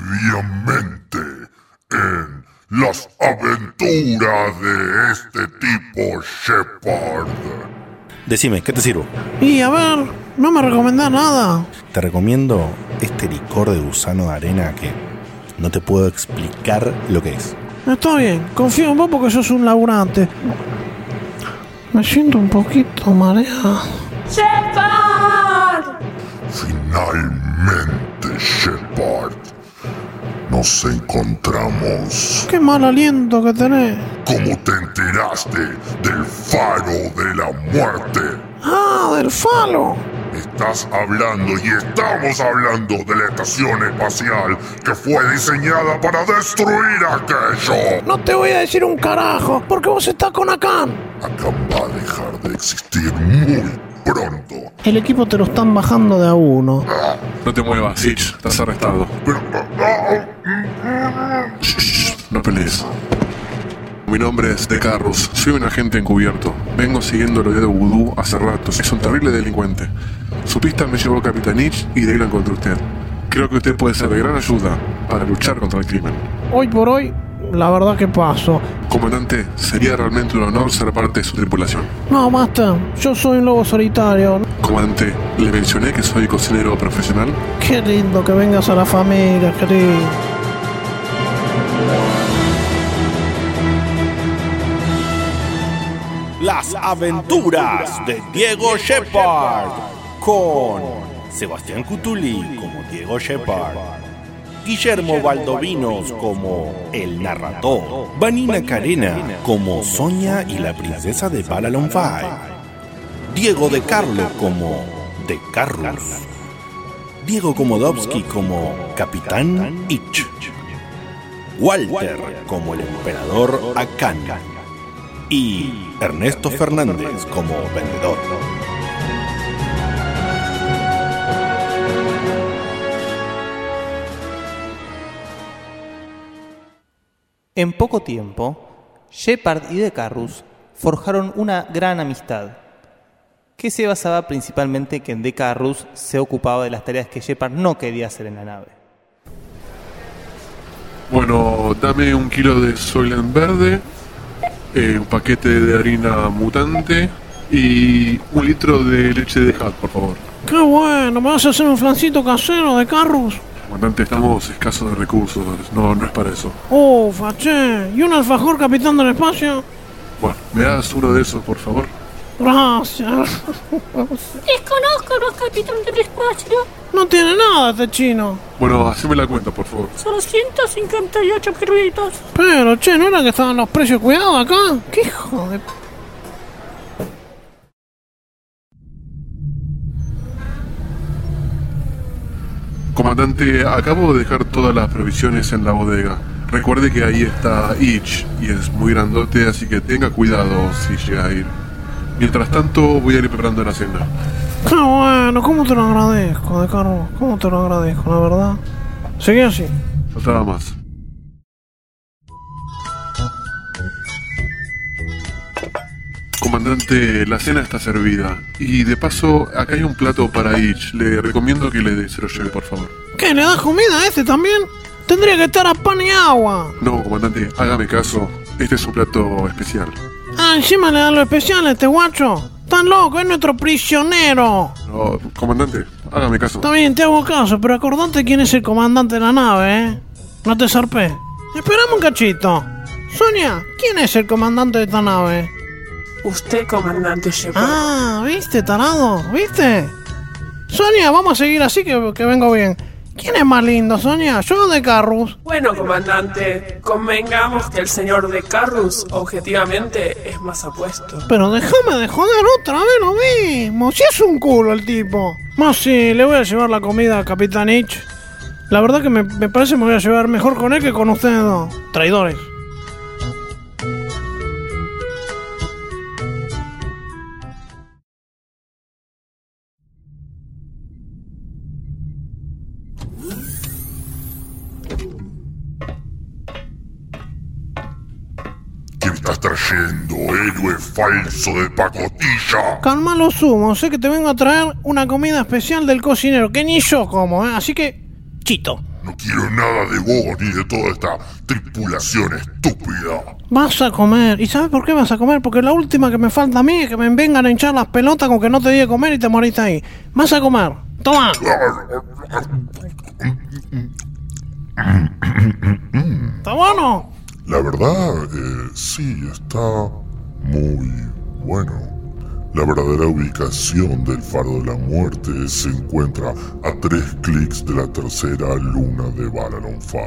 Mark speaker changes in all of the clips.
Speaker 1: Obviamente, en las aventuras de este tipo Shepard.
Speaker 2: Decime, ¿qué te sirvo?
Speaker 3: Y a ver, no me recomendás nada.
Speaker 2: Te recomiendo este licor de gusano de arena que no te puedo explicar lo que es.
Speaker 3: Está bien, confío en vos porque sos un laburante. Me siento un poquito mareado.
Speaker 4: ¡Shepard!
Speaker 1: Finalmente, Shepard, nos encontramos.
Speaker 3: Qué mal aliento que tenés.
Speaker 1: ¿Cómo te enteraste del faro de la muerte?
Speaker 3: Ah, del falo.
Speaker 1: Estás hablando y estamos hablando de la estación espacial que fue diseñada para destruir aquello.
Speaker 3: No te voy a decir un carajo, porque vos estás con Akan.
Speaker 1: Akan va a dejar de existir muy pronto.
Speaker 3: El equipo te lo están bajando de a uno.
Speaker 5: No te muevas, Sitch, estás arrestado.
Speaker 1: Pero, ah,
Speaker 5: Shh, shh, no pelees. Mi nombre es De Carrus, soy un agente encubierto. Vengo siguiendo el dedo vudú hace rato. Es un terrible delincuente. Su pista me llevó a Capitanich y de ahí lo encontré a usted. Creo que usted puede ser de gran ayuda para luchar contra el crimen.
Speaker 3: Hoy por hoy, la verdad que paso.
Speaker 5: Comandante, sería realmente un honor ser parte de su tripulación.
Speaker 3: No, Master, yo soy un lobo solitario.
Speaker 5: Comandante, le mencioné que soy cocinero profesional.
Speaker 3: Qué lindo que vengas a la familia, querido.
Speaker 2: Las aventuras de Diego Shepard con Sebastián Cutuli como Diego Shepard, Guillermo Valdovinos como el narrador, Vanina Carena como Sonia y la princesa de Balalon 5, Diego de Carlo como De Carlos, Diego Komodowski como Capitán Ich, Walter como el emperador Akan y Ernesto Fernández como vendedor.
Speaker 6: En poco tiempo, Shepard y De Carrus forjaron una gran amistad, que se basaba principalmente en que De Carrus se ocupaba de las tareas que Shepard no quería hacer en la nave.
Speaker 5: Bueno, dame un kilo de Soylent verde, eh, un paquete de harina mutante y un litro de leche de hat, por favor.
Speaker 3: Qué bueno, me vas a hacer un flancito casero de carros.
Speaker 5: Comandante, estamos escasos de recursos, no, no es para eso.
Speaker 3: Oh, faché. ¿Y un alfajor capitán del espacio?
Speaker 5: Bueno, ¿me das uno de esos, por favor?
Speaker 3: Gracias.
Speaker 4: Desconozco a los capitán del espacio.
Speaker 3: No tiene nada este chino.
Speaker 5: Bueno, haceme la cuenta, por favor.
Speaker 4: Solo 158 créditos.
Speaker 3: Pero, che, ¿no era que estaban los precios cuidados acá? ¿Qué hijo de... p-
Speaker 5: Comandante, acabo de dejar todas las provisiones en la bodega. Recuerde que ahí está Itch y es muy grandote, así que tenga cuidado si llega a ir. Mientras tanto, voy a ir preparando la cena.
Speaker 3: Qué Ah, bueno, ¿cómo te lo agradezco, de carros? ¿Cómo te lo agradezco, la verdad? Seguí así.
Speaker 5: Faltaba más. Comandante, la cena está servida. Y de paso, acá hay un plato para Itch. Le recomiendo que le se lo lleve, por favor.
Speaker 3: ¿Qué, le das comida a este también? Tendría que estar a pan y agua.
Speaker 5: No, comandante, hágame caso. Este es un plato especial.
Speaker 3: Ah, encima le da lo especial a este guacho. Tan loco, es nuestro prisionero.
Speaker 5: No, comandante, hágame caso.
Speaker 3: Está bien, te hago caso, pero acordate quién es el comandante de la nave, ¿eh? No te sorpé. Esperame un cachito. Sonia, ¿quién es el comandante de esta nave?
Speaker 7: Usted, comandante Shepard.
Speaker 3: Ah, ¿viste, tarado? ¿Viste? Sonia, vamos a seguir así que, que vengo bien. ¿Quién es más lindo, Sonia? ¿Yo o de Carrus?
Speaker 7: Bueno, comandante, convengamos que el señor de Carrus objetivamente es más apuesto.
Speaker 3: Pero déjame de joder otra vez lo mismo. Si es un culo el tipo. Más si le voy a llevar la comida a Capitán Hitch. La verdad que me, me parece me voy a llevar mejor con él que con ustedes dos. Traidores.
Speaker 1: ¿Qué me estás trayendo, héroe falso de pacotilla?
Speaker 3: Calma los humos, sé que te vengo a traer una comida especial del cocinero, que ni yo como, ¿eh? Así que, chito.
Speaker 1: No quiero nada de vos ni de toda esta tripulación estúpida.
Speaker 3: Vas a comer. ¿Y sabes por qué vas a comer? Porque la última que me falta a mí es que me vengan a hinchar las pelotas con que no te di de comer y te moriste ahí. Vas a comer. Toma. ¿Está bueno?
Speaker 1: La verdad, eh, sí, está muy bueno. La verdadera ubicación del Faro de la Muerte se encuentra a tres clics de la tercera luna de Balalon 5.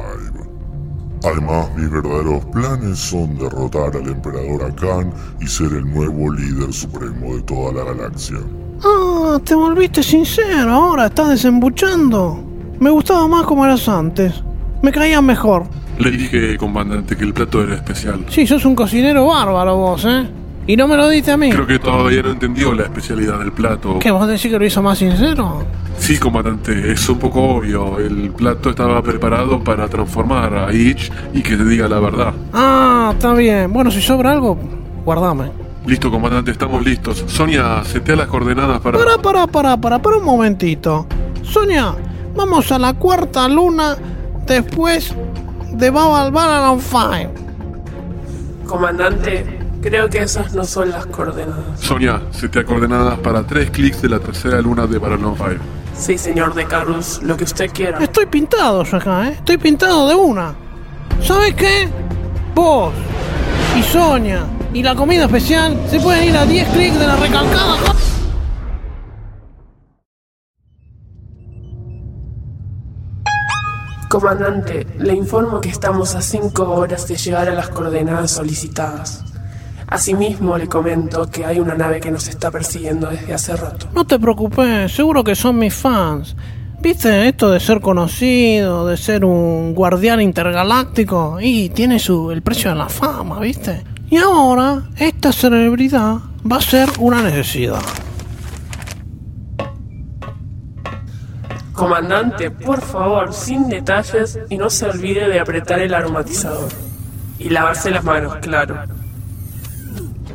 Speaker 1: Además, mis verdaderos planes son derrotar al emperador Akan y ser el nuevo líder supremo de toda la galaxia.
Speaker 3: Ah, te volviste sincero ahora. Estás desembuchando. Me gustaba más como eras antes. Me caías mejor.
Speaker 5: Le dije, comandante, que el plato era especial.
Speaker 3: Sí, sos un cocinero bárbaro vos, ¿eh? Y no me lo diste a mí.
Speaker 5: Creo que todavía no entendió la especialidad del plato.
Speaker 3: ¿Qué, vos decís que lo hizo más sincero?
Speaker 5: Sí, comandante, es un poco obvio. El plato estaba preparado para transformar a Itch y que te diga la verdad.
Speaker 3: Ah, está bien. Bueno, si sobra algo, guardame.
Speaker 5: Listo, comandante, estamos listos. Sonia, setea las coordenadas para...
Speaker 3: Para, para, para, para, para un momentito. Sonia, vamos a la cuarta luna después de Babal Balan 5.
Speaker 7: Comandante, creo que esas no son las coordenadas.
Speaker 5: Sonia, setea coordenadas para tres clics de la tercera luna de Barolón 5.
Speaker 7: Sí, señor de Carlos, lo que usted quiera.
Speaker 3: Estoy pintado yo acá, ¿eh? Estoy pintado de una. ¿Sabes qué? Vos y Sonia y la comida especial se pueden ir a 10 clics de la recalcada.
Speaker 7: Comandante, le informo que estamos a cinco horas de llegar a las coordenadas solicitadas. Asimismo, le comento que hay una nave que nos está persiguiendo desde hace rato.
Speaker 3: No te preocupes, seguro que son mis fans. ¿Viste esto de ser conocido, de ser un guardián intergaláctico? Y tiene su, el precio de la fama, ¿viste? Y ahora, esta celebridad va a ser una necesidad.
Speaker 7: Comandante, por favor, sin detalles y no se olvide de apretar el aromatizador. Y lavarse las manos, claro.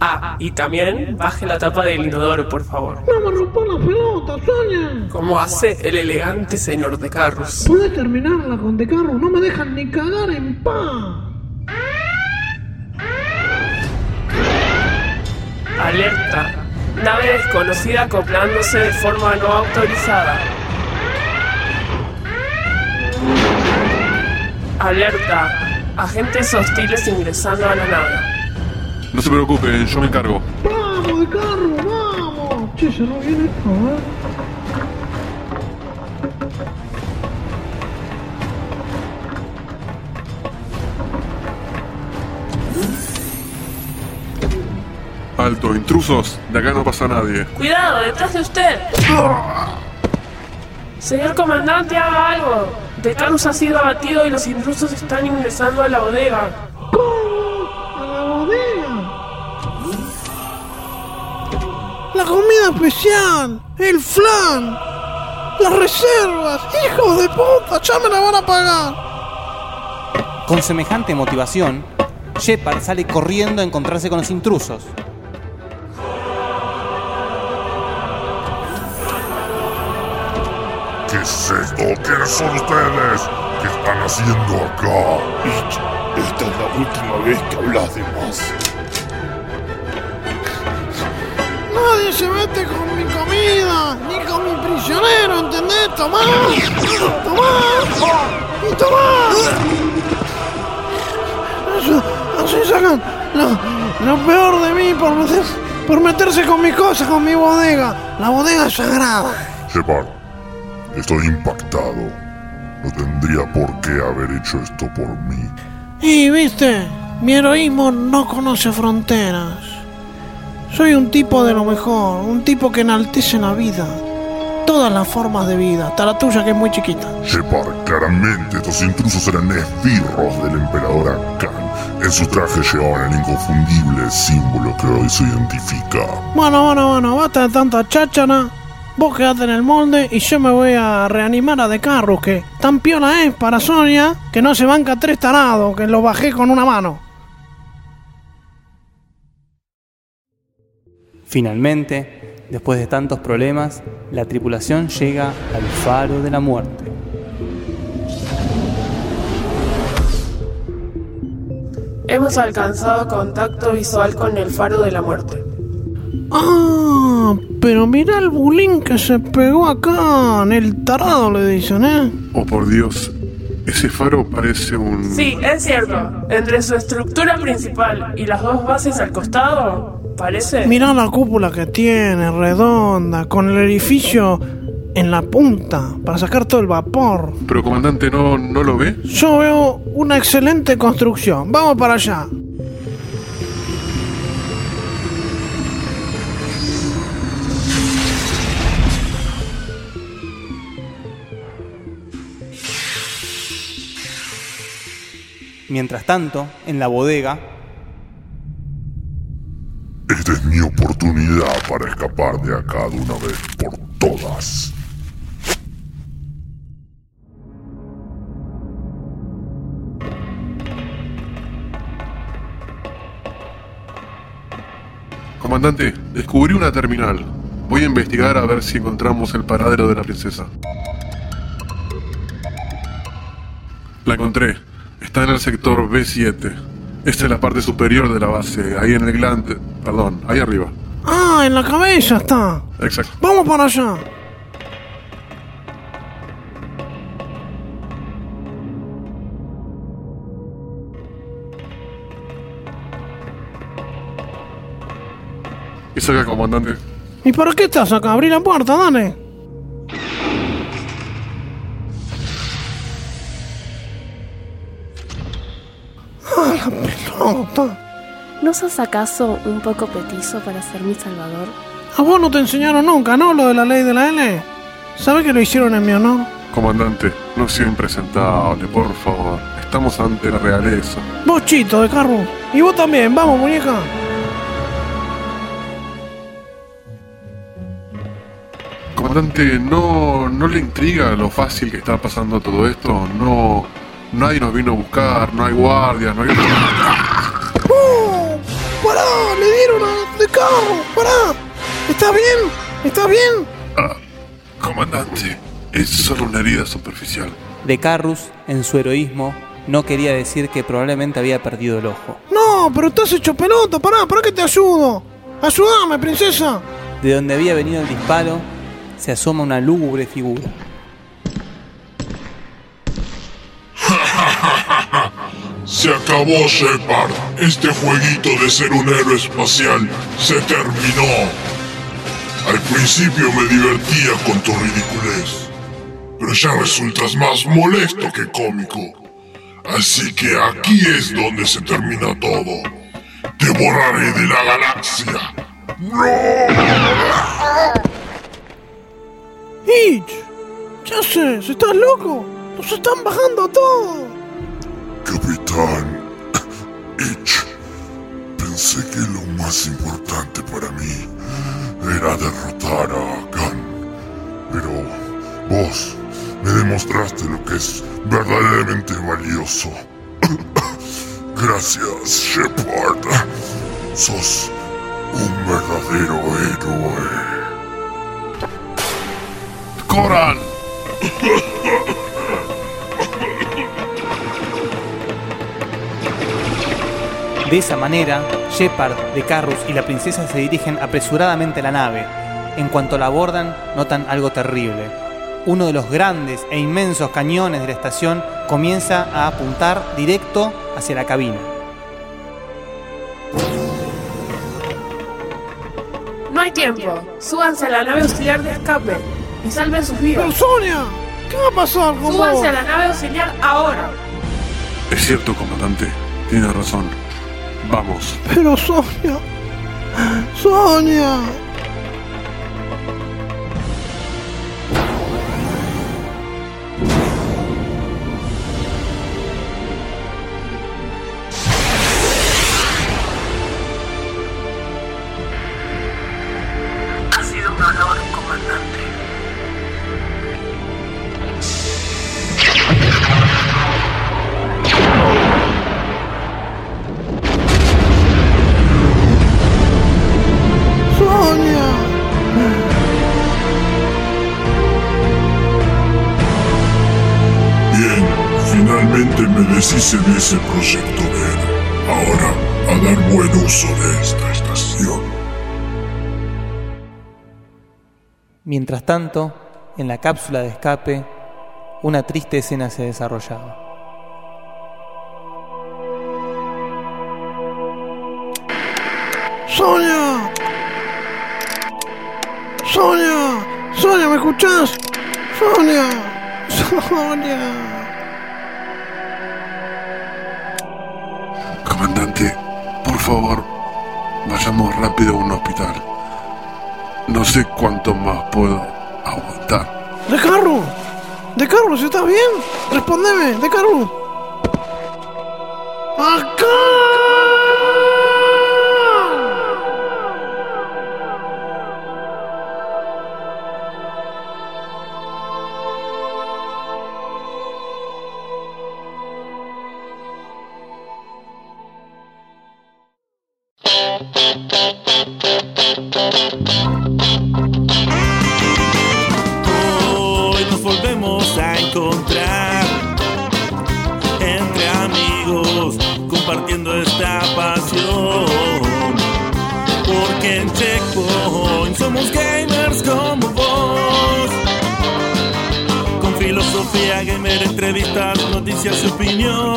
Speaker 7: Ah, y también baje la tapa del inodoro, por favor.
Speaker 3: ¡No me rompas la pelota, Sonia!
Speaker 7: Como hace el elegante señor de carros.
Speaker 3: Podés terminarla con de carro, no me dejan ni cagar en paz.
Speaker 7: Alerta. Nave desconocida acoplándose de forma no autorizada. Alerta. Agentes hostiles ingresando a la nave.
Speaker 5: No se preocupen, yo me encargo.
Speaker 3: ¡Vamos, de carro, vamos! Che, ya no viene esto, ¿eh?
Speaker 5: Alto, intrusos, de acá no pasa nadie.
Speaker 7: Cuidado, detrás de usted. Señor comandante, haga algo. De Carlos ha sido abatido y los intrusos están ingresando a la bodega.
Speaker 3: ¡A la bodega! La comida especial, el flan, las reservas, hijos de puta, ya me la van a pagar.
Speaker 6: Con semejante motivación, Shepard sale corriendo a encontrarse con los intrusos.
Speaker 1: ¿Qué es esto? ¿Quiénes son ustedes? ¿Qué están haciendo acá?
Speaker 8: Ich, esta es la última vez que hablas de más.
Speaker 3: Nadie se mete con mi comida, ni con mi prisionero, ¿entendés? Tomá, tomá, y tomá. Eso, así sacan lo, lo peor de mí por, meter- por meterse con mis cosas, con mi bodega. La bodega es sagrada.
Speaker 1: Shepard, estoy impactado. No tendría por qué haber hecho esto por mí.
Speaker 3: Y viste, mi heroísmo no conoce fronteras. Soy un tipo de lo mejor, un tipo que enaltece la vida. Todas las formas de vida, hasta la tuya que es muy chiquita.
Speaker 1: Shepard, claramente estos intrusos eran esbirros del emperador Akan. En su traje llevaban el inconfundible símbolo que hoy se identifica.
Speaker 3: Bueno, bueno, bueno, basta de tanta cháchara. Vos quedate en el molde y yo me voy a reanimar a De Carros, que tan piola es para Sonia que no se banca tres tarados, que lo bajé con una mano.
Speaker 6: Finalmente, después de tantos problemas, la tripulación llega al faro de la muerte.
Speaker 7: Hemos alcanzado contacto visual con el faro de la muerte.
Speaker 3: Ah, pero mira el bulín que se pegó acá. En el tarado le dicen, ¿eh?
Speaker 5: Oh, por Dios. Ese faro parece un...
Speaker 7: Sí, es cierto. Entre su estructura principal y las dos bases al costado, parece...
Speaker 3: Mirá la cúpula que tiene, redonda, con el edificio en la punta para sacar todo el vapor.
Speaker 5: Pero, comandante, ¿no, no lo ve?
Speaker 3: Yo veo una excelente construcción. Vamos para allá.
Speaker 6: Mientras tanto, en la bodega,
Speaker 1: Esta es mi oportunidad para escapar de acá de una vez por todas.
Speaker 5: Comandante, descubrí una terminal. Voy a investigar a ver si encontramos el paradero de la princesa. La encontré. Está en el sector B7. Esta es la parte superior de la base, ahí en el glande. Perdón, ahí arriba.
Speaker 3: Ah, en la cabeza está.
Speaker 5: Exacto.
Speaker 3: Vamos para allá.
Speaker 5: Eso acá, comandante.
Speaker 3: ¿Y para qué estás acá? Abrí la puerta, dale. Ah, la pelota.
Speaker 9: ¿No sos acaso un poco petizo para ser mi salvador?
Speaker 3: A vos no te enseñaron nunca, ¿no? Lo de la ley de la L. ¿Sabes que lo hicieron en mi honor?
Speaker 5: Comandante, no sea impresentable, por favor. Estamos ante la realeza.
Speaker 3: Vos, Chito, de Carlos. Y vos también, vamos, muñeca.
Speaker 5: Comandante, ¿no, ¿no le intriga lo fácil que está pasando todo esto? No, nadie nos vino a buscar, no hay guardias, no hay...
Speaker 3: ¡Oh! ¡Pará! ¡Le dieron a de carro! ¡Pará! ¿Está bien? ¿Está bien?
Speaker 5: Ah, comandante, es solo una herida superficial.
Speaker 6: De Carrus, en su heroísmo, no quería decir que probablemente había perdido el ojo.
Speaker 3: No, pero estás hecho pelota. Pará, pará que te ayudo. Ayúdame, princesa.
Speaker 6: De donde había venido el disparo, se asoma una lúgubre figura.
Speaker 1: Se acabó, Shepard. Este jueguito de ser un héroe espacial se terminó. Al principio me divertía con tu ridiculez, pero ya resultas más molesto que cómico. Así que aquí es donde se termina todo. Te borraré de la galaxia.
Speaker 3: ¡Ich! ¿Qué haces? ¿Estás loco? ¡Nos están bajando a todos!
Speaker 1: Capitán Itch, pensé que lo más importante para mí era derrotar a Khan, pero vos me demostraste lo que es verdaderamente valioso. Gracias, Shepard. Sos un verdadero héroe.
Speaker 5: ¡Coran!
Speaker 6: De esa manera, Shepard, De Carrus y la princesa se dirigen apresuradamente a la nave. En cuanto la abordan, notan algo terrible. Uno de los grandes e inmensos cañones de la estación comienza a apuntar directo hacia la cabina.
Speaker 7: No hay tiempo. Súbanse a la nave auxiliar de escape y salven sus
Speaker 3: ¡Pero
Speaker 7: vidas.
Speaker 3: Sonia! ¿Qué va a pasar con vos?
Speaker 7: Súbanse a la nave auxiliar ahora.
Speaker 5: Es cierto, comandante. Tiene razón. Vamos.
Speaker 3: ¡Pero Sonia! ¡Sonia!
Speaker 7: Ha sido un honor, comandante.
Speaker 3: ¡Sonia!
Speaker 1: Bien, finalmente me deshice de ese proyecto de Ahora, a dar buen uso de esta estación.
Speaker 6: Mientras tanto, en la cápsula de escape, una triste escena se desarrollaba.
Speaker 3: ¡Sonia! ¡Sonia! ¡Sonia, ¿me escuchás? ¡Sonia! ¡Sonia!
Speaker 5: Comandante, por favor, vayamos rápido a un hospital. No sé cuánto más puedo aguantar.
Speaker 3: ¡De Carlos! ¡De Carlos, ¿estás bien? ¡Respondeme! ¡De Carlos! ¡Acá!
Speaker 10: Hoy nos volvemos a encontrar entre amigos compartiendo esta pasión. Porque en Checkpoint somos gamers como vos. Con filosofía gamer, entrevistas, noticias y opinión.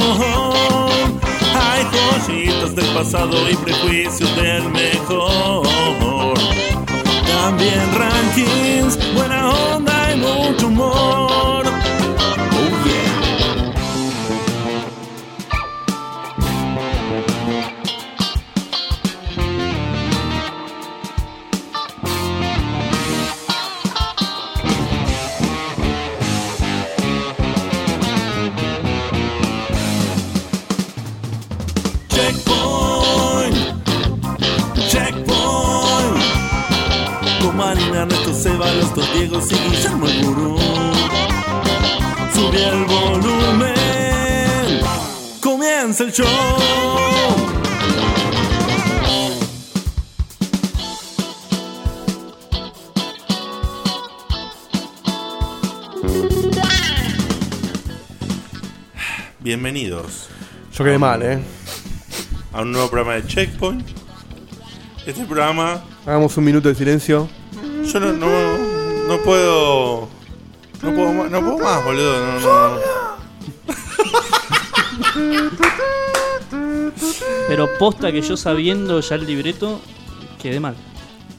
Speaker 10: Hay joyitas del pasado y prejuicios del mejor. También rankings, buena onda y mucho humor. Oh yeah. Checkpoint, checkpoint. Con Marina, Ernesto, Seba, los dos Diego y Guillermo el gurú. Sube el volumen, comienza el show.
Speaker 2: Bienvenidos
Speaker 11: Yo quedé mal, ¿eh?
Speaker 2: a un nuevo programa de Checkpoint. Este programa
Speaker 11: Hagamos un minuto de silencio.
Speaker 2: yo no, no, no puedo. No puedo, ma- no puedo más, boludo. No, no, no.
Speaker 12: Pero posta que yo sabiendo ya el libreto, quedé mal.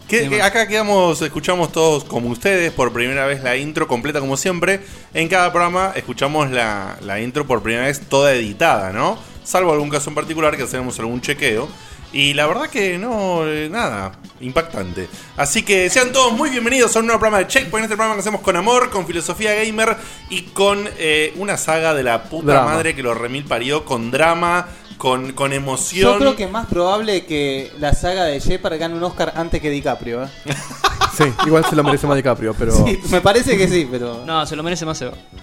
Speaker 2: Que- que acá quedamos, escuchamos todos como ustedes por primera vez la intro completa como siempre. En cada programa escuchamos la, la intro por primera vez toda editada, ¿no? Salvo algún caso en particular que hacemos algún chequeo. Y la verdad que no, eh, nada, impactante. Así que sean todos muy bienvenidos a un nuevo programa de Checkpoint, este programa que hacemos con amor, con filosofía gamer y con eh, una saga de la puta
Speaker 11: Drama.
Speaker 2: madre que lo remil parió, con drama, con, con emoción.
Speaker 6: Yo creo que es más probable que la saga de Shepard gane un Oscar antes que DiCaprio. ¿eh?
Speaker 11: Sí, igual se lo merece más DiCaprio, pero.
Speaker 6: Sí, me parece que sí, pero.
Speaker 12: No, se lo merece más Seba.
Speaker 2: Oh,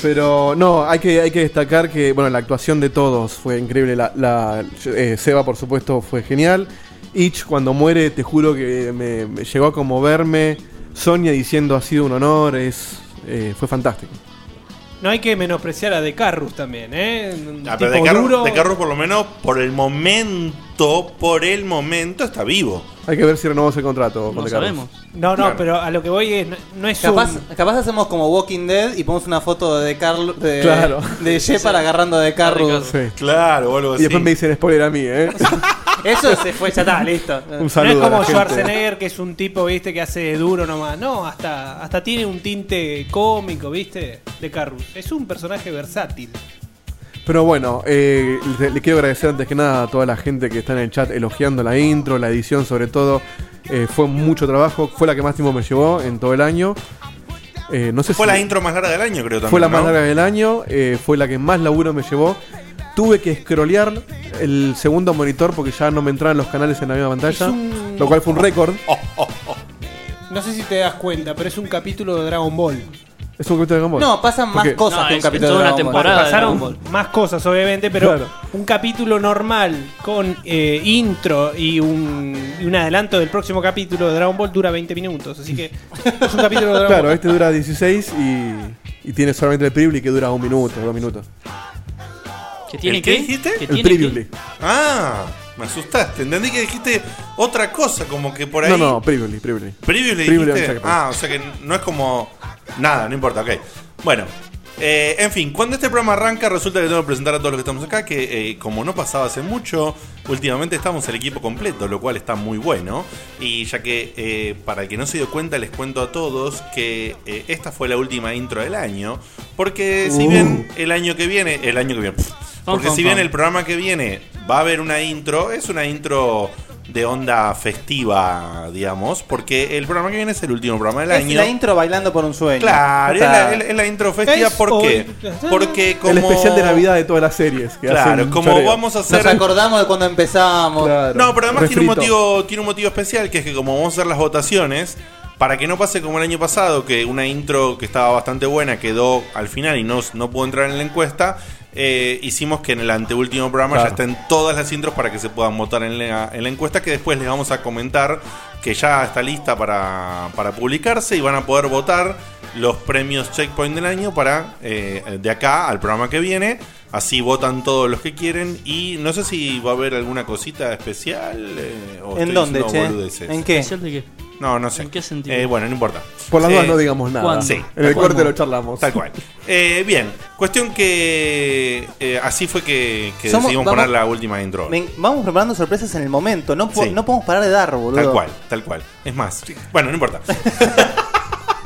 Speaker 11: Pero no, hay que, hay que destacar que, bueno, la actuación de todos fue increíble. La, la- eh, Seba, por supuesto, fue genial. Itch, cuando muere, te juro que me, me llegó a conmoverme. Sonia diciendo ha sido un honor, es eh, fue fantástico.
Speaker 13: No hay que menospreciar a De Carrus también, ¿eh? Un
Speaker 2: Ah,
Speaker 13: tipo
Speaker 2: pero de Carro,
Speaker 13: duro.
Speaker 2: de Carro por lo menos por el momento, por el momento está vivo.
Speaker 11: Hay que ver si renovamos el contrato. con
Speaker 12: No
Speaker 11: De Carlos.
Speaker 12: sabemos.
Speaker 13: No, no,
Speaker 2: Claro.
Speaker 13: pero a lo que voy es. No, no es
Speaker 6: Capaz,
Speaker 13: un-
Speaker 6: capaz hacemos como Walking Dead y ponemos una foto de Carl, de,
Speaker 11: Claro.
Speaker 6: de Shepard agarrando a De Carrus.
Speaker 11: Sí.
Speaker 2: Claro, o algo
Speaker 11: Y
Speaker 2: así.
Speaker 11: después me dicen spoiler a mí, ¿eh?
Speaker 6: Eso se fue, ya está, listo.
Speaker 11: un
Speaker 13: no
Speaker 11: saludo.
Speaker 13: es
Speaker 11: a la
Speaker 13: como
Speaker 11: gente.
Speaker 13: Schwarzenegger, que es un tipo, viste, que hace de duro nomás. No, hasta, hasta tiene un tinte cómico, viste, de Carrus. Es un personaje versátil.
Speaker 11: Pero bueno, eh, le, le quiero agradecer antes que nada a toda la gente que está en el chat elogiando la intro, la edición sobre todo. Eh, fue mucho trabajo, fue la que más tiempo me llevó en todo el año. Eh, no sé
Speaker 2: Fue
Speaker 11: si
Speaker 2: la intro más larga del año, creo también.
Speaker 11: fue la
Speaker 2: ¿no?
Speaker 11: más larga del año, eh, fue la que más laburo me llevó. Tuve que scrollear el segundo monitor porque ya no me entraban los canales en la misma pantalla, lo cual fue un récord.
Speaker 2: Oh.
Speaker 13: No sé si te das cuenta, pero es un capítulo de Dragon Ball.
Speaker 11: Es un capítulo de Dragon Ball.
Speaker 6: No, pasan más
Speaker 11: Porque-
Speaker 6: cosas
Speaker 12: No,
Speaker 6: que un
Speaker 12: es-
Speaker 6: capítulo
Speaker 12: es
Speaker 6: de
Speaker 12: toda una
Speaker 6: Dragon Ball.
Speaker 12: temporada. de
Speaker 13: Pasaron
Speaker 12: Dragon
Speaker 13: más cosas, obviamente, pero
Speaker 11: Claro.
Speaker 13: un capítulo normal con eh, intro y un, y un adelanto del próximo capítulo de Dragon Ball dura 20 minutos. Así que es un capítulo de Dragon
Speaker 11: Claro,
Speaker 13: Ball.
Speaker 11: este dura 16 y, y tiene solamente el Pribli que dura un minuto, dos minutos.
Speaker 12: ¿Que tiene
Speaker 2: ¿El qué
Speaker 12: qué?
Speaker 2: dijiste?
Speaker 12: ¿Que El tiene previously.
Speaker 2: Ah, me asustaste. Entendí que dijiste otra cosa, como que por ahí.
Speaker 11: No, no, Previously, Previously.
Speaker 2: Previously
Speaker 11: Previously
Speaker 2: dijiste.
Speaker 11: on checkpoint.
Speaker 2: Ah, o sea que no es como. Nada, no importa, ok. Bueno. eh, en fin, cuando este programa arranca, resulta que tengo que presentar a todos los que estamos acá, que eh, como no pasaba hace mucho, últimamente estamos el equipo completo, lo cual está muy bueno. Y ya que, eh, para el que no se dio cuenta, les cuento a todos que eh, esta fue la última intro del año, porque si
Speaker 14: Uh.
Speaker 2: bien el año que viene, el año que viene, pff, porque
Speaker 14: fun,
Speaker 2: si bien
Speaker 14: fun.
Speaker 2: el programa que viene va a haber una intro, es una intro de onda festiva, digamos, porque el programa que viene es el último programa del
Speaker 6: Es
Speaker 2: año.
Speaker 6: la intro bailando por un sueño.
Speaker 2: Claro, es
Speaker 6: Está-
Speaker 2: la, es la- es la intro festiva,
Speaker 6: Es
Speaker 2: ¿por qué?
Speaker 6: hoy.
Speaker 2: Porque como...
Speaker 11: El especial de Navidad de todas las series. que
Speaker 2: Claro,
Speaker 11: hacen
Speaker 2: como
Speaker 11: choreo.
Speaker 2: vamos a hacer-
Speaker 6: Nos acordamos de cuando empezamos.
Speaker 2: No, pero además tiene un, motivo, tiene un motivo especial, que es que como vamos a hacer las votaciones, para que no pase como el año pasado, que una intro que estaba bastante buena quedó al final y no, no pudo entrar en la encuesta, eh, hicimos que en el anteúltimo programa
Speaker 14: Claro.
Speaker 2: ya estén todas las intros para que se puedan votar en la, en la encuesta, que después les vamos a comentar que ya está lista para, para publicarse y van a poder votar los premios Checkpoint del año para eh, de acá al programa que viene. Así votan todos los que quieren. Y no sé si va a haber alguna cosita especial. eh, o
Speaker 6: ¿En
Speaker 2: estoy
Speaker 6: dónde,
Speaker 2: diciendo
Speaker 6: che?
Speaker 2: boludeces.
Speaker 6: ¿En qué?
Speaker 12: ¿Especial de qué?
Speaker 2: No, no sé.
Speaker 12: ¿En qué sentido?
Speaker 2: Eh, bueno, no importa.
Speaker 11: Por las
Speaker 2: Eh,
Speaker 11: dudas no digamos nada.
Speaker 2: ¿cuándo? Sí,
Speaker 11: en el
Speaker 2: tal cual.
Speaker 11: corte lo charlamos.
Speaker 2: Tal cual. Eh, bien, cuestión que eh, así fue que, que
Speaker 6: Somos-
Speaker 2: decidimos
Speaker 6: vamos-
Speaker 2: poner la última intro.
Speaker 6: Ven, vamos preparando sorpresas en el momento. No, po-
Speaker 2: Sí.
Speaker 6: no podemos parar de dar, boludo.
Speaker 2: Tal cual, tal cual. Es más, bueno, no importa.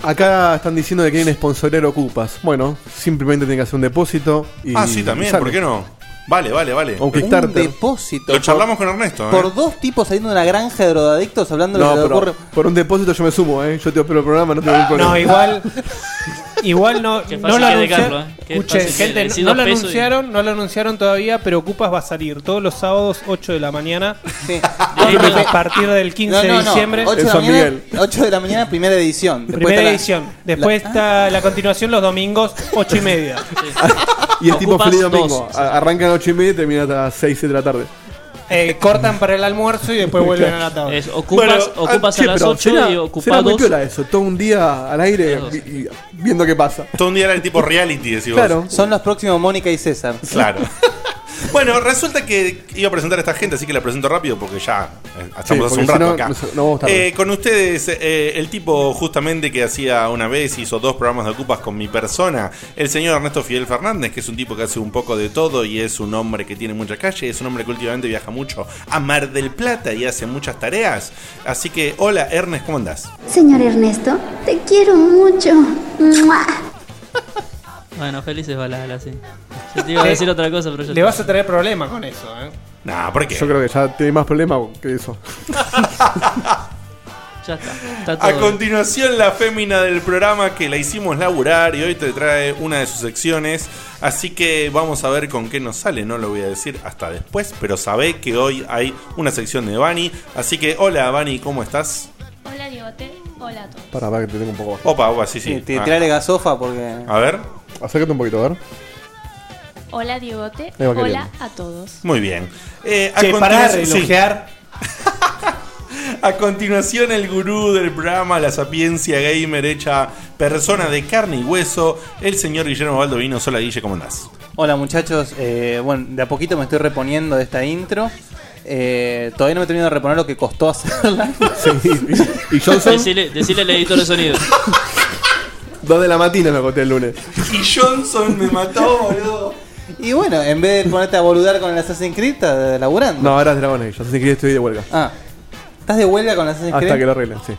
Speaker 11: Acá están diciendo de que quieren sponsorear Ocupas. Bueno, simplemente tienen que hacer un depósito. Y
Speaker 2: Ah, sí, también,
Speaker 11: sale.
Speaker 2: ¿por qué no? Vale, vale, vale.
Speaker 11: O un Kickstarter.
Speaker 6: Un depósito.
Speaker 2: Lo charlamos con Ernesto. ¿eh?
Speaker 6: Por dos tipos saliendo de una granja de drogadictos hablando
Speaker 11: No,
Speaker 6: de lo que
Speaker 11: pero
Speaker 6: ocurre.
Speaker 11: por un depósito yo me sumo, ¿eh? Yo te opero el programa, no tengo ningún problema.
Speaker 13: No, igual. Igual no,
Speaker 12: Qué
Speaker 13: no
Speaker 12: fácil
Speaker 13: lo
Speaker 12: que es de
Speaker 13: anunciaron.
Speaker 12: Carlos, eh. Qué
Speaker 13: Escuchen,
Speaker 12: fácil que
Speaker 13: gente,
Speaker 12: es. Decí
Speaker 13: no
Speaker 12: dos
Speaker 13: lo
Speaker 12: pesos y-
Speaker 13: anunciaron, no lo anunciaron todavía, pero Ocupas va a salir todos los sábados 8 de la mañana. A partir del 15
Speaker 6: No, no,
Speaker 13: de
Speaker 6: no.
Speaker 13: diciembre.
Speaker 6: 8 de la mañana- 8 de la mañana, primera edición. Después
Speaker 13: Primera
Speaker 6: está la-
Speaker 13: edición. Después está la continuación los domingos, 8 y media.
Speaker 11: Ah, Y es tipo
Speaker 13: Ocupas
Speaker 11: feliz
Speaker 13: dos.
Speaker 11: domingo. A- Arranca a las 8 y media y termina hasta las 6 de la tarde.
Speaker 13: Eh, cortan para el almuerzo y después vuelven a la tabla.
Speaker 12: Es ocupas-
Speaker 11: ah, che, pero será- será muy piola eso, todo un día al aire Eh, y- y viendo qué pasa.
Speaker 2: Todo un día era el tipo reality, decís vos.
Speaker 6: Claro. Son los próximos Mónica y César.
Speaker 2: Claro. Bueno, resulta que iba a presentar a esta gente, así que la presento rápido porque ya eh, estamos hace
Speaker 11: porque
Speaker 2: un
Speaker 11: si
Speaker 2: rato
Speaker 11: no,
Speaker 2: acá.
Speaker 11: nos- nos vamos tarde.
Speaker 2: Eh, con ustedes, eh, el tipo justamente que hacía una vez, hizo dos programas de Ocupas con mi persona, el señor Ernesto Fidel Fernández, que es un tipo que hace un poco de todo y es un hombre que tiene mucha calle, es un hombre que últimamente viaja mucho a Mar del Plata y hace muchas tareas. Así que, hola Ernest, ¿cómo andás?
Speaker 9: Señor Ernesto, te quiero mucho. ¡Mua!
Speaker 12: Bueno, felices baladas, sí. Yo te iba a decir otra cosa, pero yo.
Speaker 13: Le vas a traer problemas con eso, ¿eh?
Speaker 2: Nah, ¿por qué?
Speaker 11: Yo creo que ya tiene más problemas que eso.
Speaker 12: Ya está. está
Speaker 2: A
Speaker 12: todo.
Speaker 2: continuación, la fémina del programa que la hicimos laburar y hoy te trae una de sus secciones. Así que vamos a ver con qué nos sale. No lo voy a decir hasta después, pero sabé que hoy hay una sección de Bani. Así que, hola Bani, ¿cómo estás?
Speaker 4: Hola, Diote. Hola a todos.
Speaker 11: Para, para que te tengo un poco bajo.
Speaker 2: Opa, opa, sí, sí.
Speaker 6: Te
Speaker 2: Ah.
Speaker 6: trae gasofa porque.
Speaker 2: A ver.
Speaker 11: Acércate un poquito, a ver.
Speaker 4: Hola, Diote.
Speaker 11: Ahí va
Speaker 4: Hola
Speaker 11: queriendo.
Speaker 4: a todos.
Speaker 2: Muy bien. Eh,
Speaker 13: Che,
Speaker 2: continu-
Speaker 13: pará de
Speaker 2: sí.
Speaker 13: elogiar.
Speaker 2: A continuación, el gurú del programa, la sapiencia gamer hecha persona de carne y hueso, el señor Guillermo Baldovino. Hola Guille, ¿cómo andás?
Speaker 6: Hola muchachos, Eh, bueno, de a poquito me estoy reponiendo de esta intro. Eh, todavía no me he terminado de reponer lo que costó hacerla.
Speaker 11: ¿Y Johnson?
Speaker 12: Decile, decile al editor de sonido.
Speaker 11: 2 de la matina me acosté el lunes.
Speaker 2: Y Johnson me mató, boludo.
Speaker 6: Y bueno, en vez de ponerte a boludar con el Assassin's Creed, estás laburando.
Speaker 11: No, ahora es Dragon Age. Así que estoy de huelga.
Speaker 6: Ah, ¿estás de huelga con el Assassin's Creed?
Speaker 11: Hasta que lo arreglen, sí.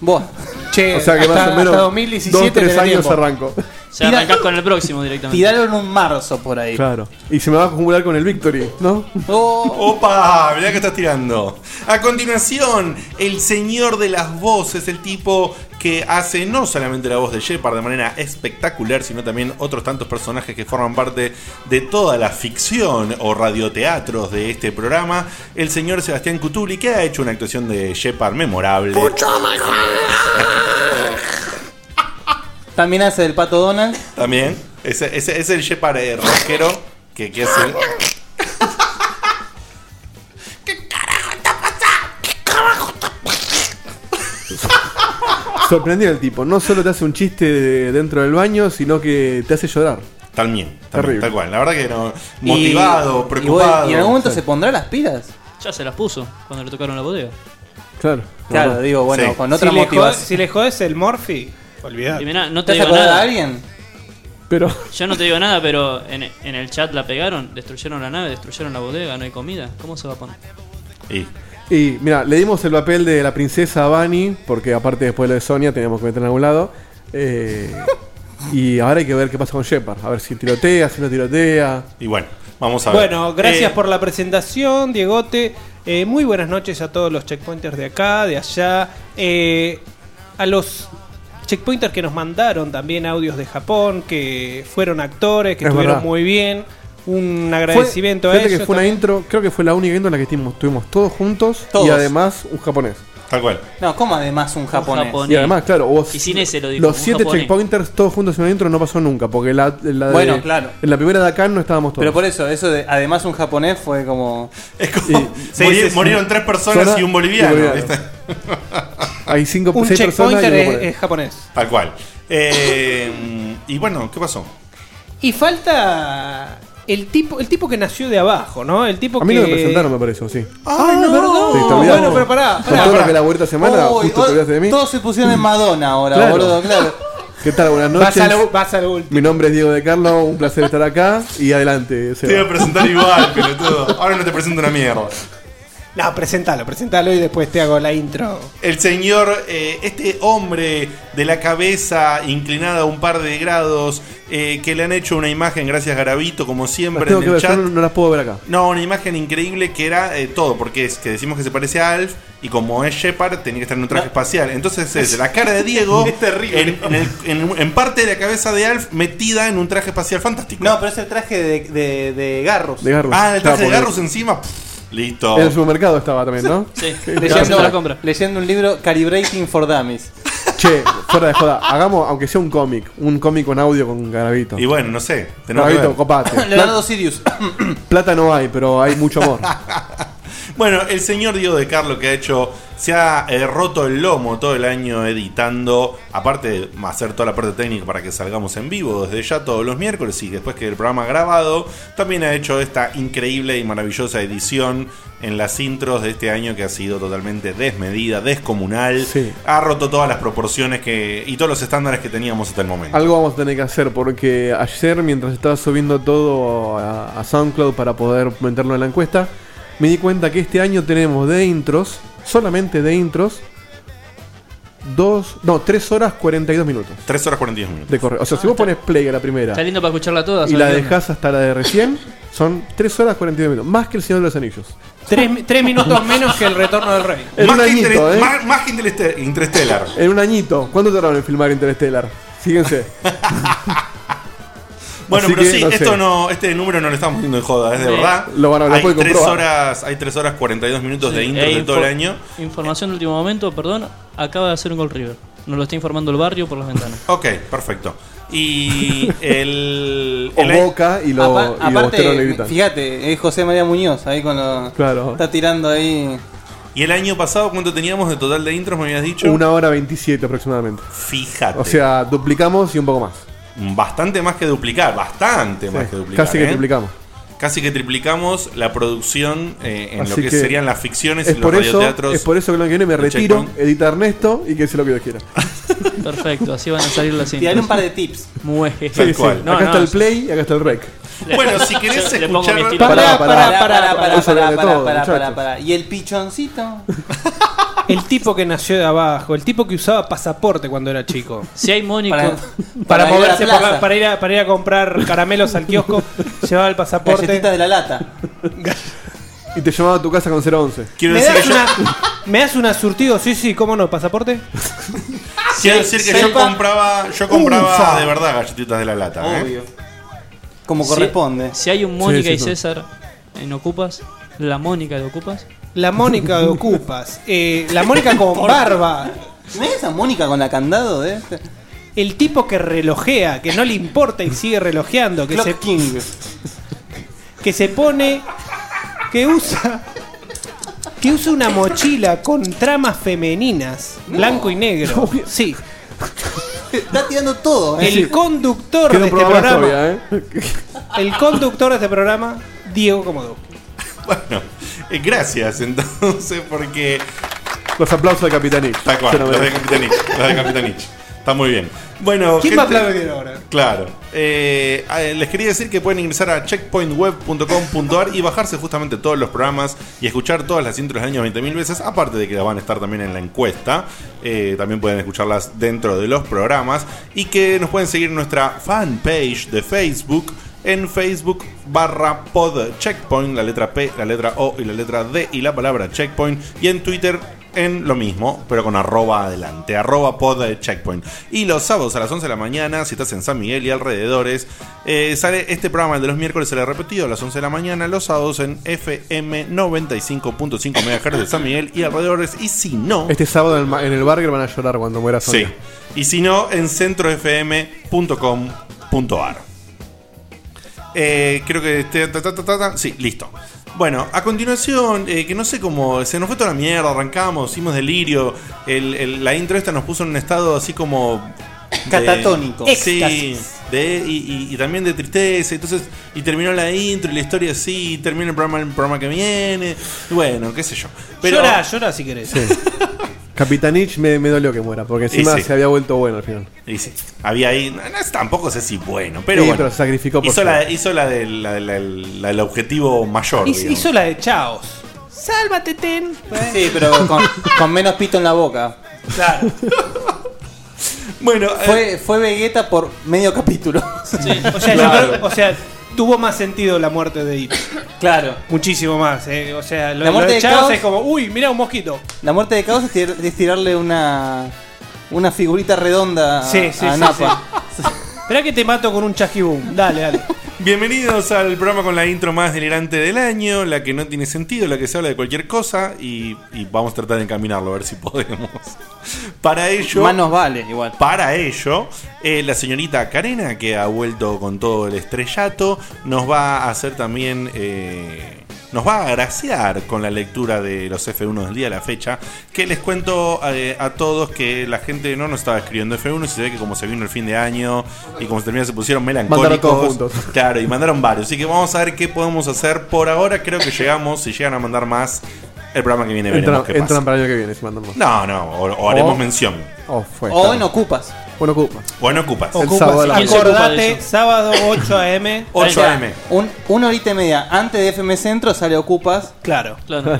Speaker 6: Vos.
Speaker 11: O sea que hasta- más o menos hasta 2017 dos, tres tenés años tiempo. arranco.
Speaker 12: Se arrancás con el próximo directamente.
Speaker 6: Tiraron un marzo por ahí.
Speaker 11: Claro. Y se me va a acumular con el Victory, ¿no? Oh.
Speaker 2: Opa, mirá que estás tirando. A continuación, el señor de las voces, el tipo que hace no solamente la voz de Shepard de manera espectacular, sino también otros tantos personajes que forman parte de toda la ficción o radioteatros de este programa, el señor Sebastián Cutuli, que ha hecho una actuación de Shepard memorable.
Speaker 6: También hace del Pato Donald.
Speaker 2: También. Ese, ese- es el Shepard eh, rockero que, que hace.
Speaker 6: Ah,
Speaker 11: Sorprendido el tipo. No solo te hace un chiste de- dentro del baño, sino que te hace llorar.
Speaker 2: También,
Speaker 11: Terrible.
Speaker 2: también tal cual. La verdad que no.
Speaker 6: Y-
Speaker 2: Motivado,
Speaker 6: y bueno,
Speaker 2: preocupado.
Speaker 6: ¿Y en algún momento se pondrá las pilas?
Speaker 12: Ya se las puso cuando le tocaron la bodega.
Speaker 11: Claro.
Speaker 6: Claro, digo, bueno, con otra
Speaker 13: si le
Speaker 6: motivación.
Speaker 13: jode- si le jodes el Morphy, olvidate.
Speaker 12: Y mirá, no te, digo
Speaker 13: acordás
Speaker 12: nada.
Speaker 11: Pero.
Speaker 12: Yo no te digo nada, pero en, en el chat la pegaron, destruyeron la nave, destruyeron la bodega, no hay comida. ¿Cómo se va a poner?
Speaker 11: Y mira, le dimos el papel de la princesa a Bunny, porque aparte después de lo de Sonia teníamos que meter en algún lado. Eh, y ahora hay que ver qué pasa con Shepard. A ver si tirotea, si no tirotea.
Speaker 2: Y bueno, vamos
Speaker 13: Bueno, gracias por la presentación, Diegote. Eh, muy buenas noches a todos los checkpointers de acá, de allá. Eh, a los checkpointers que nos mandaron también audios de Japón, que fueron actores, que
Speaker 11: Es
Speaker 13: estuvieron
Speaker 11: verdad.
Speaker 13: muy bien. Un agradecimiento
Speaker 11: fue,
Speaker 13: a
Speaker 11: fíjate
Speaker 13: ellos.
Speaker 11: que fue una
Speaker 13: también.
Speaker 11: intro, creo que fue la única intro en la que estuvimos, estuvimos todos juntos
Speaker 6: Todos.
Speaker 11: y además un japonés.
Speaker 2: Tal cual.
Speaker 6: No, ¿cómo además un japonés?
Speaker 11: Y además, claro, vos-
Speaker 6: Y sin ese lo dijo,
Speaker 11: los
Speaker 6: un
Speaker 11: siete
Speaker 6: japonés.
Speaker 11: checkpointers todos juntos en una intro no pasó nunca, porque la, la de-
Speaker 6: Bueno, claro.
Speaker 11: en la primera de acá no estábamos todos.
Speaker 6: Pero por eso, eso de además un japonés fue como.
Speaker 2: Sí, morir- sí. murieron tres personas
Speaker 6: Zona
Speaker 2: y un boliviano,
Speaker 6: y
Speaker 2: ¿viste?
Speaker 11: Hay cinco,
Speaker 13: Un
Speaker 11: seis personas y
Speaker 13: checkpointer
Speaker 11: uno
Speaker 13: es,
Speaker 11: japonés.
Speaker 13: es japonés.
Speaker 2: Tal cual. Eh, y bueno, ¿qué pasó?
Speaker 13: Y falta el tipo, el tipo que nació de abajo, ¿no? El tipo
Speaker 11: A mí
Speaker 13: que Oh,
Speaker 11: no me presentaron, me parece, ¿o sí.
Speaker 6: ¡Ay, no!
Speaker 11: Sí, te olvidás.
Speaker 6: Oh, bueno, pero pará.
Speaker 11: Con
Speaker 6: pará,
Speaker 11: todo lo
Speaker 6: pará.
Speaker 11: que la vuelta semana,
Speaker 6: Uy,
Speaker 11: justo te olvidaste de mí.
Speaker 6: Todos se pusieron en Madonna ahora,
Speaker 11: Claro.
Speaker 6: boludo, claro.
Speaker 11: ¿Qué tal? Buenas
Speaker 6: Vas
Speaker 11: noches.
Speaker 6: a lo- vas a lo
Speaker 11: Mi nombre es Diego de Carlo, un placer estar acá y adelante.
Speaker 2: Te iba a presentar igual, pero todo. Ahora no te presento una mierda.
Speaker 13: No, presentalo, presentalo y después te hago la intro.
Speaker 2: El señor, eh, este hombre de la cabeza inclinada un par de grados, eh, que le han hecho una imagen, gracias Garavito, como
Speaker 11: Las
Speaker 2: siempre
Speaker 11: tengo
Speaker 2: en
Speaker 11: que
Speaker 2: el
Speaker 11: ver, yo
Speaker 2: chat.
Speaker 11: no, no las puedo ver acá.
Speaker 2: No, una imagen increíble que era eh, todo, porque es que decimos que se parece a Alf y como es Shepard tenía que estar en un traje espacial. Entonces es la cara de Diego
Speaker 6: Es terrible.
Speaker 2: En, en el- en- en parte de la cabeza de Alf metida en un traje espacial fantástico.
Speaker 6: No, pero es el traje de, de, de Garros.
Speaker 11: De Garrus.
Speaker 2: Ah, el traje de
Speaker 11: Estaba por-
Speaker 2: Garrus encima. pff, listo.
Speaker 11: En el supermercado estaba también, ¿no?
Speaker 6: leyendo, leyendo un libro Calibrating for Dummies.
Speaker 11: Che, fuera de joda, hagamos, aunque sea un cómic, un cómic con audio con Garavito.
Speaker 2: Y bueno, no sé, tenemos que
Speaker 11: Garavito,
Speaker 2: ver.
Speaker 11: copate.
Speaker 6: Leonardo Sirius.
Speaker 11: Plata no hay, pero hay mucho amor.
Speaker 2: Bueno, el señor Diego de Carlo que ha hecho, se ha eh, roto el lomo todo el año editando, aparte de hacer toda la parte técnica para que salgamos en vivo desde ya todos los miércoles y después que el programa ha grabado, también ha hecho esta increíble y maravillosa edición en las intros de este año que ha sido totalmente desmedida, descomunal, ha roto todas las proporciones que y todos los estándares que teníamos hasta el momento.
Speaker 11: Algo vamos a tener que hacer porque ayer mientras estaba subiendo todo a, a SoundCloud para poder meterlo en la encuesta, me di cuenta que este año tenemos de intros, solamente de intros, dos, no, 3 horas 42 minutos
Speaker 2: 3 horas 42 minutos.
Speaker 11: de correo. O sea, si
Speaker 2: Ah,
Speaker 11: vos pones play a la primera
Speaker 12: Está lindo para escucharla toda. ¿sabes
Speaker 11: y la
Speaker 12: qué onda?
Speaker 11: dejás hasta la de recién, son 3 horas 42 minutos, más que el Señor de los Anillos.
Speaker 13: Tres, tres minutos menos que el retorno del rey.
Speaker 11: En un
Speaker 2: que
Speaker 11: añito,
Speaker 2: Inter-
Speaker 11: ¿eh?
Speaker 2: más- más que Intereste- Interstellar.
Speaker 11: En un añito, ¿cuánto tardaron en filmar Interstellar? Fíjense.
Speaker 2: Bueno,
Speaker 11: Así
Speaker 2: pero
Speaker 11: que,
Speaker 2: sí,
Speaker 11: no sé.
Speaker 2: esto no, este número no lo estamos poniendo en joda, es de
Speaker 12: Sí.
Speaker 2: verdad.
Speaker 11: Lo van a- lo
Speaker 2: hay
Speaker 11: pueden
Speaker 2: tres
Speaker 11: comprobar.
Speaker 2: horas, hay tres horas 42 minutos de
Speaker 12: Sí,
Speaker 2: intro
Speaker 12: e
Speaker 2: de todo el
Speaker 12: infor-
Speaker 2: año.
Speaker 12: Información de último momento, perdón. Acaba de hacer un gol River. Nos lo está informando el barrio por las ventanas.
Speaker 2: Ok, perfecto. Y el,
Speaker 11: O
Speaker 2: el-
Speaker 11: Boca y lo,
Speaker 6: Apa-
Speaker 11: y lo bostero le
Speaker 6: aparte,
Speaker 11: gritan.
Speaker 6: fíjate, es José María Muñoz ahí con los.
Speaker 11: Claro.
Speaker 6: Está tirando ahí.
Speaker 2: y el año pasado cuánto teníamos de total de intros me habías dicho?
Speaker 11: Una hora 27 aproximadamente.
Speaker 2: Fíjate.
Speaker 11: O sea, duplicamos y un poco más.
Speaker 2: bastante más que duplicar, bastante más
Speaker 11: Sí,
Speaker 2: que duplicar.
Speaker 11: Casi que
Speaker 2: ¿eh?
Speaker 11: duplicamos.
Speaker 2: Casi que triplicamos la producción eh, en lo
Speaker 11: Así
Speaker 2: que,
Speaker 11: que
Speaker 2: serían las ficciones y
Speaker 11: Es
Speaker 2: los
Speaker 11: por, eso,
Speaker 2: radioteatros.
Speaker 11: es por eso que lo que viene me
Speaker 2: de
Speaker 11: retiro,
Speaker 2: Checkpoint.
Speaker 11: edita Ernesto y que sea lo que Dios quiera.
Speaker 12: Perfecto, así van a salir las
Speaker 6: Tirale
Speaker 12: intros.
Speaker 6: un par de tips.
Speaker 12: Muy bien.
Speaker 11: Sí, sí.
Speaker 12: No,
Speaker 11: acá
Speaker 12: no,
Speaker 11: está el play y acá está el rec.
Speaker 2: Bueno, si querés
Speaker 12: Le pongo mi
Speaker 2: escuchar.
Speaker 12: estilo.
Speaker 11: Pará, pará,
Speaker 6: Pará,
Speaker 11: pará,
Speaker 6: pará, pará,
Speaker 11: eso
Speaker 6: pará,
Speaker 11: viene
Speaker 6: pará,
Speaker 11: todo,
Speaker 6: pará, pará,
Speaker 11: muchachos.
Speaker 6: pará. ¿Y el pichoncito?
Speaker 13: El tipo que nació de abajo, el tipo que usaba pasaporte cuando era chico.
Speaker 12: Si hay Mónico.
Speaker 13: Para- Para,
Speaker 6: Para ir a la
Speaker 13: moverse, por la-
Speaker 6: plaza.
Speaker 13: para, ir a, para ir a comprar caramelos al kiosco, llevaba el pasaporte.
Speaker 6: Galletita de la lata.
Speaker 11: Y te llamaba a tu casa con 011.
Speaker 2: Quiero
Speaker 13: ¿Me
Speaker 2: decir
Speaker 13: das,
Speaker 2: que yo-
Speaker 13: una, ¿Me das una surtido? Sí, sí, ¿cómo no? ¿Pasaporte?
Speaker 2: Quiero decir que yo
Speaker 13: Sepa-
Speaker 2: compraba, yo compraba
Speaker 13: Ufa.
Speaker 2: de verdad galletitas de la lata. ¿eh?
Speaker 6: Obvio. Como
Speaker 12: Si-
Speaker 6: corresponde.
Speaker 12: Si, hay un Mónica
Speaker 6: Sí,
Speaker 12: y
Speaker 6: sí,
Speaker 12: César en Ocupas, la Mónica de Ocupas.
Speaker 13: La Mónica de Ocupas. Eh, la Mónica con barba.
Speaker 6: ¿No es esa Mónica con la candado de este?
Speaker 13: El tipo que relojea, que no le importa y sigue relojeando. Que
Speaker 6: Clock
Speaker 13: se,
Speaker 6: King.
Speaker 13: que se pone. Que usa. Que usa una mochila con tramas femeninas, blanco y negro. Sí.
Speaker 6: Está tirando todo. ¿eh?
Speaker 13: El conductor
Speaker 11: Queda
Speaker 13: de
Speaker 11: un
Speaker 13: este
Speaker 11: programa
Speaker 13: programa.
Speaker 11: todavía, ¿eh?
Speaker 13: El conductor de este programa, Diego Comodo.
Speaker 2: Bueno, eh, gracias entonces porque...
Speaker 11: Los aplausos de Capitanich.
Speaker 2: Tal cual, los de Capitanich. Los de Capitanich. Está muy bien. Bueno,
Speaker 13: ¿Quién más
Speaker 2: gente-
Speaker 13: plata tiene ahora?
Speaker 2: Claro. Eh, eh, les quería decir que pueden ingresar a checkpointweb.com.ar y bajarse justamente todos los programas y escuchar todas las intros del año 20.000 veces, aparte de que las van a estar también en la encuesta. Eh, también pueden escucharlas dentro de los programas y que nos pueden seguir en nuestra fanpage de Facebook en Facebook barra pod checkpoint, la letra P, la letra O y la letra D y la palabra checkpoint y en Twitter en lo mismo, pero con arroba adelante, arroba pod de checkpoint. Y los sábados a las 11 de la mañana, si estás en San Miguel y alrededores, eh, sale este programa, el de los miércoles, se le ha repetido a las 11 de la mañana, los sábados en FM 95.5 MHz de San Miguel y alrededores. Y si no,
Speaker 11: Este sábado en el, ma- en el Burger van a llorar cuando muera Sonia.
Speaker 2: sí, y si no, en centrofm.com.ar. Eh, creo que. este- ta, ta, ta, ta, ta. Sí, listo. Bueno, a continuación, eh, que no sé cómo. Se nos fue toda la mierda, arrancamos, hicimos delirio. el- el- la intro esta nos puso en un estado así como. de-
Speaker 6: Catatónico.
Speaker 2: Sí,
Speaker 6: Éxtasis.
Speaker 2: de- y, y- y también de tristeza. Entonces, y terminó la intro y la historia así. Y termina el programa, el programa que viene. y Bueno, qué sé yo.
Speaker 13: Llora, llora si querés.
Speaker 11: Capitanich me, me dolió que muera, porque
Speaker 2: Y
Speaker 11: encima
Speaker 2: sí.
Speaker 11: se había vuelto bueno al final.
Speaker 2: Y sí, había ahí. no, no, tampoco sé si bueno, pero
Speaker 11: Sí,
Speaker 2: bueno.
Speaker 11: pero se sacrificó por
Speaker 2: hizo,
Speaker 11: todo.
Speaker 2: la, hizo la del, la- la- la del objetivo mayor.
Speaker 13: Hizo
Speaker 2: digamos.
Speaker 13: hizo la de Chaos. Sálvate, Ten.
Speaker 6: Sí, pero con, con menos pito en la boca.
Speaker 13: Claro.
Speaker 2: Bueno,
Speaker 6: fue, fue Vegeta por medio capítulo.
Speaker 13: O sea, yo
Speaker 6: Claro.
Speaker 13: creo- o sea, tuvo más sentido la muerte de It.
Speaker 6: Claro.
Speaker 13: Muchísimo más. eh. O sea, lo,
Speaker 6: La muerte
Speaker 13: lo de
Speaker 6: de
Speaker 13: Chaos
Speaker 6: Chaos-
Speaker 13: es como, uy, mira un mosquito.
Speaker 6: La muerte de Caos es, tir- es tirarle una, una figurita redonda a,
Speaker 13: Sí, sí,
Speaker 6: a
Speaker 13: sí,
Speaker 6: Napa.
Speaker 13: Esperá que te mato con un chasquibum. Dale, dale.
Speaker 2: Bienvenidos al programa con la intro más delirante del año, la que no tiene sentido, la que se habla de cualquier cosa y, y vamos a tratar de encaminarlo a ver si podemos. Para ello.
Speaker 6: Más nos vale, igual.
Speaker 2: Para ello, eh, la señorita Karena, que ha vuelto con todo el estrellato, nos va a hacer también. eh, nos va a agraciar con la lectura de los F1 del día a la fecha. Que les cuento eh, a todos que la gente no nos estaba escribiendo F1 y se ve que como se vino el fin de año y como se termina se pusieron melancólicos.
Speaker 11: Mandaron todos juntos.
Speaker 2: Claro, y mandaron varios. Así que vamos a ver qué podemos hacer. Por ahora creo que llegamos, si llegan a mandar más, el programa que viene veremos
Speaker 11: Entran,
Speaker 2: qué
Speaker 11: entran
Speaker 2: pasa.
Speaker 11: para el año que viene, si mandan más. Oh.
Speaker 2: No, no, o, o haremos
Speaker 11: O-
Speaker 2: mención.
Speaker 11: O fue.
Speaker 6: O en Ocupas.
Speaker 11: Bueno, ocupa.
Speaker 2: O en Ocupas.
Speaker 11: El Ocupas, sábado a la
Speaker 6: ¿quién se ocupa de
Speaker 13: Acordate,
Speaker 6: eso?
Speaker 13: sábado 8 a.m.
Speaker 6: Un, una horita y media antes de FM Centro sale Ocupas.
Speaker 13: Claro.
Speaker 12: Claro.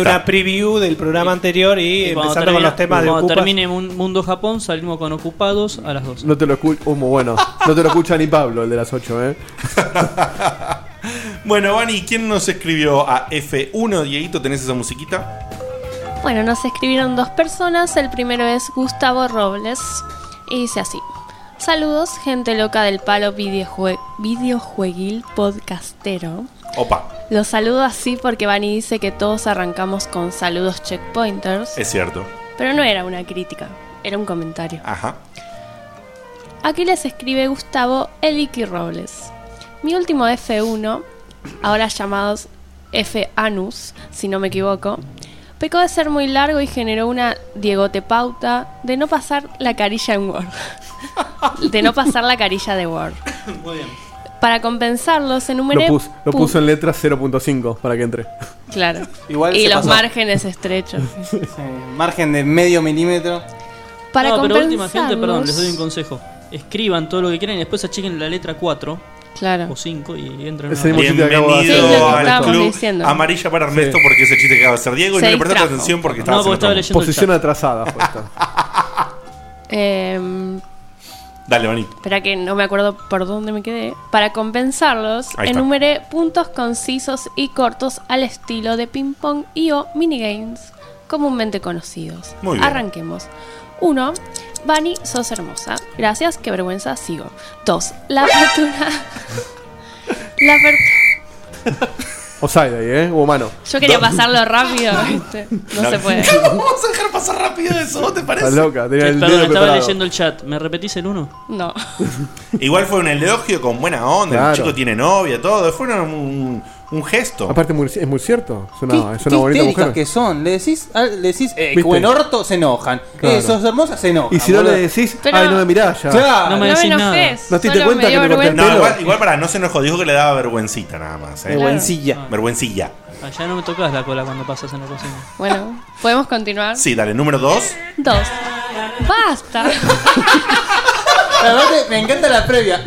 Speaker 6: Ahí está.
Speaker 13: una preview del programa anterior y,
Speaker 12: Y cuando
Speaker 13: empezando con
Speaker 12: termina-
Speaker 13: los temas de
Speaker 12: cuando
Speaker 13: Ocupas.
Speaker 12: termine Mun- Mundo Japón, salimos con Ocupados a las 12.
Speaker 11: No te lo escucho. Humo, bueno. No te lo escucha ni Pablo, el de las 8, ¿eh?
Speaker 2: Bueno, Vani, ¿quién nos escribió a F1? Dieguito, ¿tenés esa musiquita?
Speaker 9: Bueno, nos escribieron dos personas. El primero es Gustavo Robles y dice así: Saludos, gente loca del palo videojue- videojueguil podcastero.
Speaker 2: Opa,
Speaker 9: Los saludo así porque Vani dice que todos arrancamos con saludos checkpointers,
Speaker 2: es cierto.
Speaker 9: pero no era una crítica, era un comentario.
Speaker 2: Ajá.
Speaker 9: Aquí les escribe Gustavo Eliki Robles. Mi último F1, ahora llamados F Anus, si no me equivoco, pecó de ser muy largo y generó una diegote pauta de no pasar la carilla en Word. De no pasar la carilla de Word.
Speaker 12: Muy bien.
Speaker 9: Para compensarlo, se
Speaker 11: Lo,
Speaker 9: enumeré.
Speaker 11: pus- lo
Speaker 9: pu-
Speaker 11: puso en letras 0.5 para que entre.
Speaker 9: Claro.
Speaker 6: Igual
Speaker 9: y
Speaker 6: se
Speaker 9: los
Speaker 6: pasó.
Speaker 9: márgenes estrechos.
Speaker 6: Margen de medio milímetro.
Speaker 9: Para
Speaker 12: no, pero
Speaker 9: compensarlos-
Speaker 12: última gente, perdón, les doy un consejo. Escriban todo lo que quieran y después achiquen la letra 4
Speaker 9: claro.
Speaker 12: o 5 y entran
Speaker 11: Ese mismo chiste que acabo de hacer.
Speaker 2: Bienvenido
Speaker 11: Sí, lo que
Speaker 2: al
Speaker 11: estábamos
Speaker 2: club
Speaker 9: diciendo.
Speaker 2: Amarilla para Ernesto, porque ese chiste que acaba de hacer Diego y
Speaker 9: Se
Speaker 2: no le prestaste
Speaker 9: distrajo.
Speaker 2: atención porque
Speaker 11: No,
Speaker 2: estaba,
Speaker 12: porque estaba leyendo el
Speaker 11: Posición
Speaker 12: chat.
Speaker 11: atrasada. fue esta.
Speaker 9: Em,
Speaker 2: Dale, Vani.
Speaker 9: Espera que no me acuerdo por dónde me quedé. Para compensarlos,
Speaker 2: Ahí está.
Speaker 9: enumeré puntos concisos y cortos al estilo de ping-pong y o minigames comúnmente conocidos.
Speaker 14: Muy bien.
Speaker 9: Arranquemos. 1. Vani, sos hermosa. Gracias, qué vergüenza, sigo. 2. La apertura. la apertura.
Speaker 11: Offside ahí, ¿eh? Hubo mano.
Speaker 9: Yo quería
Speaker 11: No.
Speaker 9: pasarlo rápido, ¿viste? No,
Speaker 11: No.
Speaker 9: se puede.
Speaker 2: ¿Cómo vamos a dejar pasar rápido eso? ¿Vos te parece?
Speaker 11: Está loca, tenía el
Speaker 12: Perdón,
Speaker 11: dedo
Speaker 12: estaba
Speaker 11: preparado.
Speaker 12: leyendo el chat. ¿Me repetís el 1?
Speaker 9: No.
Speaker 2: Igual fue un elogio con buena onda.
Speaker 11: Claro.
Speaker 2: El chico tiene novia, todo. Fue una- un, un gesto.
Speaker 11: Aparte, muy- es muy cierto. Es
Speaker 15: ¿Qué,
Speaker 11: una, Ah, es
Speaker 15: qué
Speaker 11: una bonita
Speaker 15: histéricas
Speaker 11: mujer.
Speaker 15: que son? Le decís, ah, le decís eh,
Speaker 11: ¿Viste?
Speaker 15: buen orto, se enojan.
Speaker 11: Claro.
Speaker 15: Eh, sos hermosa, se enojan.
Speaker 11: Y si no
Speaker 15: boludo.
Speaker 11: le decís,
Speaker 15: Pero-
Speaker 11: ay, no me mirás ya.
Speaker 15: Claro.
Speaker 11: No me No me decís nada. enojes, Ah, ¿No te diste solo cuenta me dio que me corté el
Speaker 2: No,
Speaker 11: vergüenza. pelo?
Speaker 2: igual, igual para, no se enojó, dijo que le daba vergüencita nada más. ¿eh?
Speaker 12: Vergüencilla.
Speaker 2: Vergüencilla.
Speaker 12: Allá no me tocas la cola cuando pasas en la cocina.
Speaker 9: Bueno, podemos continuar.
Speaker 2: Sí, dale, número 2.
Speaker 9: Dos. Basta.
Speaker 15: Aparte, me encanta la previa.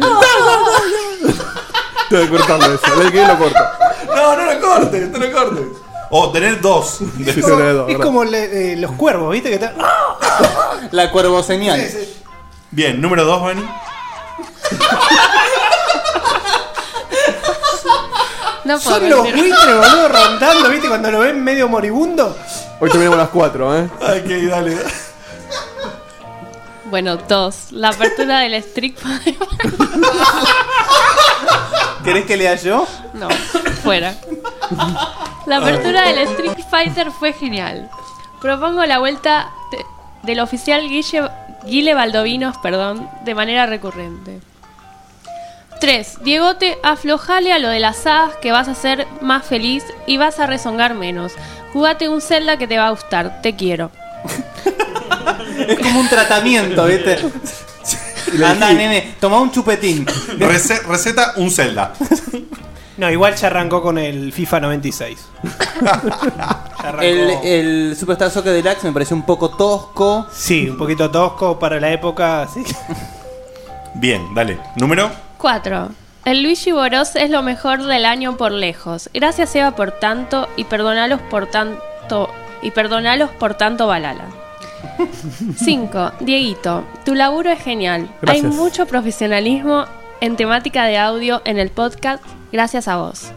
Speaker 11: Tengo que cortarlo eso. Le que lo corto.
Speaker 2: No, no lo cortes, no lo cortes. O tener Oh, dos.
Speaker 11: Sí, tener dos,
Speaker 13: Es como le- eh, los cuervos, ¿viste? Que te-
Speaker 15: La cuervo señal.
Speaker 2: Bien, número 2, Bani.
Speaker 9: No puedo
Speaker 13: Son los
Speaker 9: decir.
Speaker 13: buitres, boludo, rondando, ¿viste? Cuando lo ven medio moribundo.
Speaker 11: Hoy terminamos a las 4, ¿eh?
Speaker 2: Ay, que dale.
Speaker 9: Bueno, dos. La apertura del strip.
Speaker 15: ¿Querés que lea yo?
Speaker 9: No, fuera. La apertura del Street Fighter fue genial. Propongo la vuelta de- del oficial Guille, Guile Baldovinos perdón, de manera recurrente. 3. Diegote, aflojale a lo de las hadas que vas a ser más feliz y vas a rezongar menos. Jugate un Zelda que te va a gustar. Te quiero.
Speaker 15: Es como un tratamiento, ¿viste? Anda, nene, toma un chupetín.
Speaker 2: receta un Zelda.
Speaker 13: No, igual ya arrancó con el FIFA 96.
Speaker 15: El, el Superstar Soccer Deluxe me pareció un poco tosco.
Speaker 13: Sí, un poquito tosco para la época. sí.
Speaker 2: Bien, dale. Número
Speaker 9: 4. El Luigi Boros es lo mejor del año por lejos. Gracias Eva por tanto y perdonalos por tanto y perdonalos por tanto Balala. 5. Dieguito, tu laburo es genial.
Speaker 7: Gracias.
Speaker 9: Hay mucho profesionalismo en temática de audio en el podcast gracias a vos.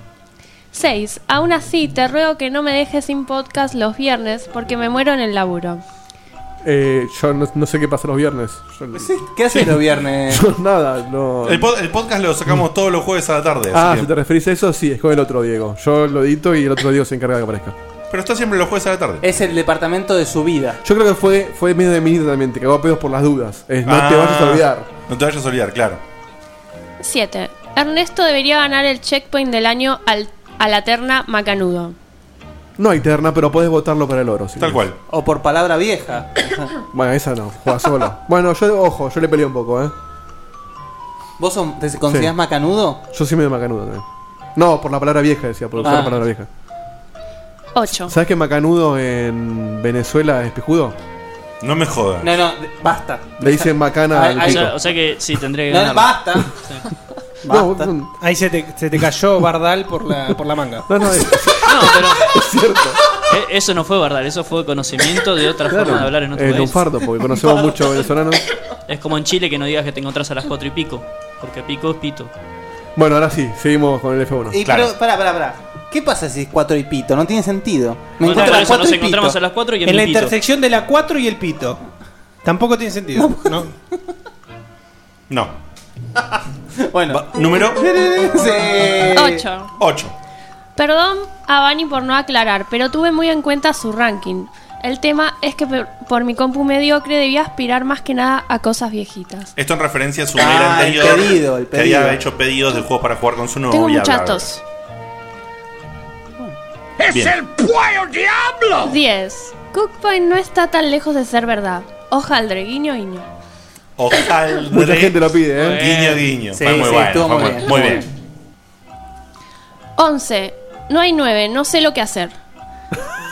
Speaker 9: 6. Aún así, te ruego que no me dejes sin podcast los viernes porque me muero en el laburo.
Speaker 11: Eh, yo no, no sé qué pasa los viernes.
Speaker 2: Pues
Speaker 11: Yo-
Speaker 15: ¿Qué haces los viernes?
Speaker 11: Yo nada, no.
Speaker 2: El, pod- el podcast lo sacamos todos los jueves a la tarde. así
Speaker 11: Ah,
Speaker 2: que-
Speaker 11: si te referís a eso, sí, es con el otro Diego. Yo lo edito y el otro Diego se encarga de que aparezca.
Speaker 2: Pero está siempre los jueves a la tarde.
Speaker 15: Es el departamento de su vida.
Speaker 11: Yo creo que fue, fue medio de mí también, te cagó a pedos por las dudas. Es, no
Speaker 2: Ah,
Speaker 11: te vayas a olvidar.
Speaker 2: No te vayas a olvidar, claro.
Speaker 9: 7. Ernesto debería ganar el checkpoint del año al- a la terna Macanudo.
Speaker 11: No hay terna, pero podés votarlo para el oro. Tal
Speaker 2: cual.
Speaker 15: O por palabra vieja.
Speaker 11: Bueno, esa no, juega solo. bueno, yo, ojo, yo le peleé un poco, ¿eh?
Speaker 15: ¿Vos son- te considerás
Speaker 11: Sí.
Speaker 15: macanudo?
Speaker 11: Yo sí me doy macanudo también. No, por la palabra vieja decía, por usar
Speaker 15: Ah.
Speaker 11: la palabra vieja.
Speaker 9: 8.
Speaker 11: ¿Sabes que macanudo en Venezuela es pijudo?
Speaker 2: No me jodas.
Speaker 15: No, no, basta.
Speaker 11: Le dicen macana al
Speaker 12: o,
Speaker 11: pico.
Speaker 12: sea, o sea que sí, tendría que
Speaker 11: No,
Speaker 12: ganar.
Speaker 15: basta.
Speaker 11: Basta.
Speaker 13: Ahí se te, se te cayó Bardal por la, por la manga.
Speaker 11: No, no,
Speaker 12: Es Eh, Eso no fue verdad, eso fue conocimiento de otra
Speaker 11: Claro,
Speaker 12: forma de hablar en otro
Speaker 11: eh,
Speaker 12: país.
Speaker 11: lunfardo, porque conocemos muchos venezolanos.
Speaker 12: Es como en Chile que no digas que te encontrás a las 4 y pico, porque pico es pito.
Speaker 11: Bueno, ahora sí, seguimos con el F1.
Speaker 15: Y, Pero, pará, pará, pará. ¿Qué pasa si es cuatro y pito? No tiene sentido. Me
Speaker 12: Bueno,
Speaker 15: encuentro
Speaker 12: por
Speaker 15: a
Speaker 12: eso
Speaker 15: las cuatro
Speaker 12: nos
Speaker 15: y pito.
Speaker 12: encontramos a las cuatro y
Speaker 13: En la intersección de la 4 y el pito. Tampoco tiene sentido. ¿no?
Speaker 2: No.
Speaker 15: bueno.
Speaker 2: Número
Speaker 13: Eh,
Speaker 12: Ah,
Speaker 9: 8.
Speaker 2: 8.
Speaker 9: Perdón a Vani por no aclarar, pero tuve muy en cuenta su ranking. El tema es que per- por mi compu mediocre debía aspirar más que nada a cosas viejitas.
Speaker 2: Esto en referencia a su
Speaker 15: Ah,
Speaker 2: mail
Speaker 15: el
Speaker 2: anterior.
Speaker 15: pedido, el
Speaker 2: que
Speaker 15: pedido.
Speaker 2: había hecho pedidos de juegos para jugar con su novia.
Speaker 9: Tengo
Speaker 2: bla,
Speaker 9: muchas
Speaker 2: bla, bla.
Speaker 9: tos.
Speaker 2: ¡Es Bien. el
Speaker 9: pueblo diablo! 10. Cookpoint no está tan lejos de ser verdad. Hojaldre, guiño, guiño.
Speaker 2: Ojaldre.
Speaker 11: Mucha gente lo pide, ¿eh?
Speaker 2: Guiño, guiño.
Speaker 11: Sí,
Speaker 2: fue muy
Speaker 11: sí,
Speaker 2: bueno.
Speaker 11: estuvo
Speaker 2: fue
Speaker 11: muy
Speaker 2: muy,
Speaker 11: bien.
Speaker 2: muy bien.
Speaker 9: 11. No hay 9, no sé lo que hacer.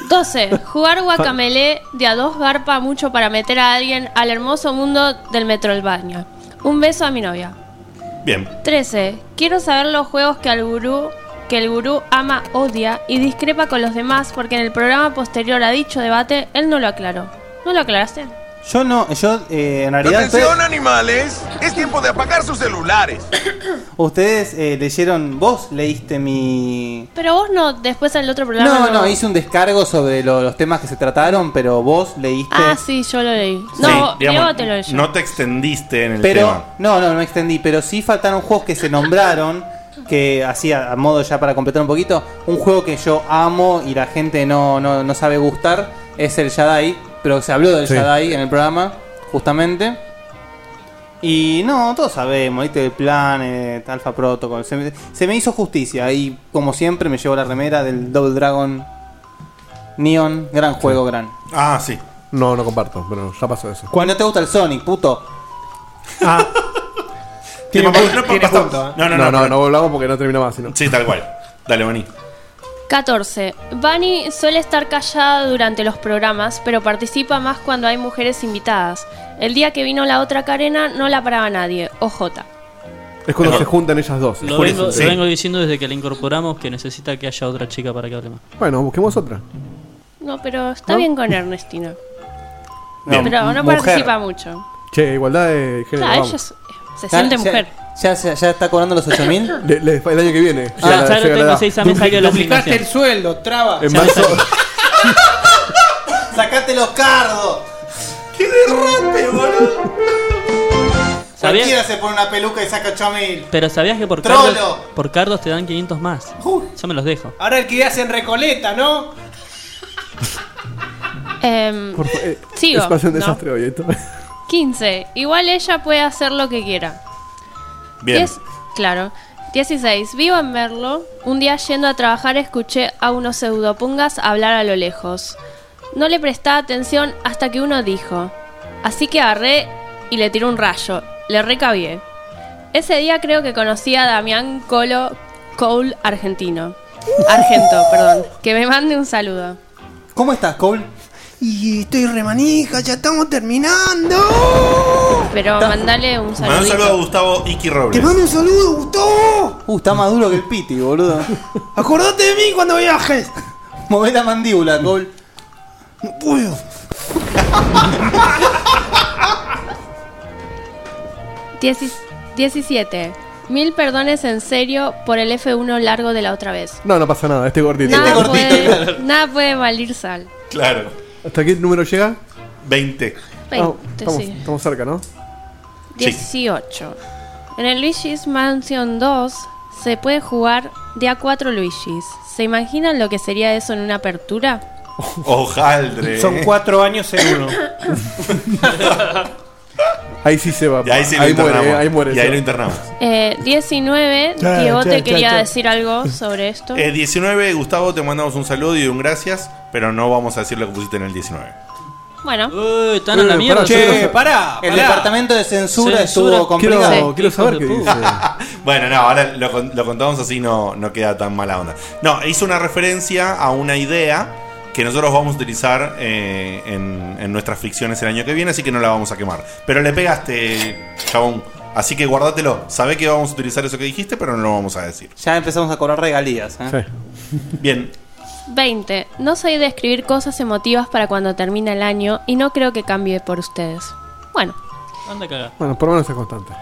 Speaker 9: 12. Jugar guacamele de a dos garpa mucho para meter a alguien al hermoso mundo del Metroidvania. Un beso a mi novia.
Speaker 2: Bien.
Speaker 9: 13. Quiero saber los juegos que al gurú que el gurú ama, odia y discrepa con los demás porque en el programa posterior a dicho debate él no lo aclaró. ¿No lo aclaraste?
Speaker 15: Yo no, yo eh, en realidad.
Speaker 16: Atención
Speaker 15: ustedes-
Speaker 16: animales, es tiempo de apagar sus celulares.
Speaker 15: Ustedes eh, leyeron, vos leíste mi.
Speaker 9: Pero vos no, después en el otro programa.
Speaker 15: No, no, hice un descargo sobre lo- los temas que se trataron, pero vos leíste.
Speaker 9: Ah, sí, yo lo leí.
Speaker 15: Sí,
Speaker 9: No,
Speaker 15: digamos,
Speaker 9: Diego te lo leyó.
Speaker 2: No te extendiste en el
Speaker 15: Pero,
Speaker 2: tema.
Speaker 15: no, no, no extendí, pero sí faltaron juegos que se nombraron, que así a, a modo ya para completar un poquito, un juego que yo amo y la gente no, no, no sabe gustar, es el Jadai, pero se habló del
Speaker 11: Sí.
Speaker 15: Jadai en el programa, justamente. Y no, todos sabemos, ¿viste? El Planet, Alpha Protocol. Se me, se me hizo justicia y como siempre me llevo la remera del Double Dragon Neon. Gran juego, gran.
Speaker 2: Ah, sí.
Speaker 11: No, no comparto, pero ya pasó eso.
Speaker 15: ¿Cuál no te gusta el Sonic, puto?
Speaker 13: Ah.
Speaker 11: Tiene
Speaker 15: punto,
Speaker 11: punto,
Speaker 15: tiene
Speaker 11: pasó.
Speaker 15: punto, ¿eh?
Speaker 11: No, no, no, no, volvamos porque no termina más. Sino.
Speaker 2: Sí, tal cual. Dale, Boni.
Speaker 9: 14. Bunny suele estar callada durante los programas, pero participa más cuando hay mujeres invitadas. El día que vino la otra Karena no la paraba nadie, OJ.
Speaker 11: Es cuando
Speaker 12: Pero-
Speaker 11: se juntan ellas dos.
Speaker 12: Lo vengo, lo vengo diciendo desde que la incorporamos que necesita que haya otra chica para que hable más.
Speaker 11: Bueno, busquemos otra.
Speaker 9: No, pero está
Speaker 11: ¿No?
Speaker 9: bien con Ernestina.
Speaker 11: Bien.
Speaker 9: Pero no
Speaker 11: Mujer.
Speaker 9: participa mucho.
Speaker 11: Che, igualdad de género.
Speaker 9: Claro,
Speaker 11: vamos. Ah,
Speaker 9: ella es- se siente
Speaker 15: Ya-
Speaker 9: mujer.
Speaker 15: Ya, ya, ya está cobrando los 8000.
Speaker 11: Le- le- el año que viene.
Speaker 15: Ah, ya lo tengo, seis a mes salió la
Speaker 13: Duplicaste el sueldo, traba.
Speaker 11: En marzo.
Speaker 15: ¡Sacate los cardos! ¡Qué derrape, boludo!
Speaker 12: ¿Sabías?
Speaker 15: Cualquiera se pone una peluca y saca 8000.
Speaker 12: Pero sabías que por
Speaker 15: Trolo.
Speaker 12: cardos, por cardos te dan 500 más. Ya me los dejo.
Speaker 13: Ahora el que hacen recoleta, ¿no?
Speaker 9: Em, sigo.
Speaker 11: eh, Es más un
Speaker 9: ¿no?
Speaker 11: desastre hoy esto.
Speaker 9: 15. Igual ella puede hacer lo que quiera.
Speaker 11: Bien.
Speaker 9: Diez- claro. 16. Vivo en Merlo. Un día yendo a trabajar escuché a unos pseudopungas hablar a lo lejos. No le prestaba atención hasta que uno dijo. Así que agarré y le tiré un rayo. Le recabié. Ese día creo que conocí a Damián Colo Cole argentino. Argento, perdón. Que me mande un saludo.
Speaker 15: ¿Cómo estás, Cole?
Speaker 3: Y estoy remanija, ya estamos terminando.
Speaker 9: Pero mandale un saludo.
Speaker 2: Mandá un saludo a Gustavo Iki
Speaker 3: Te
Speaker 2: Robles.
Speaker 3: mando un saludo, Gustavo.
Speaker 15: Uh, está más duro que el piti, boludo.
Speaker 3: Acordate de mí cuando viajes.
Speaker 15: Move la mandíbula, Cole.
Speaker 3: No puedo.
Speaker 9: Diecis- 17. Mil perdones en serio por el F1 largo de la otra vez.
Speaker 11: No, no pasa nada, este gordito.
Speaker 9: Nada, puede, nada puede valir sal.
Speaker 2: Claro.
Speaker 11: ¿Hasta qué número llega?
Speaker 2: 20.
Speaker 11: Ah,
Speaker 9: 20,
Speaker 11: estamos,
Speaker 9: sí.
Speaker 11: estamos cerca, ¿no?
Speaker 9: 18. En el Luigi's Mansion 2 se puede jugar de a 4 Luigi's. ¿Se imaginan lo que sería eso en una apertura?
Speaker 2: Ojaldre.
Speaker 13: Son cuatro años en uno.
Speaker 11: Ahí sí se va.
Speaker 2: Y ahí sí lo
Speaker 11: ahí
Speaker 2: internamos.
Speaker 11: muere, ahí muere.
Speaker 2: Y ahí
Speaker 11: se va.
Speaker 2: lo internamos.
Speaker 9: Eh, 19.
Speaker 2: Ya,
Speaker 9: Diego
Speaker 2: ya,
Speaker 9: te
Speaker 2: ya,
Speaker 9: quería
Speaker 2: ya.
Speaker 9: decir algo sobre esto.
Speaker 2: Eh, 19, Gustavo, te mandamos un saludo y un gracias, pero no vamos a decir lo que pusiste en el 19.
Speaker 9: Bueno.
Speaker 12: están
Speaker 11: Ah,
Speaker 12: a la mierda.
Speaker 15: El departamento de censura, estuvo complicado.
Speaker 2: bueno, no, ahora lo, con- lo contamos así, no, no queda tan mala onda. No, hizo una referencia a una idea que nosotros vamos a utilizar eh, en, en nuestras ficciones el año que viene, así que no la vamos a quemar. Pero le pegaste, chabón. Así que guárdatelo. Sabe que vamos a utilizar eso que dijiste, pero no lo vamos a decir.
Speaker 15: Ya empezamos a cobrar regalías. ¿eh?
Speaker 2: Bien,
Speaker 9: 20. No soy de escribir cosas emotivas para cuando termina el año y no creo que cambie por ustedes. Bueno.
Speaker 12: Anda cagar.
Speaker 11: Bueno, por lo menos es constante.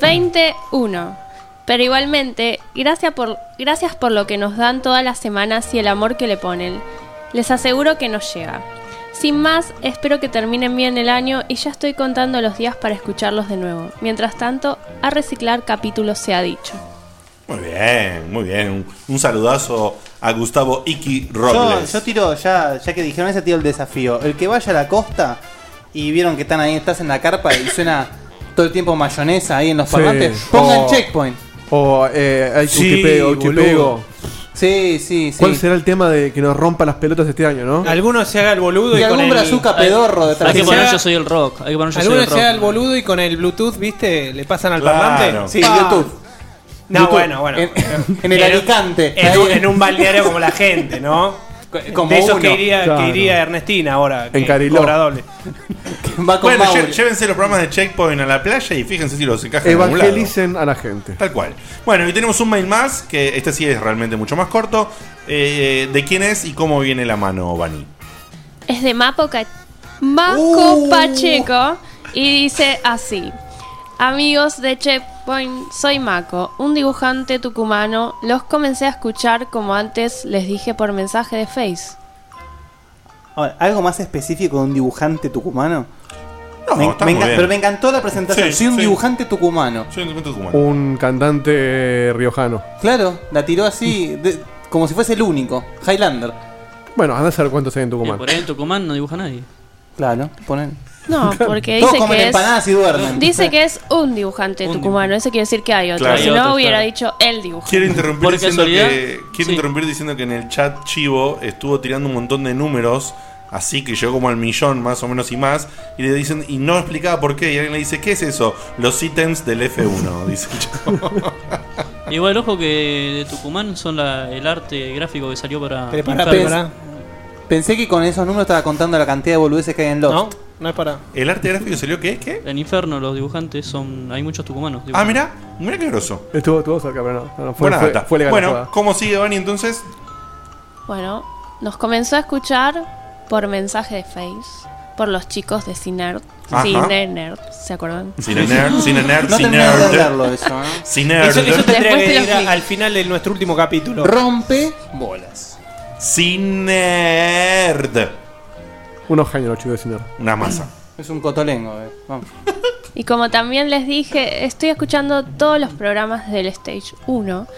Speaker 9: 21. Pero igualmente, gracias por, gracias por lo que nos dan todas las semanas y el amor que le ponen. Les aseguro que nos llega. Sin más, espero que terminen bien el año y ya estoy contando los días para escucharlos de nuevo. Mientras tanto, a reciclar capítulos se ha dicho.
Speaker 2: muy bien, muy bien. Un, un saludazo a Gustavo Iki
Speaker 15: Yo,
Speaker 2: Robles.
Speaker 15: yo tiro, ya, ya que dijeron ese, tiro el desafío. El que vaya a la costa y vieron que están ahí, estás en la carpa y suena todo el tiempo mayonesa ahí en los
Speaker 11: Sí. Oh.
Speaker 15: parlantes, pongan
Speaker 11: O-
Speaker 15: checkpoint.
Speaker 11: O eh, hay
Speaker 15: Sí,
Speaker 11: Uchipego,
Speaker 15: boludo.
Speaker 11: Uchipego.
Speaker 15: Sí, sí, sí.
Speaker 11: ¿Cuál será el tema de que nos rompa las pelotas este año, no?
Speaker 13: Alguno se haga el boludo y,
Speaker 15: Y algún
Speaker 13: con
Speaker 15: brazuca
Speaker 13: el...
Speaker 15: pedorro detrás.
Speaker 13: Hay que poner yo
Speaker 12: soy el rock. Hay que poner yo soy
Speaker 13: Alguno
Speaker 12: el
Speaker 13: se haga
Speaker 12: rock.
Speaker 13: el boludo y con el Bluetooth, ¿viste? Le pasan al
Speaker 12: Claro.
Speaker 13: parlante.
Speaker 12: Sí,
Speaker 13: Ah.
Speaker 12: Bluetooth.
Speaker 13: No,
Speaker 12: Bluetooth.
Speaker 13: bueno, bueno. En,
Speaker 15: en el Alicante.
Speaker 13: En, un- en un balneario como la gente, ¿no?
Speaker 15: Como
Speaker 13: de esos que
Speaker 15: uno.
Speaker 13: iría,
Speaker 15: Claro.
Speaker 13: que iría Ernestina ahora.
Speaker 2: En
Speaker 13: que
Speaker 2: Cariló.
Speaker 13: cobra doble.
Speaker 2: bueno, lle- llévense los programas de Checkpoint a la playa y fíjense si los encajan en algún lado.
Speaker 11: Evangelicen a la gente.
Speaker 2: Tal cual. Bueno, y tenemos un mail más, que este sí es realmente mucho más corto. eh, de quién es y cómo viene la mano, Bani.
Speaker 9: Es de Mapo, Ca- Maco
Speaker 13: Uh.
Speaker 9: Pacheco y dice así. Amigos de Checkpoint, soy Maco, un dibujante tucumano. Los comencé a escuchar como antes les dije por mensaje de Face.
Speaker 15: Ahora, ¿Algo más específico de un dibujante tucumano?
Speaker 2: No,
Speaker 15: Me-
Speaker 11: está
Speaker 15: me
Speaker 11: muy
Speaker 15: enca-
Speaker 11: bien.
Speaker 15: pero me encantó la presentación.
Speaker 11: Sí,
Speaker 15: soy un
Speaker 11: sí.
Speaker 15: dibujante tucumano.
Speaker 2: Soy un dibujante tucumano.
Speaker 11: Un cantante eh, riojano.
Speaker 15: Claro, la tiró así, de- como si fuese el único. Highlander.
Speaker 11: Bueno, anda a saber cuántos hay Eh, en Tucumán.
Speaker 12: Por ahí en Tucumán no dibuja nadie.
Speaker 15: Claro, ponen.
Speaker 9: No, porque
Speaker 15: Todos
Speaker 9: dice
Speaker 15: comen
Speaker 9: que
Speaker 15: empanadas y
Speaker 9: es.
Speaker 15: duermen.
Speaker 9: Dice que es un dibujante tucumano. Eso quiere decir que hay otro.
Speaker 2: Claro,
Speaker 9: si
Speaker 2: hay
Speaker 9: no
Speaker 2: otro,
Speaker 9: hubiera
Speaker 2: claro.
Speaker 9: dicho el dibujante.
Speaker 2: Quiero interrumpir,
Speaker 12: ¿Por
Speaker 2: diciendo
Speaker 12: casualidad?
Speaker 2: que, quiero interrumpir diciendo que en el chat Chivo estuvo tirando un montón de números, así que llegó como al millón más o menos y más, y le dicen, y no explicaba por qué, y alguien le dice, ¿qué es eso? Los ítems del F1, dice el chavo.
Speaker 12: Igual, ojo que de Tucumán son la- el arte gráfico que salió para.
Speaker 13: Pero
Speaker 12: para-
Speaker 15: Pens- Pensé que con esos números estaba contando la cantidad de boludeces que hay en Lost.
Speaker 13: No es para.
Speaker 2: ¿El arte gráfico salió qué? ¿Qué?
Speaker 12: En Inferno los dibujantes son. Hay muchos tucumanos.
Speaker 2: Ah, mira, mira qué groso.
Speaker 11: Estuvo, estuvo cerca, pero no. no, no, fue,
Speaker 2: Buena
Speaker 11: fue-
Speaker 2: data.
Speaker 11: fue legal la
Speaker 2: bueno,
Speaker 11: jugada.
Speaker 2: ¿cómo sigue Bani entonces?
Speaker 9: Bueno, nos comenzó a escuchar por mensaje de Face. Por los chicos de Cinerd.
Speaker 2: Ajá.
Speaker 9: Cine Nerd, ¿se acuerdan?
Speaker 2: Cine nerd, cine nerd,
Speaker 13: No
Speaker 2: cine
Speaker 13: terminé de
Speaker 2: nerd.
Speaker 13: hablarlo
Speaker 15: eso, ¿eh?
Speaker 2: Cine nerd.
Speaker 13: Eso, eso tendría que
Speaker 9: Después te lo
Speaker 13: ir a-
Speaker 9: explico.
Speaker 13: al final de nuestro último capítulo.
Speaker 15: Rompe bolas.
Speaker 2: Cinerd.
Speaker 11: Unos genios los chicos de Cinar.
Speaker 2: Una masa.
Speaker 15: Es un cotolengo, eh. Vamos.
Speaker 9: Y como también les dije, estoy escuchando todos los programas del Stage 1.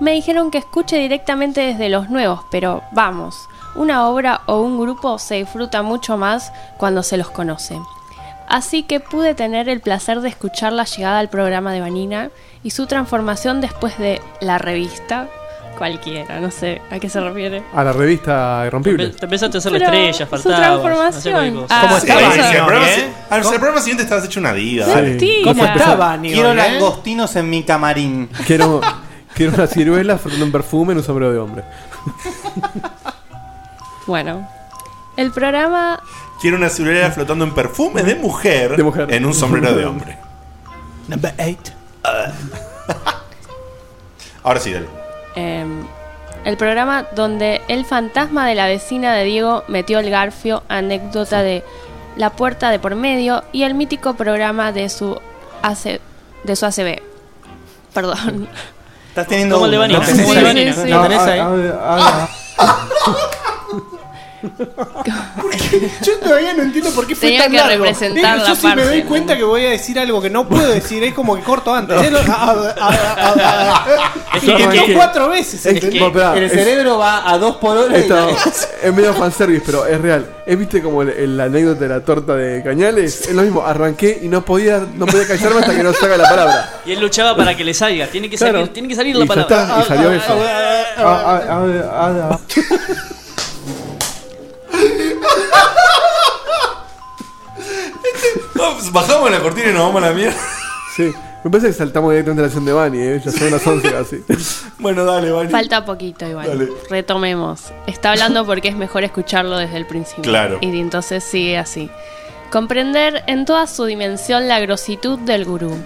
Speaker 9: Me dijeron que escuche directamente desde los nuevos, pero vamos, una obra o un grupo se disfruta mucho más cuando se los conoce. Así que pude tener el placer de escuchar la llegada al programa de Vanina y su transformación después de la revista cualquiera, no sé a qué se refiere.
Speaker 11: A la revista Irrompible.
Speaker 12: Te empezaste a hacer
Speaker 9: Pero
Speaker 12: la estrella,
Speaker 9: su
Speaker 12: faltaba.
Speaker 9: transformación. Ah,
Speaker 2: ¿Cómo
Speaker 9: estaba?
Speaker 2: el,
Speaker 9: ¿eh?
Speaker 2: programa, si- al el programa siguiente estabas hecho una diva. dale.
Speaker 15: ¿Cómo estaba,
Speaker 11: Aníbal,
Speaker 15: Quiero
Speaker 11: eh?
Speaker 15: langostinos en mi camarín.
Speaker 11: Quiero, quiero una ciruela, un perfume y un sombrero de hombre.
Speaker 9: Bueno, el programa
Speaker 2: Tiene una ciruela flotando en perfume de mujer, en un sombrero de hombre. Ah.
Speaker 13: Number 8.
Speaker 2: Ahora sí, dale.
Speaker 9: Eh, el programa donde el fantasma de la vecina de Diego metió el garfio, anécdota de la puerta de por medio y el mítico programa de su AC, de su ACB. Perdón.
Speaker 15: Estás teniendo.
Speaker 9: Como el de
Speaker 15: uno,
Speaker 9: Vanina.
Speaker 15: ¿no?
Speaker 9: Como el de Vanina.
Speaker 15: ¿Lo tenés ahí?
Speaker 14: ah,
Speaker 2: Ah,
Speaker 13: Yo todavía no entiendo por qué fue
Speaker 9: Tenía
Speaker 13: tan
Speaker 9: que
Speaker 13: largo.
Speaker 9: representar
Speaker 13: Yo
Speaker 9: la
Speaker 13: sí me
Speaker 9: parte,
Speaker 13: doy
Speaker 9: ¿no?
Speaker 13: cuenta que voy a decir algo que no puedo decir, es como que corto antes. Es lo-
Speaker 11: que-
Speaker 13: Intentó
Speaker 11: es que-
Speaker 13: cuatro veces.
Speaker 11: es que-
Speaker 13: ¿entendés?
Speaker 11: espera, es-
Speaker 15: va a dos por hora. y-
Speaker 11: Esto es medio fanservice, pero es real. ¿Es viste como el, el anécdota de la torta de cañales? Es lo mismo, arranqué y no podía, no podía callarme hasta que no saca la palabra.
Speaker 12: Y él luchaba para que le salga. Tiene que
Speaker 11: Claro.
Speaker 12: salir, tiene que salir
Speaker 11: Y
Speaker 12: la
Speaker 11: ya
Speaker 12: palabra. Ah,
Speaker 11: está, y salió eso.
Speaker 2: Bajamos la cortina y nos vamos a la mierda.
Speaker 11: Sí, me parece que saltamos directamente a la acción de Bani, ¿eh? ya son las 11 casi.
Speaker 2: Bueno, dale, Bani.
Speaker 9: Falta poquito igual.
Speaker 11: Dale.
Speaker 9: Retomemos. Está hablando porque es mejor escucharlo desde el principio.
Speaker 11: Claro.
Speaker 9: Y entonces sigue así. Comprender en toda su dimensión la grositud del gurú.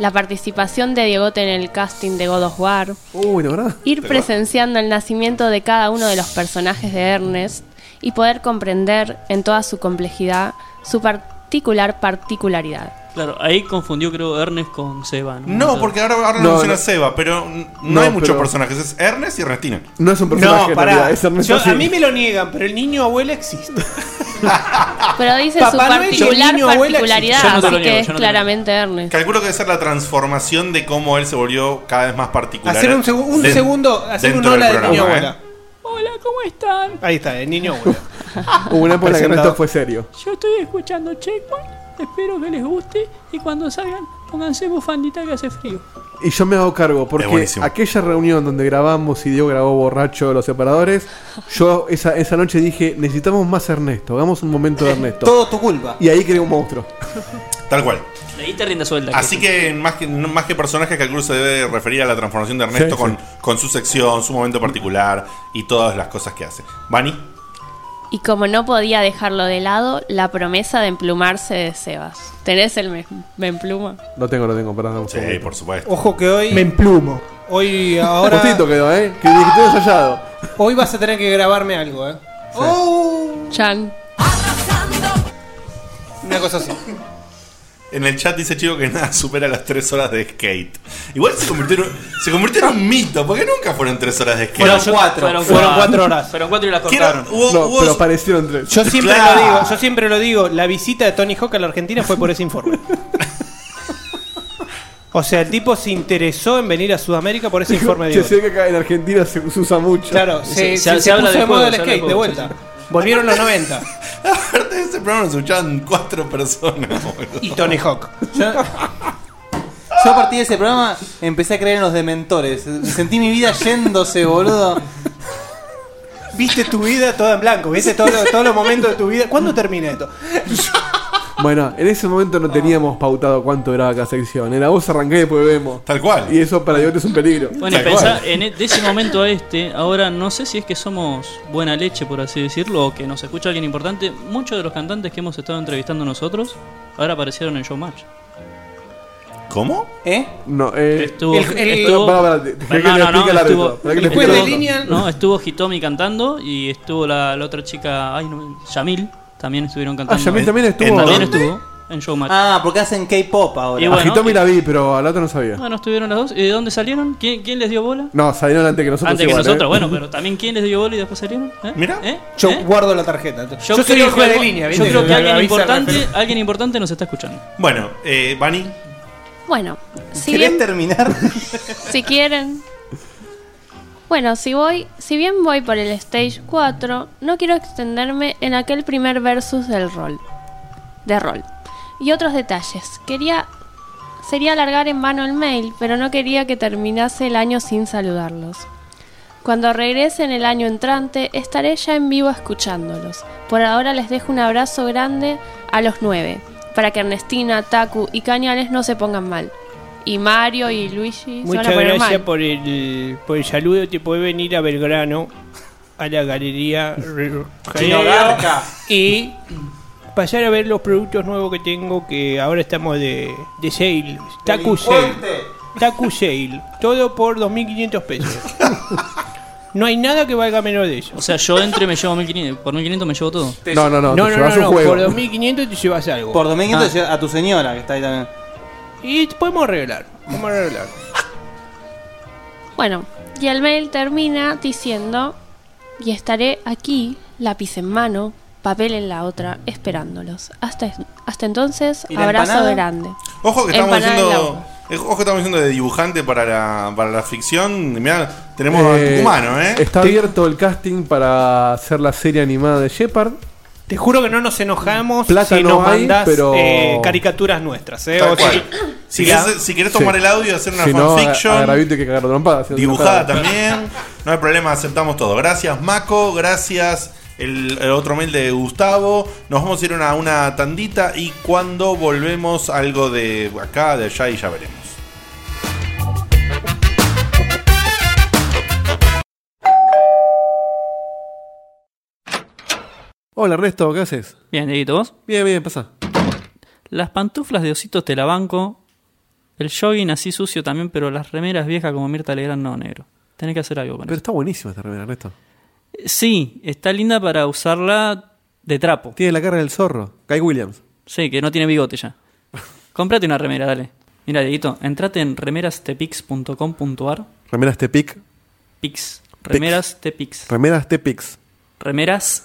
Speaker 9: La participación de Diegote en el casting de God of War.
Speaker 11: Uy, la verdad.
Speaker 9: ir presenciando el nacimiento de cada uno de los personajes de Ernest y poder comprender en toda su complejidad su particular particularidad.
Speaker 12: Claro, ahí confundió, creo, Ernest con Seba.
Speaker 2: No, porque ahora, ahora
Speaker 12: No,
Speaker 2: no, menciona
Speaker 12: no.
Speaker 2: Seba, pero n- no,
Speaker 12: No,
Speaker 2: hay muchos
Speaker 12: pero-
Speaker 2: personajes. Es Ernest y Ernestina.
Speaker 11: No es un
Speaker 13: No, pará. Yo- a mí me lo niegan, pero el niño abuela existe.
Speaker 11: Ah.
Speaker 9: Pero dice su
Speaker 13: Papá Noel y el
Speaker 9: particular
Speaker 13: niño abuela
Speaker 9: particularidad,
Speaker 2: existe. Yo no te
Speaker 9: así
Speaker 2: lo niego,
Speaker 9: que es
Speaker 2: yo no te lo
Speaker 9: claramente Ernest.
Speaker 2: Calculo que debe ser la transformación de cómo él se volvió cada vez más particular.
Speaker 13: Hacer un, segu- un
Speaker 2: Den-
Speaker 13: segundo, hacer un
Speaker 2: dentro
Speaker 13: hola
Speaker 2: del
Speaker 13: del niño
Speaker 2: programa,
Speaker 13: abuela.
Speaker 2: ¿eh?
Speaker 4: Hola, ¿cómo están?
Speaker 13: Ahí está, el niño abuela.
Speaker 11: Hubo una época en la que
Speaker 13: Presentado.
Speaker 11: esto fue serio.
Speaker 4: Yo estoy escuchando Checkpoint. Espero que les guste y cuando salgan pónganse bufandita que hace frío.
Speaker 11: Y yo me hago cargo,
Speaker 2: Es
Speaker 11: porque
Speaker 2: buenísimo.
Speaker 11: aquella reunión donde grabamos y Diego grabó borracho los separadores, yo esa, esa noche dije, necesitamos más Ernesto, hagamos un momento de Ernesto.
Speaker 15: Todo tu culpa.
Speaker 11: Y ahí creé un monstruo.
Speaker 2: Tal cual.
Speaker 12: Ahí te rienda suelta.
Speaker 2: Así que más que no- más que personajes, calculo se debe referir a la transformación de Ernesto
Speaker 11: Sí,
Speaker 2: con, con su sección, su momento particular y todas las cosas que hace. Bani.
Speaker 9: Y como no podía dejarlo de lado, la promesa de emplumarse de Sebas. ¿Tenés el me, me empluma?
Speaker 11: Lo tengo, lo tengo, perdón.
Speaker 2: Sí, por supuesto.
Speaker 13: Ojo que hoy.
Speaker 11: Me
Speaker 13: emplumo. Hoy ahora.
Speaker 11: Justito quedó, ¿eh? Que dijiste ensayado.
Speaker 13: Hoy vas a tener que grabarme algo, ¿eh?
Speaker 9: Chan.
Speaker 13: Una cosa así.
Speaker 2: En el chat dice Chivo que nada supera las 3 horas de skate. Igual se convirtió en un, se convirtió en un mito, porque nunca fueron 3 horas de skate.
Speaker 12: Fueron Fueron cuatro. cuatro. Fueron cuatro horas. Fueron cuatro y las cortaron. No, pero
Speaker 11: parecieron tres.
Speaker 13: Yo siempre
Speaker 12: Claro.
Speaker 13: lo digo, yo siempre lo digo, la visita de Tony Hawk a la Argentina fue por ese informe. O sea, el tipo se interesó en venir a Sudamérica por ese informe de
Speaker 11: Che,
Speaker 13: Diego.
Speaker 11: sé que acá en Argentina se se usa mucho.
Speaker 13: Claro, se, se- se puso de moda el skate, de vuelta. Volvieron los 90.
Speaker 2: Aparte de ese programa nos escuchaban cuatro personas.
Speaker 13: Y Tony Hawk.
Speaker 15: Yo a partir de ese programa empecé a creer en los dementores. Sentí mi vida yéndose, boludo.
Speaker 13: Viste tu vida toda en blanco, viste todo lo- todos los momentos de tu vida. ¿Cuándo termina esto?
Speaker 11: Bueno, en ese momento
Speaker 13: Ah.
Speaker 11: no teníamos pautado cuánto era cada sección. Era vos arranqué y después vemos.
Speaker 2: Tal cual.
Speaker 11: Y eso para Diegote es un peligro.
Speaker 12: Bueno, y pensá, en e- de ese momento a este, ahora no sé si es que somos buena leche, por así decirlo, o que nos escucha alguien importante. Muchos de los cantantes que hemos estado entrevistando nosotros, ahora aparecieron en Showmatch.
Speaker 2: ¿Cómo?
Speaker 15: ¿Eh?
Speaker 11: No, eh.
Speaker 12: Estuvo,
Speaker 11: el, el-
Speaker 12: estuvo-
Speaker 11: Pará, pará, te- dejá
Speaker 12: no,
Speaker 11: que le
Speaker 12: no, no,
Speaker 11: explique al árbitro,
Speaker 12: estuvo-
Speaker 11: pará que le explique
Speaker 12: estuvo-
Speaker 11: al árbitro.
Speaker 12: no, estuvo Hitomi cantando y estuvo la, la otra chica, ay, no, Yamil, también estuvieron cantando.
Speaker 11: Ah, Yamil también estuvo.
Speaker 12: también
Speaker 11: ¿Dónde?
Speaker 12: estuvo en Showmatch.
Speaker 15: Ah, porque hacen K-pop ahora.
Speaker 12: Y
Speaker 11: A
Speaker 12: bueno,
Speaker 11: Hitomi la vi, pero al otro no sabía.
Speaker 12: Bueno, estuvieron las dos. ¿Y de dónde salieron? ¿Quién, quién les dio bola?
Speaker 11: No, salieron antes que nosotros.
Speaker 12: Antes que
Speaker 11: igual, ¿eh?
Speaker 12: nosotros, bueno, pero también quién les dio bola y después salieron. ¿Eh?
Speaker 13: Mirá.
Speaker 12: ¿Eh?
Speaker 13: Yo
Speaker 12: ¿Eh?
Speaker 13: guardo la tarjeta. Yo, soy
Speaker 12: creo
Speaker 13: el
Speaker 12: que
Speaker 13: juez de
Speaker 12: algo-
Speaker 13: línea,
Speaker 12: Yo
Speaker 13: ¿viste?
Speaker 12: creo que
Speaker 13: Me
Speaker 12: alguien
Speaker 13: avisa el
Speaker 12: importante,
Speaker 13: referente.
Speaker 12: alguien importante nos está escuchando.
Speaker 2: Bueno, eh, Bani.
Speaker 9: Bueno, si
Speaker 12: ¿Querés
Speaker 9: bien,
Speaker 15: terminar?
Speaker 9: si quieren. Bueno, si voy, si bien voy por el stage 4, no quiero extenderme en aquel primer versus del rol. De rol. Y otros detalles. Quería sería alargar en vano el mail, pero no quería que terminase el año sin saludarlos. Cuando regrese en el año entrante, estaré ya en vivo escuchándolos. Por ahora les dejo un abrazo grande a los nueve, para que Ernestina, Taku y Cañales no se pongan mal. Y Mario y Luigi se van a
Speaker 13: Muchas
Speaker 9: poner
Speaker 13: gracias
Speaker 9: mal.
Speaker 13: por el, por el saludo. Te puedes venir a Belgrano, a la galería Re- Jaleo,
Speaker 15: Garca.
Speaker 13: y pasar a ver los productos nuevos que tengo. Que ahora estamos de, de sale, Taku Sale.
Speaker 15: Delincuente.
Speaker 13: Taku Sale, todo por 2.500 pesos. No hay nada que valga menos de eso.
Speaker 12: O sea, yo entre me llevo 1500, por 1500 me llevo todo.
Speaker 11: No, no, no, te llevas un juego.
Speaker 13: Por 2.500 te llevas algo. Ah.
Speaker 15: Por
Speaker 12: Ah.
Speaker 15: 2500 te llevas a tu señora que está ahí también.
Speaker 13: Y podemos arreglar. Podemos arreglar.
Speaker 9: Bueno, y el mail termina diciendo, y estaré aquí, lápiz en mano, papel en la otra, esperándolos. Hasta, hasta entonces,
Speaker 2: ¿Y la
Speaker 9: abrazo
Speaker 2: empanada?
Speaker 9: grande.
Speaker 2: Ojo que estamos
Speaker 9: Empanada en la
Speaker 2: diciendo. eh, Ojo que estamos diciendo de dibujante para la, para la ficción. Mirá, tenemos
Speaker 11: Eh,
Speaker 2: a Tucumano, ¿eh?
Speaker 11: Está abierto el casting para hacer la serie animada de Shepard.
Speaker 13: Te juro que no nos enojamos
Speaker 11: Plata
Speaker 13: si
Speaker 11: no
Speaker 13: nos
Speaker 11: hay,
Speaker 13: mandás
Speaker 11: pero-
Speaker 13: eh, caricaturas nuestras. eh,
Speaker 2: Tal
Speaker 13: o sea,
Speaker 2: cual. Si
Speaker 13: la-
Speaker 2: querés- si querés tomar el audio y hacer una
Speaker 11: si no,
Speaker 2: fanfiction,
Speaker 11: a- a Gravito hay que cagar trompada. hacer
Speaker 2: Dibujada
Speaker 11: trompada.
Speaker 2: también. No hay problema, aceptamos todo. Gracias, Maco. Gracias. El, el otro mail de Gustavo. Nos vamos a ir a una, una tandita y cuando volvemos, algo de acá, de allá y ya veremos.
Speaker 11: Hola, Ernesto, ¿qué haces?
Speaker 12: Bien, Dieguito, ¿vos?
Speaker 11: Bien, bien, pasa.
Speaker 12: Las pantuflas de ositos te la banco. El jogging así sucio también, pero las remeras viejas como Mirta Legrand no, negro. Tenés que hacer algo con
Speaker 11: Pero está buenísima esta remera, Ernesto.
Speaker 12: eso. Sí, está linda para usarla de trapo.
Speaker 11: Tiene la cara del zorro. Kai Williams.
Speaker 12: Sí, que no tiene bigote ya. Cómprate una remera, dale. Mira, Dieguito, entrate en remerastepix.com.ar.
Speaker 11: Remeras Tepic.
Speaker 12: Pix. Remeras Tepix.
Speaker 11: Remeras Tepix.
Speaker 12: Remeras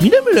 Speaker 17: Mirámelo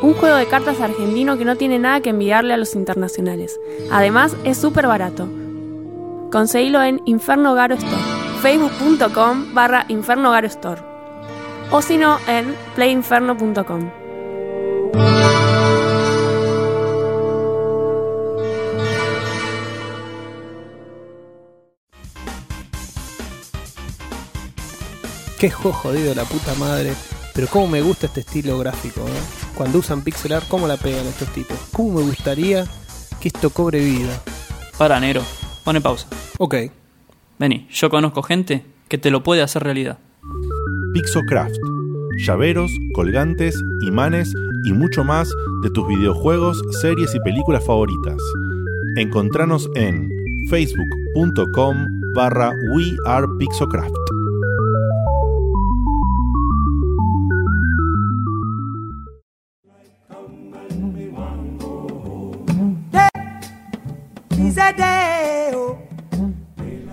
Speaker 18: un juego de cartas argentino que no tiene nada que enviarle a los internacionales. Además, es súper barato. Conseguilo en Inferno Garo Store, facebook.com barra Inferno Garo Store, o si no, en playinferno.com.
Speaker 13: Qué juego jodido la puta madre. Pero cómo me gusta este estilo gráfico, ¿eh? Cuando usan pixel art, cómo la pegan estos tipos. Cómo me gustaría que esto cobre vida.
Speaker 12: Para, negro. Pone pausa.
Speaker 13: Ok.
Speaker 12: Vení, yo conozco gente que te lo puede hacer realidad.
Speaker 17: Pixocraft. Llaveros, colgantes, imanes y mucho más de tus videojuegos, series y películas favoritas. Encontranos en facebook.com barra we are Pixocraft.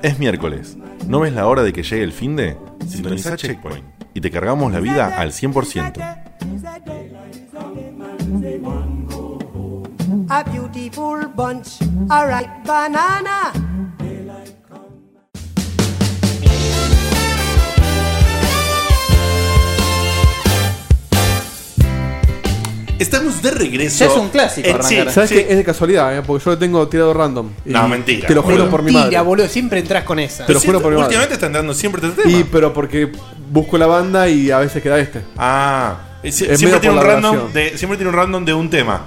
Speaker 17: Es miércoles. ¿No ves la hora de que llegue el fin de? Sintoniza Checkpoint y te cargamos la vida al 100%.
Speaker 19: A beautiful bunch, a ripe banana.
Speaker 2: Estamos de regreso.
Speaker 11: Ya es un clásico
Speaker 2: Eh, sí,
Speaker 11: ¿Sabes
Speaker 2: sí.
Speaker 11: qué? Es de casualidad, eh, porque yo lo tengo tirado random. Y
Speaker 2: No, mentira,
Speaker 11: Te lo juro
Speaker 2: boludo.
Speaker 11: por mi madre.
Speaker 13: Mira, boludo, siempre entras con esa.
Speaker 11: Te lo juro por mi madre.
Speaker 2: Últimamente está entrando siempre este tema.
Speaker 11: Y pero porque busco la banda y a veces queda este.
Speaker 2: Ah, Eh, si-
Speaker 11: Es
Speaker 2: siempre,
Speaker 11: medio
Speaker 2: tiene
Speaker 11: por
Speaker 2: un
Speaker 11: la
Speaker 2: random
Speaker 11: relación.
Speaker 2: de, siempre tiene un random de un tema.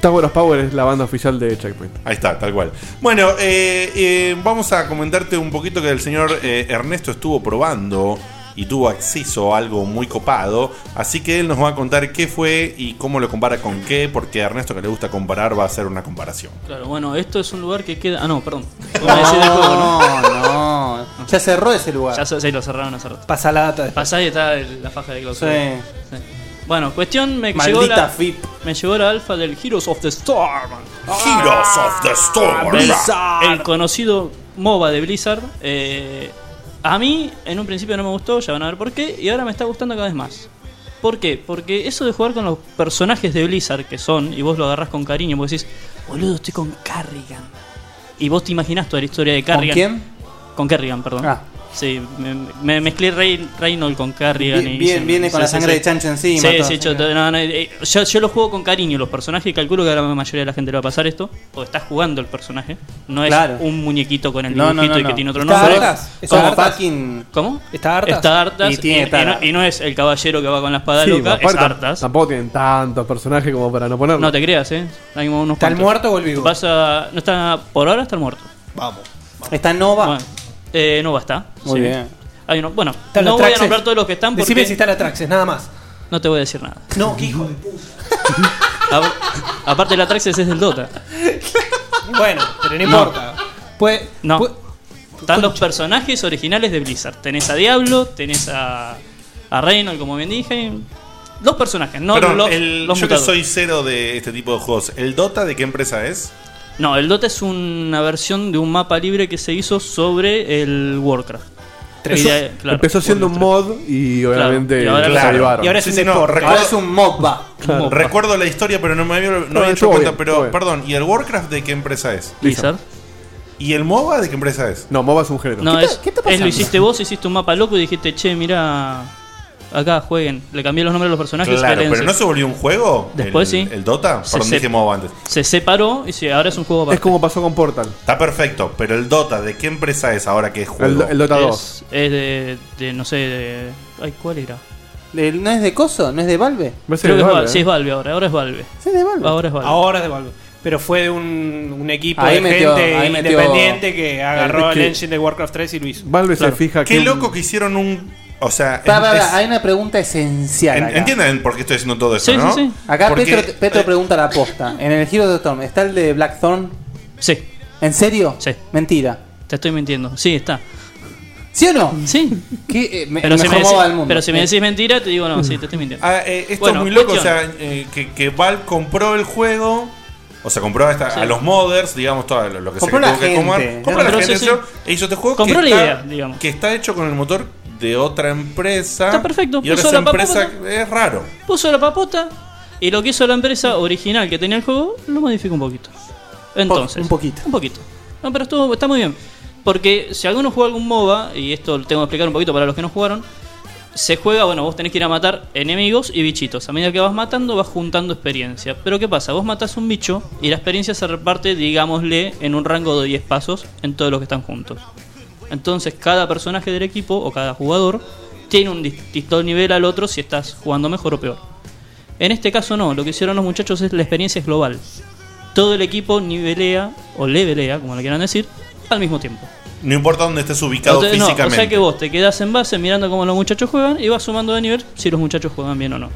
Speaker 11: Tower of Power es la banda oficial de Checkpoint.
Speaker 2: Ahí está, tal cual. Bueno, eh, eh, vamos a comentarte un poquito que el señor eh, Ernesto estuvo probando y tuvo acceso a algo muy copado. Así que él nos va a contar qué fue y cómo lo compara con qué, porque a Ernesto que le gusta comparar va a hacer una comparación.
Speaker 12: Claro, bueno, esto es un lugar que queda. Ah, no, perdón. Como decís del juego,
Speaker 15: No, no. Ya cerró ese lugar.
Speaker 12: Ya se sí, lo cerraron hace rato.
Speaker 13: Pasa la data.
Speaker 12: Pasá y está el- la faja de clausura.
Speaker 15: Sí.
Speaker 12: Sí. Bueno, cuestión me
Speaker 15: Maldita
Speaker 12: llegó la,
Speaker 15: FIP.
Speaker 12: Me llegó la alfa del Heroes of the Storm.
Speaker 2: Ah. Heroes of the Storm.
Speaker 12: Blizzard. El conocido MOBA de Blizzard. Eh, a mí en un principio no me gustó, ya van a ver por qué, y ahora me está gustando cada vez más. ¿Por qué? Porque eso de jugar con los personajes de Blizzard que son, y vos lo agarrás con cariño, vos decís, boludo, estoy con Carrigan. Y vos te imaginás toda la historia de Carrigan.
Speaker 15: quién? Ah.
Speaker 12: Con Kerrigan, perdón. Sí, me, me mezclé Rey, Reynolds con Carrigan.
Speaker 15: Bien-
Speaker 12: y
Speaker 15: bien-
Speaker 12: se-
Speaker 15: viene con la sangre de chancho encima,
Speaker 12: Sí,
Speaker 15: todo.
Speaker 12: sí, yo, no, no, eh, yo, yo lo juego con cariño. Los personajes, calculo que ahora la mayoría de la gente le va a pasar esto. O estás jugando el personaje. No es
Speaker 15: Claro.
Speaker 12: un muñequito con el
Speaker 15: No,
Speaker 12: dibujito
Speaker 15: no, no,
Speaker 12: y que
Speaker 15: no.
Speaker 12: tiene otro
Speaker 15: Está
Speaker 12: nombre.
Speaker 15: Artas, está
Speaker 12: ¿Cómo?
Speaker 15: Artas.
Speaker 12: ¿Cómo?
Speaker 13: Está
Speaker 15: Artas.
Speaker 12: Está Artas.
Speaker 15: Y tiene
Speaker 12: y- y
Speaker 15: Tara.
Speaker 12: no, y no es el caballero que va con la espada loca, es
Speaker 11: aparte,
Speaker 12: Artas.
Speaker 11: Tampoco tienen tantos personajes como para no ponerlo.
Speaker 12: No te creas, ¿eh? Hay unos
Speaker 11: ¿Está el muerto
Speaker 12: o el vivo? Vas a, no está, por ahora está el muerto. Vamos.
Speaker 15: ¿Está Nova?
Speaker 12: eh, Nova está.
Speaker 15: Muy bien.
Speaker 12: Hay uno, bueno,
Speaker 13: Están los
Speaker 12: no voy a
Speaker 13: Traxxas.
Speaker 12: nombrar todos los que están porque
Speaker 13: Decime si está la Traxxas, nada más.
Speaker 12: no te voy a decir nada.
Speaker 13: No, qué hijo de puta.
Speaker 12: A- Aparte la Traxxas es del Dota.
Speaker 13: Bueno, pero no
Speaker 12: No.
Speaker 13: importa. Pues,
Speaker 12: No. Están los personajes originales de Blizzard. Tenés a Diablo, tenés a, a Reynolds, como bien dije. Los personajes, no
Speaker 2: Perdón,
Speaker 12: los,
Speaker 2: el-
Speaker 12: los
Speaker 2: yo que
Speaker 12: mutados.
Speaker 2: soy cero de este tipo de juegos. ¿El Dota de qué empresa es?
Speaker 12: No, el Dota es una versión de un mapa libre que se hizo sobre el Warcraft. Y
Speaker 11: Empezó,
Speaker 12: de- claro.
Speaker 11: empezó siendo un mod y obviamente
Speaker 12: y ahora-
Speaker 11: se
Speaker 12: claro.
Speaker 11: salvaron.
Speaker 12: Y ahora es un
Speaker 2: no,
Speaker 12: deporte.
Speaker 2: recuerdo-
Speaker 12: Ahora es un
Speaker 15: MOBA.
Speaker 11: Claro.
Speaker 2: Recuerdo la historia, pero no me había, no
Speaker 11: Bueno,
Speaker 2: había hecho
Speaker 11: estuvo
Speaker 2: cuenta.
Speaker 11: bien, estuvo
Speaker 2: pero,
Speaker 11: bien.
Speaker 2: perdón, ¿y el Warcraft de qué empresa es?
Speaker 12: Blizzard.
Speaker 2: ¿Y el MOBA de qué empresa es?
Speaker 11: No, MOBA es un género.
Speaker 12: No, es, es lo hiciste vos, hiciste un mapa loco y dijiste, che, mira, acá jueguen. Le cambié los nombres a los personajes.
Speaker 2: Claro,
Speaker 12: quédense.
Speaker 2: pero ¿no se volvió un juego?
Speaker 12: Después
Speaker 2: el,
Speaker 12: sí.
Speaker 2: ¿El Dota?
Speaker 12: Se
Speaker 2: Perdón,
Speaker 12: se-
Speaker 2: dije MOBA antes.
Speaker 12: Se separó y sí, ahora es un juego aparte.
Speaker 11: como pasó con Portal.
Speaker 2: Está perfecto, pero el Dota, ¿de qué empresa es ahora que es juego?
Speaker 12: Es- Es, de, de, no sé, de... Ay, ¿cuál era?
Speaker 15: Eh, ¿No es de Coso? ¿No es de Valve? ¿eh?
Speaker 12: Creo que es Valve, ¿eh? sí, es Valve ahora, ahora es Valve. Ahora es Valve.
Speaker 13: Ahora es de Valve. Pero fue de un, un equipo
Speaker 12: Ahí
Speaker 13: de
Speaker 12: metió-
Speaker 13: gente
Speaker 12: ahí metió-
Speaker 13: independiente que agarró
Speaker 2: Es
Speaker 13: el,
Speaker 2: que-
Speaker 13: engine de Warcraft 3 y lo hizo.
Speaker 11: Valve
Speaker 2: Claro. Qué
Speaker 13: que
Speaker 2: loco que hicieron un. O sea,
Speaker 15: Pa, pa,
Speaker 2: es-
Speaker 15: pa,
Speaker 2: es-
Speaker 15: Hay una pregunta esencial.
Speaker 2: en-
Speaker 15: acá.
Speaker 2: entienden por qué estoy haciendo todo eso, ¿no?
Speaker 15: Acá
Speaker 2: Porque-
Speaker 15: Petro, Petro
Speaker 6: eh,
Speaker 15: pregunta la posta. En el Giro de Storm, ¿está el de Blackthorn?
Speaker 12: Sí.
Speaker 15: ¿En serio?
Speaker 12: Sí.
Speaker 15: Mentira.
Speaker 12: Te estoy mintiendo. Sí, está.
Speaker 15: ¿Sí o no?
Speaker 12: Sí.
Speaker 15: ¿Qué, eh, me-
Speaker 12: Pero si, me
Speaker 15: mejor
Speaker 12: decís,
Speaker 15: MOBA del mundo.
Speaker 12: pero si me
Speaker 15: Eh.
Speaker 12: decís mentira, te digo, no, sí, te estoy mintiendo.
Speaker 2: Ah, eh, esto
Speaker 12: Bueno,
Speaker 2: es muy loco,
Speaker 12: cuestión.
Speaker 2: o sea, eh, que, que Valve compró el juego. O sea, compró hasta
Speaker 12: Sí.
Speaker 2: a los modders, digamos, todo lo lo que
Speaker 12: Compró
Speaker 2: se le
Speaker 12: la
Speaker 2: tuvo que
Speaker 12: gente.
Speaker 2: comer. Compró
Speaker 12: Compró,
Speaker 2: la gente,
Speaker 12: sí,
Speaker 2: hizo-
Speaker 12: sí.
Speaker 2: e hizo este juego
Speaker 12: Compró
Speaker 2: que,
Speaker 12: la
Speaker 2: está,
Speaker 12: idea, digamos.
Speaker 2: que está hecho con el motor de otra empresa.
Speaker 12: Está perfecto,
Speaker 2: Y ahora
Speaker 12: puso
Speaker 2: esa
Speaker 12: la
Speaker 2: empresa
Speaker 12: papota.
Speaker 2: es raro.
Speaker 12: Puso la papota y lo que hizo la empresa original que tenía el juego lo modificó un poquito. Entonces, un poquito. Un poquito. No, pero estuvo, está muy bien. Porque si alguno juega algún MOBA, y esto lo tengo que explicar un poquito para los que no jugaron, se juega, bueno, vos tenés que ir a matar enemigos y bichitos. A medida que vas matando, vas juntando experiencia. Pero ¿qué pasa? Vos matás un bicho y la experiencia se reparte, digámosle, en un rango de 10 pasos en todos los que están juntos. Entonces, cada personaje del equipo o cada jugador tiene un distinto nivel al otro si estás jugando mejor o peor. En este caso no, lo que hicieron los muchachos es la experiencia es global. Todo el equipo nivelea o levelea, como lo quieran decir, al mismo tiempo.
Speaker 2: No importa dónde estés ubicado
Speaker 12: Entonces, no,
Speaker 2: físicamente.
Speaker 12: o sea que vos te quedás en base mirando cómo los muchachos juegan y vas sumando de nivel si los muchachos juegan bien o no.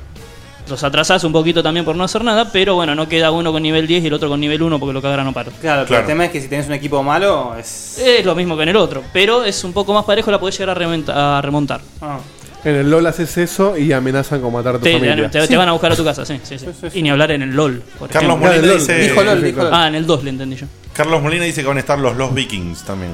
Speaker 12: Los atrasás un poquito también por no hacer nada, pero bueno, no queda uno con nivel 10 y el otro con nivel 1 porque lo cagarán no paro.
Speaker 6: Claro, pero el tema es que si tenés un equipo malo, es.
Speaker 12: Es lo mismo que en el otro, pero es un poco más parejo, la podés llegar a rementa- a remontar.
Speaker 6: Ah.
Speaker 11: En el LOL haces eso y amenazan con matar a tu
Speaker 12: Te,
Speaker 11: familia.
Speaker 12: te- te van a buscar a tu casa, sí, sí, sí. Y ni hablar en el LOL. por
Speaker 2: Carlos
Speaker 12: ejemplo.
Speaker 2: Molina Claro, el dice- LOL. Dijo LOL, dijo LOL.
Speaker 12: Ah, en el 2 le entendí yo.
Speaker 2: Carlos Molina dice que van a estar los Los Vikings también.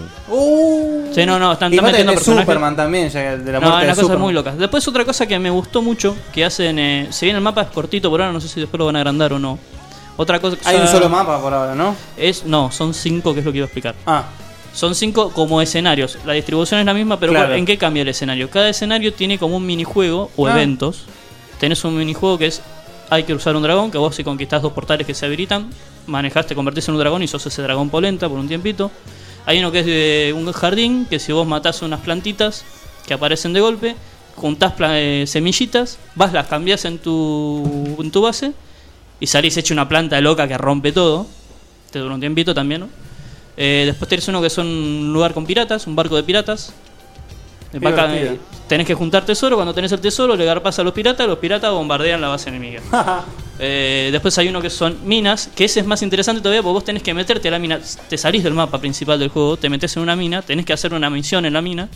Speaker 12: Sí, no, no, están
Speaker 6: Y
Speaker 12: están
Speaker 6: aparte
Speaker 12: metiendo
Speaker 6: de
Speaker 12: personajes.
Speaker 6: Superman también, ya de la
Speaker 12: no,
Speaker 6: muerte de
Speaker 12: unas cosas
Speaker 6: Superman.
Speaker 12: muy locas. Después otra cosa que me gustó mucho, que hacen, eh, si bien el mapa es cortito por ahora, no sé si después lo van a agrandar o no. Otra cosa
Speaker 6: Hay un solo mapa por ahora, ¿no?
Speaker 12: Es, no, son cinco, que es lo que iba a explicar.
Speaker 6: Ah.
Speaker 12: Son cinco como escenarios. La distribución es la misma, pero
Speaker 6: Claro.
Speaker 12: ¿cuál- ¿en qué cambia el escenario? Cada escenario tiene como un minijuego o
Speaker 6: Ah.
Speaker 12: eventos. Tenés un minijuego que es hay que usar un dragón, que vos si conquistás dos portales que se habilitan, manejás, te convertís en un dragón y sos ese dragón polenta por un tiempito. Hay uno que es de un jardín, que si vos matás unas plantitas que aparecen de golpe, juntás pla- eh, semillitas, vas, las cambiás en tu, en tu base y salís hecho una planta loca que rompe todo. Te dura un tiempito también, ¿no? Eh, después tenés uno que son un lugar con piratas, un barco de piratas.
Speaker 6: Qué
Speaker 12: Va acá,
Speaker 6: divertido.
Speaker 12: eh, tenés que juntar tesoro, cuando tenés el tesoro le garpas a los piratas, los piratas bombardean la base enemiga. Eh, después hay uno que son minas, que ese es más interesante todavía porque vos tenés que meterte a la mina, te salís del mapa principal del juego, te metes en una mina, tenés que hacer una misión en la mina,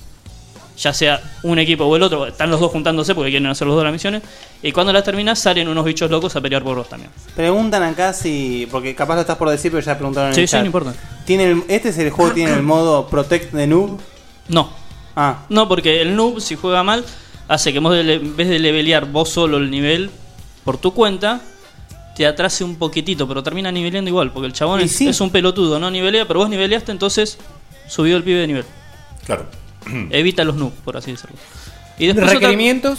Speaker 12: ya sea un equipo o el otro, están los dos juntándose porque quieren hacer los dos las misiones, y cuando las terminas salen unos bichos locos a pelear por vos también.
Speaker 6: Preguntan acá si. Porque capaz lo estás por decir, pero ya preguntaron en
Speaker 12: Sí,
Speaker 6: el
Speaker 12: sí,
Speaker 6: chat.
Speaker 12: no importa.
Speaker 6: ¿Tiene el- ¿Este es el juego tiene el modo Protect the Noob?
Speaker 12: No.
Speaker 6: Ah.
Speaker 12: No, porque el noob, si juega mal, hace que vos de- en vez de levelear vos solo el nivel por tu cuenta, te atrase un poquitito, pero termina niveleando igual, porque el chabón
Speaker 6: Y
Speaker 12: es,
Speaker 6: sí.
Speaker 12: es un pelotudo, no nivelea, pero vos niveleaste, entonces subió el pibe de nivel.
Speaker 2: Claro.
Speaker 12: Evita los noobs, por así decirlo. Y otra-
Speaker 13: ¿Requerimientos?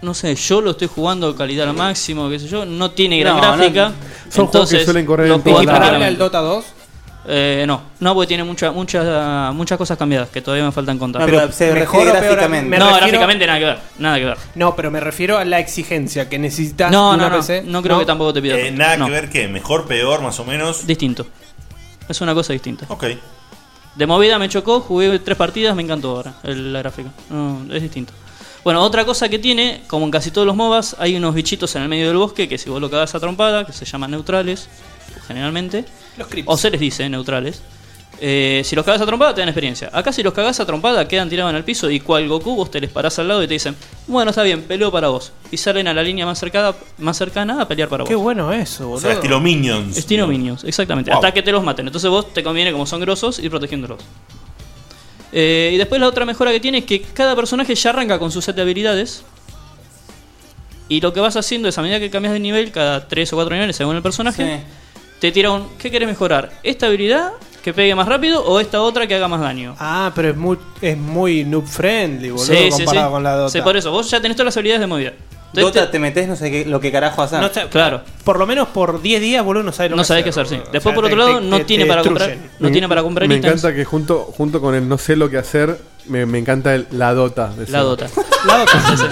Speaker 12: no sé, yo lo estoy jugando de calidad al máximo, qué sé yo, no tiene gran
Speaker 13: No, no,
Speaker 12: gráfica.
Speaker 11: Son juegos que
Speaker 12: entonces,
Speaker 11: suelen correr
Speaker 12: los
Speaker 11: en todas
Speaker 12: juegos
Speaker 11: las-
Speaker 12: para-
Speaker 13: ¿El Dota 2?
Speaker 12: Eh, no, no, porque tiene muchas muchas muchas cosas cambiadas que todavía me faltan contar.
Speaker 13: No, pero Pero se mejor refiere o peor, gráficamente. me
Speaker 12: No,
Speaker 13: refiero-
Speaker 12: gráficamente nada que ver, nada que ver.
Speaker 13: No, pero me refiero a la exigencia que necesitas
Speaker 12: No,
Speaker 13: de una
Speaker 12: no, no,
Speaker 13: PC.
Speaker 12: no creo que tampoco te pida.
Speaker 2: Eh, nada
Speaker 12: No.
Speaker 2: que ver que mejor, peor, más o menos.
Speaker 12: Distinto. Es una cosa distinta.
Speaker 2: Ok.
Speaker 12: De movida me chocó, jugué tres partidas, me encantó ahora el- la gráfica. No, es distinto. Bueno, otra cosa que tiene, como en casi todos los MOBAs, hay unos bichitos en el medio del bosque que si vos lo cagás a trompada, que se llaman neutrales, generalmente.
Speaker 13: Los creeps.
Speaker 12: O se les dice neutrales. Eh, si los cagás a trompada, te dan experiencia. Acá si los cagás a trompada, quedan tirados en el piso y cual Goku vos te les parás al lado y te dicen, bueno, está bien, peleo para vos. Y salen a la línea más, cercada, más cercana a pelear para
Speaker 13: Qué
Speaker 12: vos.
Speaker 13: bueno eso, boludo.
Speaker 2: O sea, estilo Minions.
Speaker 12: Estilo Minions, exactamente.
Speaker 2: Wow.
Speaker 12: Hasta que te los maten. Entonces vos te conviene, como son grosos, ir protegiéndolos. Eh, y después la otra mejora que tiene es que cada personaje ya arranca con su set de habilidades. Y lo que vas haciendo es a medida que cambias de nivel, cada 3 o 4 niveles según el personaje, te tira un ¿qué querés mejorar? ¿Esta habilidad que pegue más rápido o esta otra que haga más daño?
Speaker 13: Ah, pero es muy, es muy noob friendly, boludo,
Speaker 12: Sí, sí,
Speaker 13: comparado
Speaker 12: sí.
Speaker 13: con la Dota.
Speaker 12: Sí, por eso, vos ya tenés todas las habilidades de movida. Entonces
Speaker 6: Dota te metes, no sé qué- lo que carajo hacer.
Speaker 13: No sé,
Speaker 12: claro.
Speaker 13: Por lo menos por 10 días, boludo, no sabes lo
Speaker 12: No
Speaker 13: que
Speaker 12: sabés
Speaker 13: hacer,
Speaker 12: qué hacer, sí.
Speaker 13: boludo.
Speaker 12: Después,
Speaker 13: O sea,
Speaker 12: por otro
Speaker 13: te-
Speaker 12: lado,
Speaker 13: te-
Speaker 12: no
Speaker 13: te
Speaker 12: tiene para comprar-
Speaker 13: destruyen.
Speaker 12: no
Speaker 11: Me-
Speaker 12: tiene para comprar
Speaker 11: Me
Speaker 12: ítems.
Speaker 11: encanta que junto, junto con el no sé lo que hacer, me, me encanta el- la Dota. de
Speaker 12: La
Speaker 11: Seba.
Speaker 12: Dota. La Dota.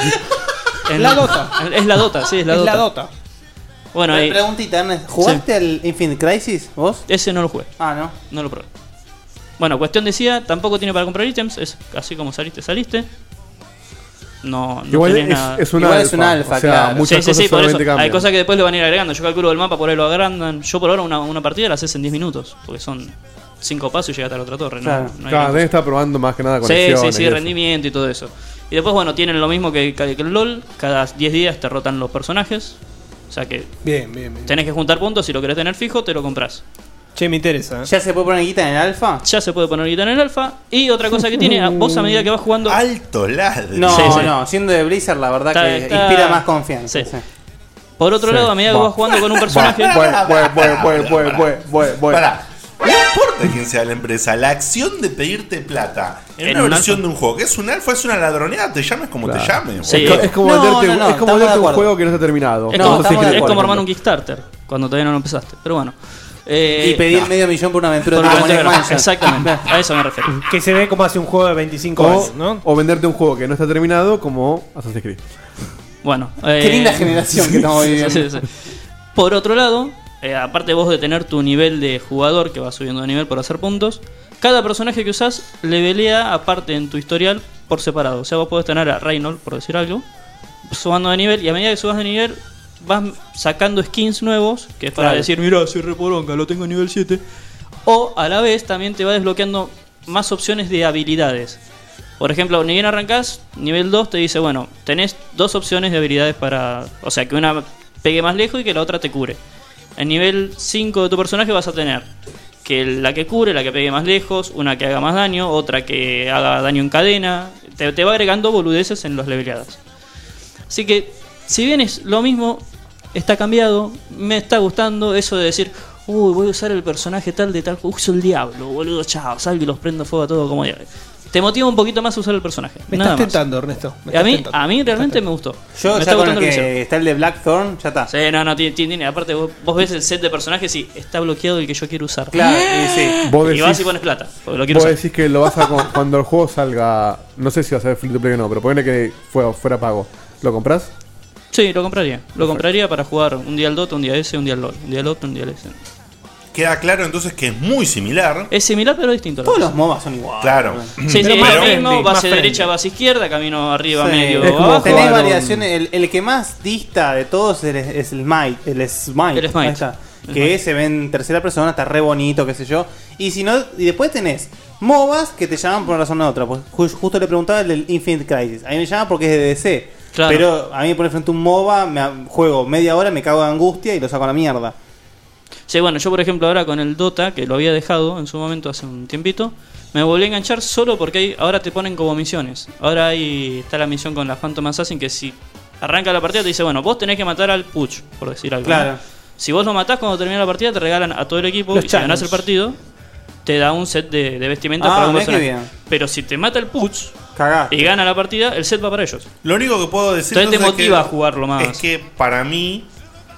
Speaker 11: La Dota.
Speaker 12: Es la Dota, sí, es la
Speaker 6: Es
Speaker 12: Dota.
Speaker 6: la Pero
Speaker 12: Bueno, ahí-
Speaker 6: Preguntita, Ernest, ¿Jugaste al Infinite Crisis vos?
Speaker 12: Ese no lo jugué.
Speaker 6: Ah, no.
Speaker 12: No lo probé. Bueno, cuestión decía, tampoco tiene para comprar ítems, es así como saliste, saliste. No, no
Speaker 11: Igual
Speaker 12: tenés
Speaker 11: es-
Speaker 12: nada.
Speaker 11: es una Igual es alfa, una alfa, o sea, claro. muchas
Speaker 12: sí, sí,
Speaker 11: cosas
Speaker 12: sí, por eso.
Speaker 11: solamente cambian.
Speaker 12: Hay cosas que después lo van a ir agregando. Yo calculo el mapa, por ahí lo agrandan. Yo por ahora una, una partida la haces en 10 minutos, porque son 5 pasos y llegas a la otra torre. ¿no?
Speaker 11: Claro,
Speaker 12: No hay
Speaker 11: claro,
Speaker 12: más.
Speaker 11: Dani está probando más que nada con
Speaker 12: Sí, sí, sí, rendimiento y todo eso. Y después, bueno, tienen lo mismo que, que el LOL. Cada 10 días te rotan los personajes. O sea que
Speaker 13: Bien, bien, bien.
Speaker 12: tenés que juntar puntos. Si lo querés tener fijo, te lo compras.
Speaker 13: Che, me interesa. eh.
Speaker 6: ¿Ya se puede poner guita en el alfa?
Speaker 12: Ya se puede poner guita en el alfa. Y otra cosa que tiene, a- vos a medida que vas jugando.
Speaker 2: Alto ladre.
Speaker 6: No, no, siendo de Blizzard, la verdad
Speaker 12: Está-
Speaker 6: que
Speaker 12: está-
Speaker 6: inspira más confianza. Sí.
Speaker 12: Por otro lado, a medida que
Speaker 6: Va.
Speaker 12: vas jugando con un personaje.
Speaker 2: Pará. No importa quién sea la empresa, la acción de pedirte plata en,
Speaker 12: En
Speaker 2: una
Speaker 12: un
Speaker 2: versión de un juego que es un alfa, es una ladroneada, te llames como te llames.
Speaker 11: Es, co- es como venderte, un- es como venderte un juego que no está terminado.
Speaker 12: Es
Speaker 11: No,
Speaker 12: como,
Speaker 11: así que-
Speaker 12: es como armar un Kickstarter cuando todavía no lo empezaste. Pero bueno. Eh,
Speaker 6: Y pedí el
Speaker 12: no.
Speaker 6: medio millón por una aventura
Speaker 12: Por
Speaker 6: de
Speaker 12: una
Speaker 6: Dragon
Speaker 12: aventura,
Speaker 6: Mansion.
Speaker 12: Exactamente, a eso me refiero.
Speaker 13: Que se ve como hace un juego de 25
Speaker 11: o,
Speaker 13: años, ¿no?
Speaker 11: o venderte un juego que no está terminado como Assassin's Creed.
Speaker 12: Bueno, eh,
Speaker 11: Qué linda generación que estamos
Speaker 12: sí,
Speaker 11: viviendo.
Speaker 12: sí, sí, sí. Por otro lado, eh, aparte vos de tener tu nivel de jugador que va subiendo de nivel por hacer puntos, cada personaje que usás le velea aparte en tu historial por separado. O sea, vos podés tener a Reynold, por decir algo, subando de nivel y a medida que subas de nivel vas sacando skins nuevos, que es para
Speaker 6: Claro.
Speaker 12: decir, mirá, soy reporonga, lo tengo en nivel 7. O a la vez también te va desbloqueando más opciones de habilidades. Por ejemplo, ni bien arrancás, nivel 2 te dice, bueno, tenés dos opciones de habilidades para... O sea, que una pegue más lejos y que la otra te cure. En nivel 5 de tu personaje vas a tener que la que cure, la que pegue más lejos, una que haga más daño, otra que haga daño en cadena. Te, te va agregando boludeces en los leveladas. Así que, si bien es lo mismo, está cambiado, me está gustando eso de decir, uy, voy a usar el personaje tal de tal, juego, uso el diablo, boludo, chao, salgo y los prendo fuego a todo como diablo. Te motiva un poquito más a usar el personaje.
Speaker 13: Me
Speaker 12: nada
Speaker 13: estás
Speaker 12: más.
Speaker 13: tentando, Ernesto. Me
Speaker 12: A
Speaker 13: estás
Speaker 12: mí,
Speaker 13: tentando.
Speaker 12: a mí realmente me gustó.
Speaker 6: Yo
Speaker 12: me
Speaker 6: ya con el
Speaker 12: lo
Speaker 6: que
Speaker 12: hicieron.
Speaker 6: está el de Blackthorn, ya está.
Speaker 12: Sí, no, no, tiene, tiene- tiene- aparte vos, vos ves el set de personajes y está bloqueado el que yo quiero usar.
Speaker 6: Claro, y sí.
Speaker 11: Vos
Speaker 12: y
Speaker 11: decís-
Speaker 12: vas y pones plata, porque lo quiero
Speaker 11: Vos
Speaker 12: usar.
Speaker 11: decís que lo vas a co- cuando el juego salga, no sé si va a ser free to play o no, pero ponele que fue, fuera pago. ¿Lo compras?
Speaker 12: Sí, lo compraría. Lo compraría para jugar un día al Dota, un día ese, un día al LOL, un día al otro, un día al ese.
Speaker 2: Queda claro entonces que es muy similar.
Speaker 12: Es similar pero distinto.
Speaker 2: Todos
Speaker 6: los MOBAs son iguales.
Speaker 2: Claro.
Speaker 12: Sí, sí,
Speaker 2: Pero
Speaker 12: es
Speaker 2: más
Speaker 12: lo
Speaker 2: friendly,
Speaker 12: mismo,
Speaker 2: más
Speaker 12: vas de
Speaker 2: friendly.
Speaker 12: derecha, vas izquierda, camino arriba,
Speaker 6: Sí.
Speaker 12: medio,
Speaker 6: Es como
Speaker 12: abajo.
Speaker 6: Tenés variaciones. El, el que más dista de todos es, el- es el Smite. El Smite.
Speaker 12: El Smite.
Speaker 6: Ahí está.
Speaker 12: El
Speaker 6: que
Speaker 12: Smite.
Speaker 6: se ve en tercera persona, está re bonito, qué sé yo. Y si no, y después tenés MOBAs que te llaman por una razón u otra. Pues ju- justo le preguntaba el del Infinite Crisis. A mí me llama porque es de DC.
Speaker 12: Claro.
Speaker 6: Pero a mí me pone frente a un MOBA, me a- juego media hora, me cago de angustia y lo saco a la mierda.
Speaker 12: Sí, bueno, yo por ejemplo ahora con el Dota, que lo había dejado en su momento hace un tiempito, me volví a enganchar solo porque hay- ahora te ponen como misiones. Ahora ahí está la misión con la Phantom Assassin que si arranca la partida te dice, bueno, vos tenés que matar al Puch, por decir algo.
Speaker 6: Claro.
Speaker 12: ¿no? Si vos lo matás cuando termina la partida te regalan a todo el equipo
Speaker 6: Los
Speaker 12: y si ganás
Speaker 6: channels.
Speaker 12: el partido te da un set de, de vestimenta
Speaker 6: Ah,
Speaker 12: para un
Speaker 6: mirá qué
Speaker 12: personaje.
Speaker 6: bien.
Speaker 12: Pero si te mata el Puch y gana la partida, el set va para ellos.
Speaker 2: Lo único que puedo decir
Speaker 12: Entonces te
Speaker 2: entonces,
Speaker 12: motiva
Speaker 2: que-
Speaker 12: a jugarlo más.
Speaker 2: Es que para mí,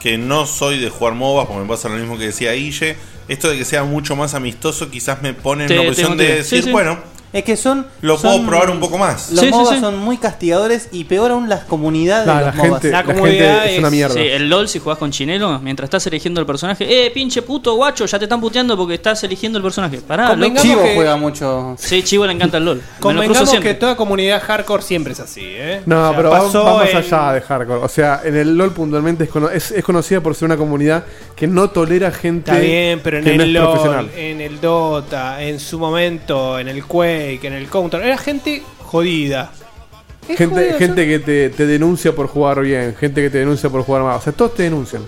Speaker 2: que no soy de jugar MOBAs, porque me pasa lo mismo que decía Guille, esto de que sea mucho más amistoso quizás me pone
Speaker 6: Te-
Speaker 2: en
Speaker 6: te
Speaker 2: una posición de
Speaker 6: motiva.
Speaker 2: decir,
Speaker 6: Sí, sí.
Speaker 2: bueno,
Speaker 6: Es que son.
Speaker 2: lo
Speaker 6: son-
Speaker 2: puedo probar un poco más.
Speaker 6: Los MOBAs son muy castigadores y peor aún las comunidades
Speaker 2: La-
Speaker 6: de los
Speaker 2: la
Speaker 6: MOBAs.
Speaker 2: gente- La la comodidad gente es una es- mierda.
Speaker 12: Sí, el LOL si jugás con chinelo, mientras estás eligiendo el personaje, eh, pinche puto guacho, ya te están puteando porque estás eligiendo el personaje. Pará, loco.
Speaker 6: Chivo juega mucho.
Speaker 12: Sí, Chivo le encanta el LOL. Me lo cruzo
Speaker 13: Convengamos que
Speaker 12: siempre.
Speaker 13: toda comunidad hardcore siempre es así, ¿eh?
Speaker 11: No,
Speaker 13: O sea,
Speaker 11: pero va-
Speaker 13: pasó
Speaker 11: va, más
Speaker 13: en-
Speaker 11: allá de hardcore. O sea, en el LOL puntualmente es, cono- es- es conocida por ser una comunidad que no tolera gente
Speaker 13: Está bien, pero en
Speaker 11: que no
Speaker 13: el
Speaker 11: es
Speaker 13: LOL,
Speaker 11: profesional.
Speaker 13: en el Dota, en su momento, en el Quake, en el Counter, era gente jodida. Es
Speaker 11: Gente,
Speaker 13: jodida,
Speaker 11: gente que te, te denuncia por jugar bien, gente que te denuncia por jugar mal. O sea, todos te denuncian.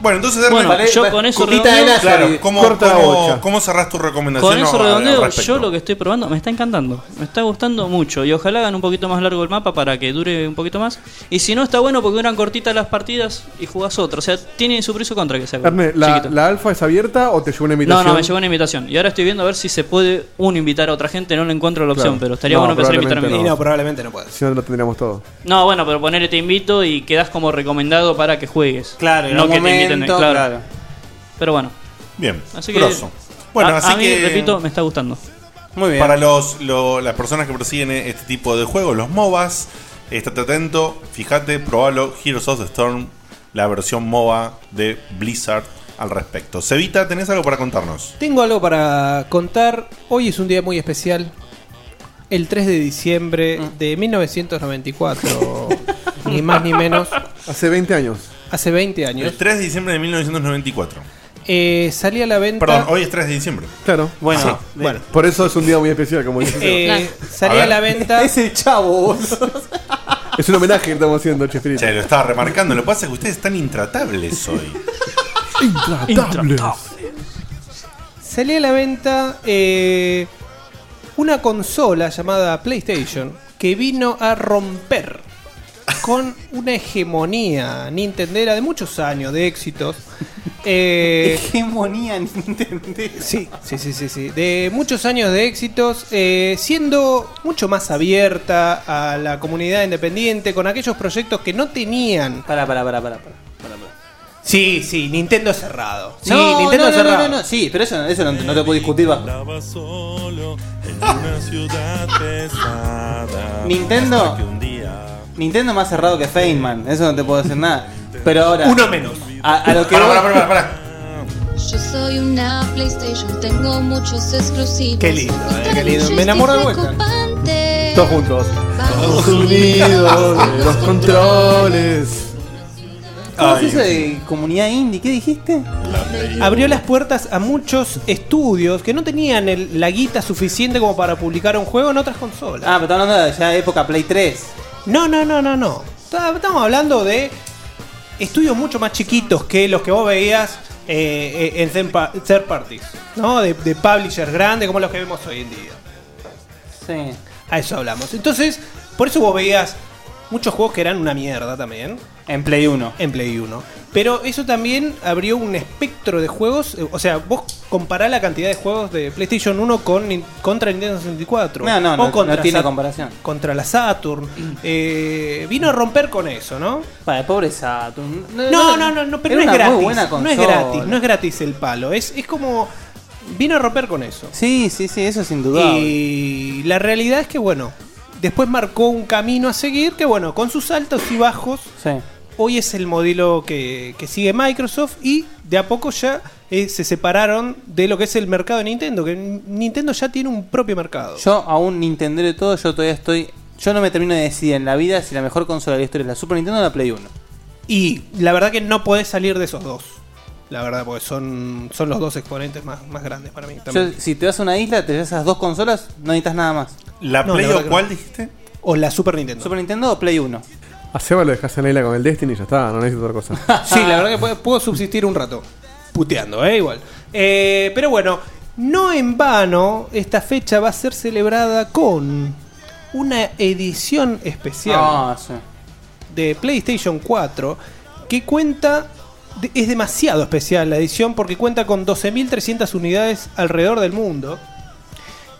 Speaker 2: Bueno, entonces
Speaker 12: Bueno,
Speaker 2: Ernesto,
Speaker 12: yo con eso Copita redondeo- de láser y
Speaker 2: claro, ¿cómo,
Speaker 12: corta la
Speaker 2: cómo-
Speaker 12: bocha.
Speaker 2: cómo cerrás tu recomendación?
Speaker 12: Con eso
Speaker 2: al- al
Speaker 12: redondeo,
Speaker 2: respecto?
Speaker 12: yo lo que estoy probando me está encantando. Me está gustando mucho. Y ojalá hagan un poquito más largo el mapa para que dure un poquito más. Y si no, está bueno porque duran cortitas las partidas y jugás otro. O sea, tiene su pro y su contra que sea.
Speaker 11: Erne, ¿la,
Speaker 12: chiquito.
Speaker 11: ¿la alfa es abierta o te llegó una
Speaker 12: No,
Speaker 11: invitación?
Speaker 12: no, me llegó una invitación. Y ahora estoy viendo a ver si se puede uno invitar a otra gente. No le encuentro la opción,
Speaker 11: Claro.
Speaker 12: pero estaría
Speaker 11: No,
Speaker 12: bueno empezar a invitar a mi
Speaker 11: probablemente
Speaker 13: No, probablemente no pueda.
Speaker 11: Si no, lo tendríamos todo.
Speaker 12: No, bueno, pero ponele te invito y quedás como recomendado para que juegues.
Speaker 6: Claro, en
Speaker 12: no
Speaker 6: algún
Speaker 12: que te inviten.
Speaker 6: momento,
Speaker 12: Claro.
Speaker 6: claro.
Speaker 12: Pero bueno.
Speaker 2: Bien,
Speaker 12: Así que.
Speaker 2: grosso. Bueno,
Speaker 12: a,
Speaker 2: así
Speaker 12: a mí,
Speaker 2: que-
Speaker 12: repito, me está gustando.
Speaker 2: Para los, lo- las personas que persiguen este tipo de juegos, los MOBAs, estate atento, fíjate, probalo. Heroes of the Storm, la versión MOBA de Blizzard al respecto. Cevita, ¿tenés algo para contarnos?
Speaker 13: Tengo algo para contar. Hoy es un día muy especial. El 3 de diciembre de 1994. ni más ni menos.
Speaker 11: Hace 20 años.
Speaker 13: Hace 20 años.
Speaker 2: El 3 de diciembre de 1994.
Speaker 13: Eh, salí a la venta.
Speaker 2: Perdón, hoy es 3 de diciembre.
Speaker 11: Claro.
Speaker 13: Bueno,
Speaker 11: Sí.
Speaker 13: bueno.
Speaker 11: Por eso es un día muy especial, como dices.
Speaker 13: Eh,
Speaker 11: A
Speaker 13: salí a,
Speaker 11: ver.
Speaker 13: la venta.
Speaker 6: es el chavo,
Speaker 11: Es un homenaje que estamos haciendo, Chespirito.
Speaker 2: Che, lo estaba remarcando. Lo que pasa es que ustedes están intratables hoy.
Speaker 13: Intratable. Salió a la venta eh, una consola llamada PlayStation que vino a romper con una hegemonía nintendera de muchos años de éxitos. Eh,
Speaker 15: Hegemonía Nintendo.
Speaker 13: Sí, sí, sí, sí, sí. De muchos años de éxitos, eh, siendo mucho más abierta a la comunidad independiente, con aquellos proyectos que no tenían.
Speaker 15: Para, para, para, para,
Speaker 13: Sí, sí, Nintendo cerrado. Sí,
Speaker 15: no,
Speaker 13: Nintendo
Speaker 15: no, no,
Speaker 13: cerrado.
Speaker 15: no, no, no, sí, pero eso, eso no, no te puedo discutir. va. Nintendo. Nintendo más cerrado que Feynman, eso no te puedo decir nada. Pero ahora.
Speaker 13: Uno menos.
Speaker 15: A, a lo que.
Speaker 13: Pará,
Speaker 15: voy-
Speaker 13: pará, pará, pará.
Speaker 20: Yo soy una PlayStation, tengo muchos exclusivos.
Speaker 13: Qué lindo, eh, qué lindo. Me enamoro de vuelta.
Speaker 11: Todos juntos. Todos unidos de los controles.
Speaker 15: ¿Cómo es eso de comunidad indie? ¿Qué dijiste?
Speaker 13: Abrió las puertas a muchos estudios que no tenían el- la guita suficiente como para publicar un juego en otras consolas.
Speaker 15: Ah, pero estamos hablando de ya época Play 3.
Speaker 13: No, no, no, no, no. Ta- Estamos hablando de estudios mucho más chiquitos que los que vos veías eh, eh, en third pa- third parties, ¿no? De, de publishers grandes como los que vemos hoy en día.
Speaker 15: Sí.
Speaker 13: A eso hablamos. Entonces, por eso vos veías muchos juegos que eran una mierda también.
Speaker 15: En Play 1.
Speaker 13: En Play 1. Pero eso también abrió un espectro de juegos. eh, O sea, vos compará la cantidad de juegos de PlayStation 1 con, nin- contra Nintendo 64.
Speaker 15: No, no,
Speaker 13: o
Speaker 15: no,
Speaker 13: contra
Speaker 15: no tiene
Speaker 13: Sat-
Speaker 15: comparación.
Speaker 13: Contra la Saturn. Eh, vino a romper con eso, ¿no?
Speaker 15: Mm. Para, pobre Saturn.
Speaker 13: No, no, no, no, pero
Speaker 15: Era
Speaker 13: no es
Speaker 15: una
Speaker 13: gratis.
Speaker 15: muy buena
Speaker 13: no es
Speaker 15: consola.
Speaker 13: gratis, no es gratis el palo. Es, es como. Vino a romper con eso.
Speaker 15: Sí, sí, sí, eso es indudable.
Speaker 13: Y la realidad es que, bueno, después marcó un camino a seguir que, bueno, con sus altos y bajos,
Speaker 15: Sí.
Speaker 13: hoy es el modelo que, que sigue Microsoft y de a poco ya eh, se separaron de lo que es el mercado de Nintendo, que Nintendo ya tiene un propio mercado.
Speaker 15: Yo, aún Nintendo de todo, yo todavía estoy. Yo no me termino de decidir en la vida si la mejor consola de la historia es la Super Nintendo o la Play 1.
Speaker 13: Y la verdad que no podés salir de esos dos. La verdad, porque son, son los dos exponentes más, más grandes para mí.
Speaker 15: Yo,
Speaker 13: También.
Speaker 15: si te vas a una isla, te llevas esas dos consolas, no necesitas nada más.
Speaker 2: ¿La
Speaker 13: No, Play la verdad o que cuál no.
Speaker 2: dijiste?
Speaker 13: O la Super Nintendo.
Speaker 15: ¿Super Nintendo o Play 1?
Speaker 11: A Seba lo dejas en la isla con el Destiny y ya está, no necesito otra cosa.
Speaker 13: Sí, la verdad que puedo- puedo subsistir un rato. Puteando, ¿eh? Igual. Eh, pero bueno, no en vano, esta fecha va a ser celebrada con una edición especial
Speaker 15: Ah, sí.
Speaker 13: de PlayStation 4 que cuenta. de- Es demasiado especial la edición porque cuenta con 12.300 unidades alrededor del mundo.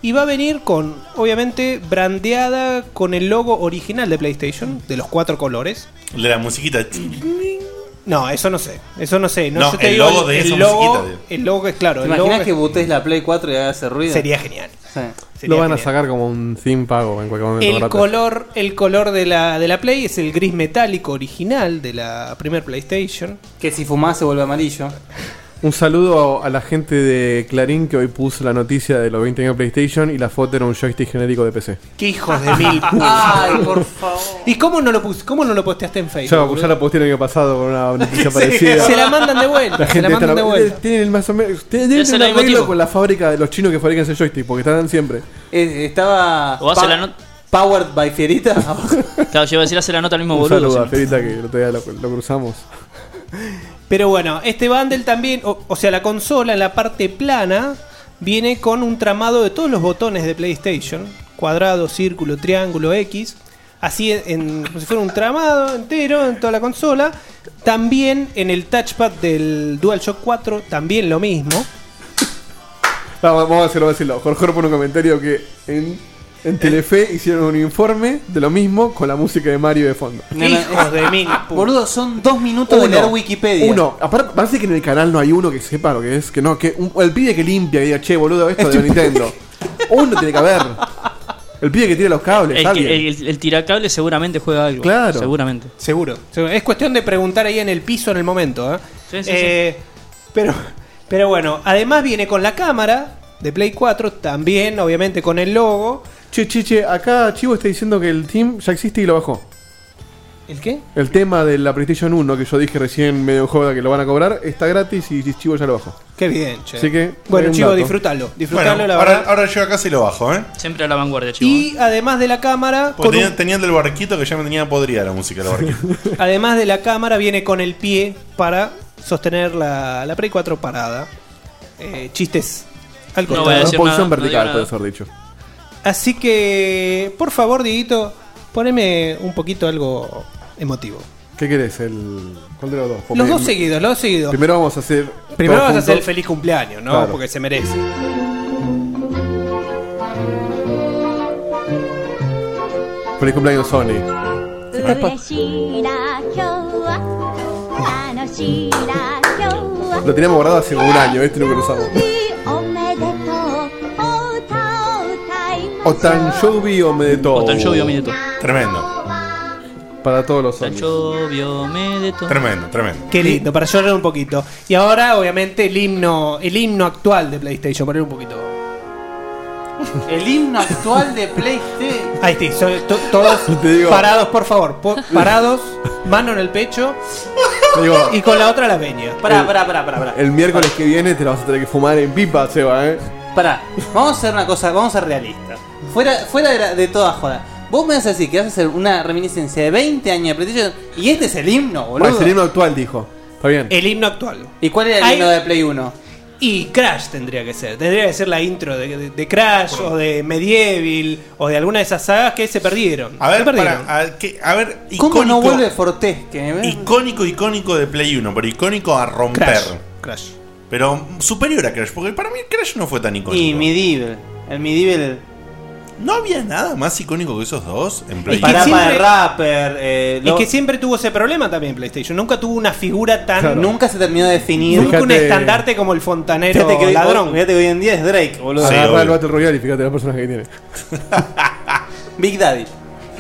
Speaker 13: Y va a venir con, obviamente, brandeada con el logo original de PlayStation, de los cuatro colores.
Speaker 2: De la musiquita.
Speaker 13: No, eso no sé. Eso no sé. No,
Speaker 2: No,
Speaker 13: yo te
Speaker 2: el
Speaker 13: digo,
Speaker 2: logo de esa
Speaker 13: el logo,
Speaker 2: musiquita,
Speaker 13: el logo es claro.
Speaker 15: ¿Te
Speaker 13: el logo
Speaker 15: imaginas
Speaker 13: es-
Speaker 15: que botes la Play 4 y hagas ese ruido?
Speaker 13: Sería genial.
Speaker 15: Sí.
Speaker 11: lo van a sacar como un theme pago en cualquier momento.
Speaker 13: el
Speaker 11: gratis.
Speaker 13: color, el color de la, de la Play es el gris metálico original de la primer PlayStation.
Speaker 15: Que si fumás se vuelve amarillo.
Speaker 11: Un saludo a la gente de Clarín que hoy puso la noticia de los 20 años de PlayStation y la foto era un joystick genérico de PC.
Speaker 13: ¡Qué hijos de mil putas!
Speaker 15: Ay, por favor.
Speaker 13: ¿Y cómo no lo pus- cómo no lo posteaste en Facebook?
Speaker 11: Ya, pues
Speaker 13: boludo?
Speaker 11: ya la posté el año pasado con una
Speaker 13: Sí,
Speaker 11: noticia parecida.
Speaker 13: se la mandan de vuelta,
Speaker 11: La
Speaker 13: se la
Speaker 11: gente
Speaker 13: mandan de
Speaker 11: está-
Speaker 13: vuelta.
Speaker 11: Tienen el más o menos. Tienen
Speaker 13: Es
Speaker 11: un
Speaker 13: el mismo
Speaker 11: arreglo
Speaker 13: tipo.
Speaker 11: con la fábrica de los chinos que fabrican ese joystick, porque están siempre.
Speaker 15: Eh, estaba.
Speaker 12: O hace
Speaker 15: pa-
Speaker 12: la not-
Speaker 15: Powered by Fierita.
Speaker 12: Claro, yo iba a decir hace la nota al mismo
Speaker 11: Un
Speaker 12: boludo.
Speaker 11: saludo a
Speaker 12: si no.
Speaker 11: Ferita que el otro día lo, lo cruzamos.
Speaker 13: Pero bueno, este bundle también, o, o sea, la consola en la parte plana viene con un tramado de todos los botones de PlayStation: cuadrado, círculo, triángulo, X. Así en, como si fuera un tramado entero en toda la consola. También en el touchpad del DualShock 4, también lo mismo.
Speaker 11: No, vamos a decirlo, vamos a decirlo. Jorge pone un comentario que en, en Telefe hicieron un informe de lo mismo con la música de Mario de fondo.
Speaker 13: Hijos de mil. putas.
Speaker 15: Boludo, son dos minutos de leer Wikipedia.
Speaker 11: Uno, aparte parece que en el canal no hay uno que sepa lo que es, que no, que un- el pibe que limpia y diga, che, boludo, esto es de Nintendo. uno tiene que haber. El pibe que tira los cables,
Speaker 12: El,
Speaker 11: alguien.
Speaker 12: que- el, el tiracable seguramente juega algo.
Speaker 11: Claro.
Speaker 12: Seguramente.
Speaker 13: Seguro. Seguro. Es cuestión de preguntar ahí en el piso en el momento. ¿eh?
Speaker 12: Sí, sí,
Speaker 13: Eh, Pero, pero bueno, además viene con la cámara de Play 4, también obviamente con el logo.
Speaker 11: Che, che, che, acá Chivo está diciendo que el team ya existe y lo bajó.
Speaker 13: ¿El qué?
Speaker 11: El tema de la PlayStation 1 que yo dije recién medio en joda que lo van a cobrar, está gratis y Chivo ya lo bajó.
Speaker 13: Qué bien, che.
Speaker 11: Así que,
Speaker 13: bueno,
Speaker 11: hay un
Speaker 13: chivo,
Speaker 11: dato.
Speaker 13: disfrútalo. Disfrútalo,
Speaker 2: Bueno,
Speaker 13: la
Speaker 2: ahora,
Speaker 13: verdad.
Speaker 2: ahora yo acá sí lo bajo, ¿eh?
Speaker 12: Siempre a la vanguardia, chico.
Speaker 13: Y además de la cámara,
Speaker 2: Porque
Speaker 13: con
Speaker 2: tenían, tenían del barquito que ya me tenía podrida la música del barquito.
Speaker 13: un- además de la cámara, viene con el pie para sostener la, la Play 4 parada. Eh, chistes al
Speaker 11: No
Speaker 13: costado.
Speaker 11: voy a decir Posición nada, no vertical, digo nada. puede ser dicho.
Speaker 13: Así que, por favor, Dieguito, poneme un poquito algo emotivo.
Speaker 11: ¿Qué querés? El... ¿Cuál de los dos?
Speaker 13: Los dos seguidos, los dos seguidos.
Speaker 11: Primero vamos a hacer.
Speaker 13: Primero
Speaker 11: todos
Speaker 13: vas a hacer el
Speaker 11: juntos.
Speaker 13: feliz cumpleaños, ¿no?
Speaker 11: Claro.
Speaker 13: Porque se merece.
Speaker 11: Feliz cumpleaños, Sony.
Speaker 21: 嬉しいな今日は楽しいな今日は
Speaker 11: Lo teníamos guardado hace como un año, este nunca lo usamos.
Speaker 21: おめでとうお歌を歌い
Speaker 11: O tan o me de todo. O tan
Speaker 12: Otanjobi
Speaker 11: o
Speaker 12: o me de todo.
Speaker 2: Tremendo.
Speaker 11: Para todos los Sony.
Speaker 2: Tremendo, tremendo.
Speaker 13: Qué lindo, para llorar un poquito. Y ahora, obviamente, el himno, el himno actual de PlayStation, poner un poquito.
Speaker 15: El himno actual de PlayStation.
Speaker 13: Ahí estoy, so- to- todos parados, por favor. po- parados, mano en el pecho. y con la otra la veña.
Speaker 15: Pará, pará, pará, pará, pará.
Speaker 11: El miércoles que viene te la vas a tener que fumar en pipa, Seba, ¿eh?
Speaker 15: Pará, vamos a hacer una cosa, vamos a ser realistas. Fuera, fuera de, la- de toda joda. Vos me vas a decir que vas a hacer una reminiscencia de 20 años de PlayStation y este es el himno,
Speaker 11: Bueno,
Speaker 15: boludo.
Speaker 11: es el himno actual, dijo. Está bien.
Speaker 13: El himno actual.
Speaker 15: ¿Y cuál era el
Speaker 13: Ahí-
Speaker 15: himno de Play 1?
Speaker 13: Y Crash tendría que ser. Tendría que ser la intro de, de- de Crash o de Medieval o de alguna de esas sagas que se perdieron.
Speaker 2: A ver,
Speaker 13: Se perdieron.
Speaker 2: para, a, ver, ¿qué- a ver,
Speaker 13: ¿Cómo
Speaker 2: icónico-
Speaker 13: no vuelve
Speaker 2: Icónico, icónico de Play 1, pero icónico a romper.
Speaker 15: Crash, Crash.
Speaker 2: Pero superior a Crash, porque para mí Crash no fue tan icónico.
Speaker 15: Y Medieval. El Medieval.
Speaker 2: ¿No había nada más icónico que esos dos en Play
Speaker 15: Pará, para el
Speaker 13: siempre-
Speaker 15: rapper. eh,
Speaker 13: Es
Speaker 15: lo-
Speaker 13: que siempre tuvo ese problema también PlayStation. Nunca tuvo una figura tan.
Speaker 15: Claro. Nunca se terminó de definir.
Speaker 13: Nunca un
Speaker 15: Fíjate-
Speaker 13: estandarte como el fontanero
Speaker 15: Fíjate que hoy-
Speaker 13: ladrón.
Speaker 15: fíjate que hoy en día es Drake, boludo.
Speaker 11: Agarra
Speaker 15: Sí, obvio.
Speaker 11: el Battle Royale y fíjate las personas que tiene.
Speaker 15: Big Daddy.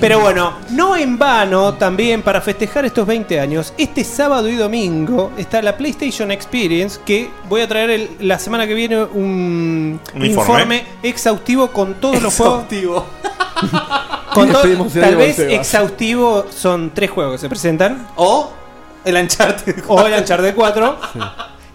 Speaker 13: Pero bueno, no en vano también para festejar estos 20 años, este sábado y domingo está la PlayStation Experience que voy a traer el- la semana que viene un,
Speaker 2: ¿Un
Speaker 13: informe?
Speaker 2: informe?
Speaker 13: exhaustivo con todos los juegos.
Speaker 15: Me
Speaker 13: con todo-
Speaker 15: estoy emocionando
Speaker 13: tal
Speaker 15: con
Speaker 13: vez
Speaker 15: Seba.
Speaker 13: exhaustivo son tres juegos que se presentan.
Speaker 15: O el Uncharted
Speaker 13: O el Uncharted 4.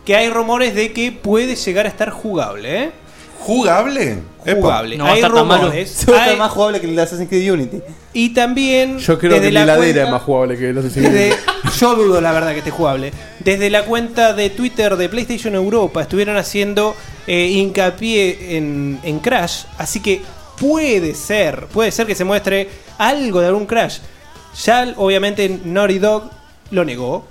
Speaker 13: Que hay rumores de que puede llegar a estar jugable, ¿eh?
Speaker 2: ¿Jugable?
Speaker 13: Jugable.
Speaker 15: No va a
Speaker 13: hay
Speaker 15: estar tan malo.
Speaker 13: rumores.
Speaker 15: Se va a estar
Speaker 13: Hay-
Speaker 15: más jugable que el Assassin's Creed Unity.
Speaker 13: Y también.
Speaker 11: Yo creo
Speaker 13: desde
Speaker 11: que la heladera
Speaker 13: cuenta-
Speaker 11: es más jugable que los
Speaker 13: Desde- yo dudo la verdad que esté jugable. Desde la cuenta de Twitter de PlayStation Europa estuvieron haciendo eh, hincapié en, en Crash, así que puede ser, puede ser que se muestre algo de algún Crash. Ya obviamente Naughty Dog lo negó,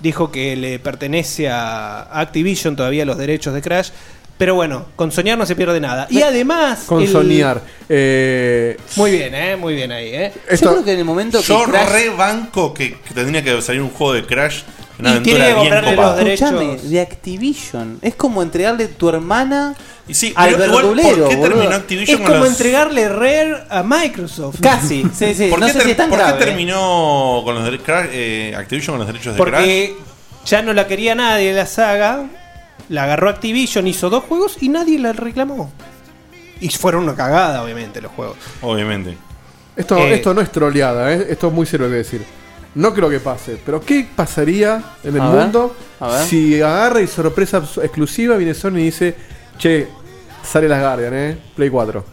Speaker 13: dijo que le pertenece a Activision todavía los derechos de Crash, pero bueno, con soñar no se pierde nada. Y además...
Speaker 11: Con
Speaker 13: el-
Speaker 11: soñar. Eh,
Speaker 13: Muy bien, eh, muy bien ahí, eh.
Speaker 15: en el momento
Speaker 13: que
Speaker 2: Yo
Speaker 13: Crash-
Speaker 2: rebanco que, que tendría que salir un juego de Crash. Una
Speaker 15: Y tiene que
Speaker 2: aventura bien
Speaker 15: comprarle
Speaker 2: copada.
Speaker 15: los derechos de Activision. Es como entregarle tu hermana
Speaker 2: y sí,
Speaker 15: al
Speaker 2: pero igual, ¿por
Speaker 15: verdulero.
Speaker 2: qué
Speaker 15: boludo.
Speaker 2: terminó Activision
Speaker 13: Es como entregarle Rare a Microsoft.
Speaker 15: Casi, sí, sí.
Speaker 2: ¿Por,
Speaker 15: no
Speaker 2: qué,
Speaker 15: sé
Speaker 2: ter-
Speaker 15: si es tan
Speaker 2: por qué
Speaker 15: grave. eh.
Speaker 2: terminó con los dere- Crash, eh, Activision con los derechos de
Speaker 13: Porque ya no la quería nadie la saga. La agarró Activision, hizo dos juegos y nadie la reclamó. Y fueron una cagada, obviamente, los juegos.
Speaker 2: Crash? Obviamente.
Speaker 11: Esto,
Speaker 13: Eh.
Speaker 11: esto no es troleada, ¿eh? esto es muy serio lo que voy a decir. No creo que pase, pero ¿qué pasaría en el
Speaker 15: A ver,
Speaker 11: mundo
Speaker 15: a ver.
Speaker 11: si agarra y sorpresa abs- exclusiva viene Sony y dice, che, sale las Guardian, ¿eh? Play 4.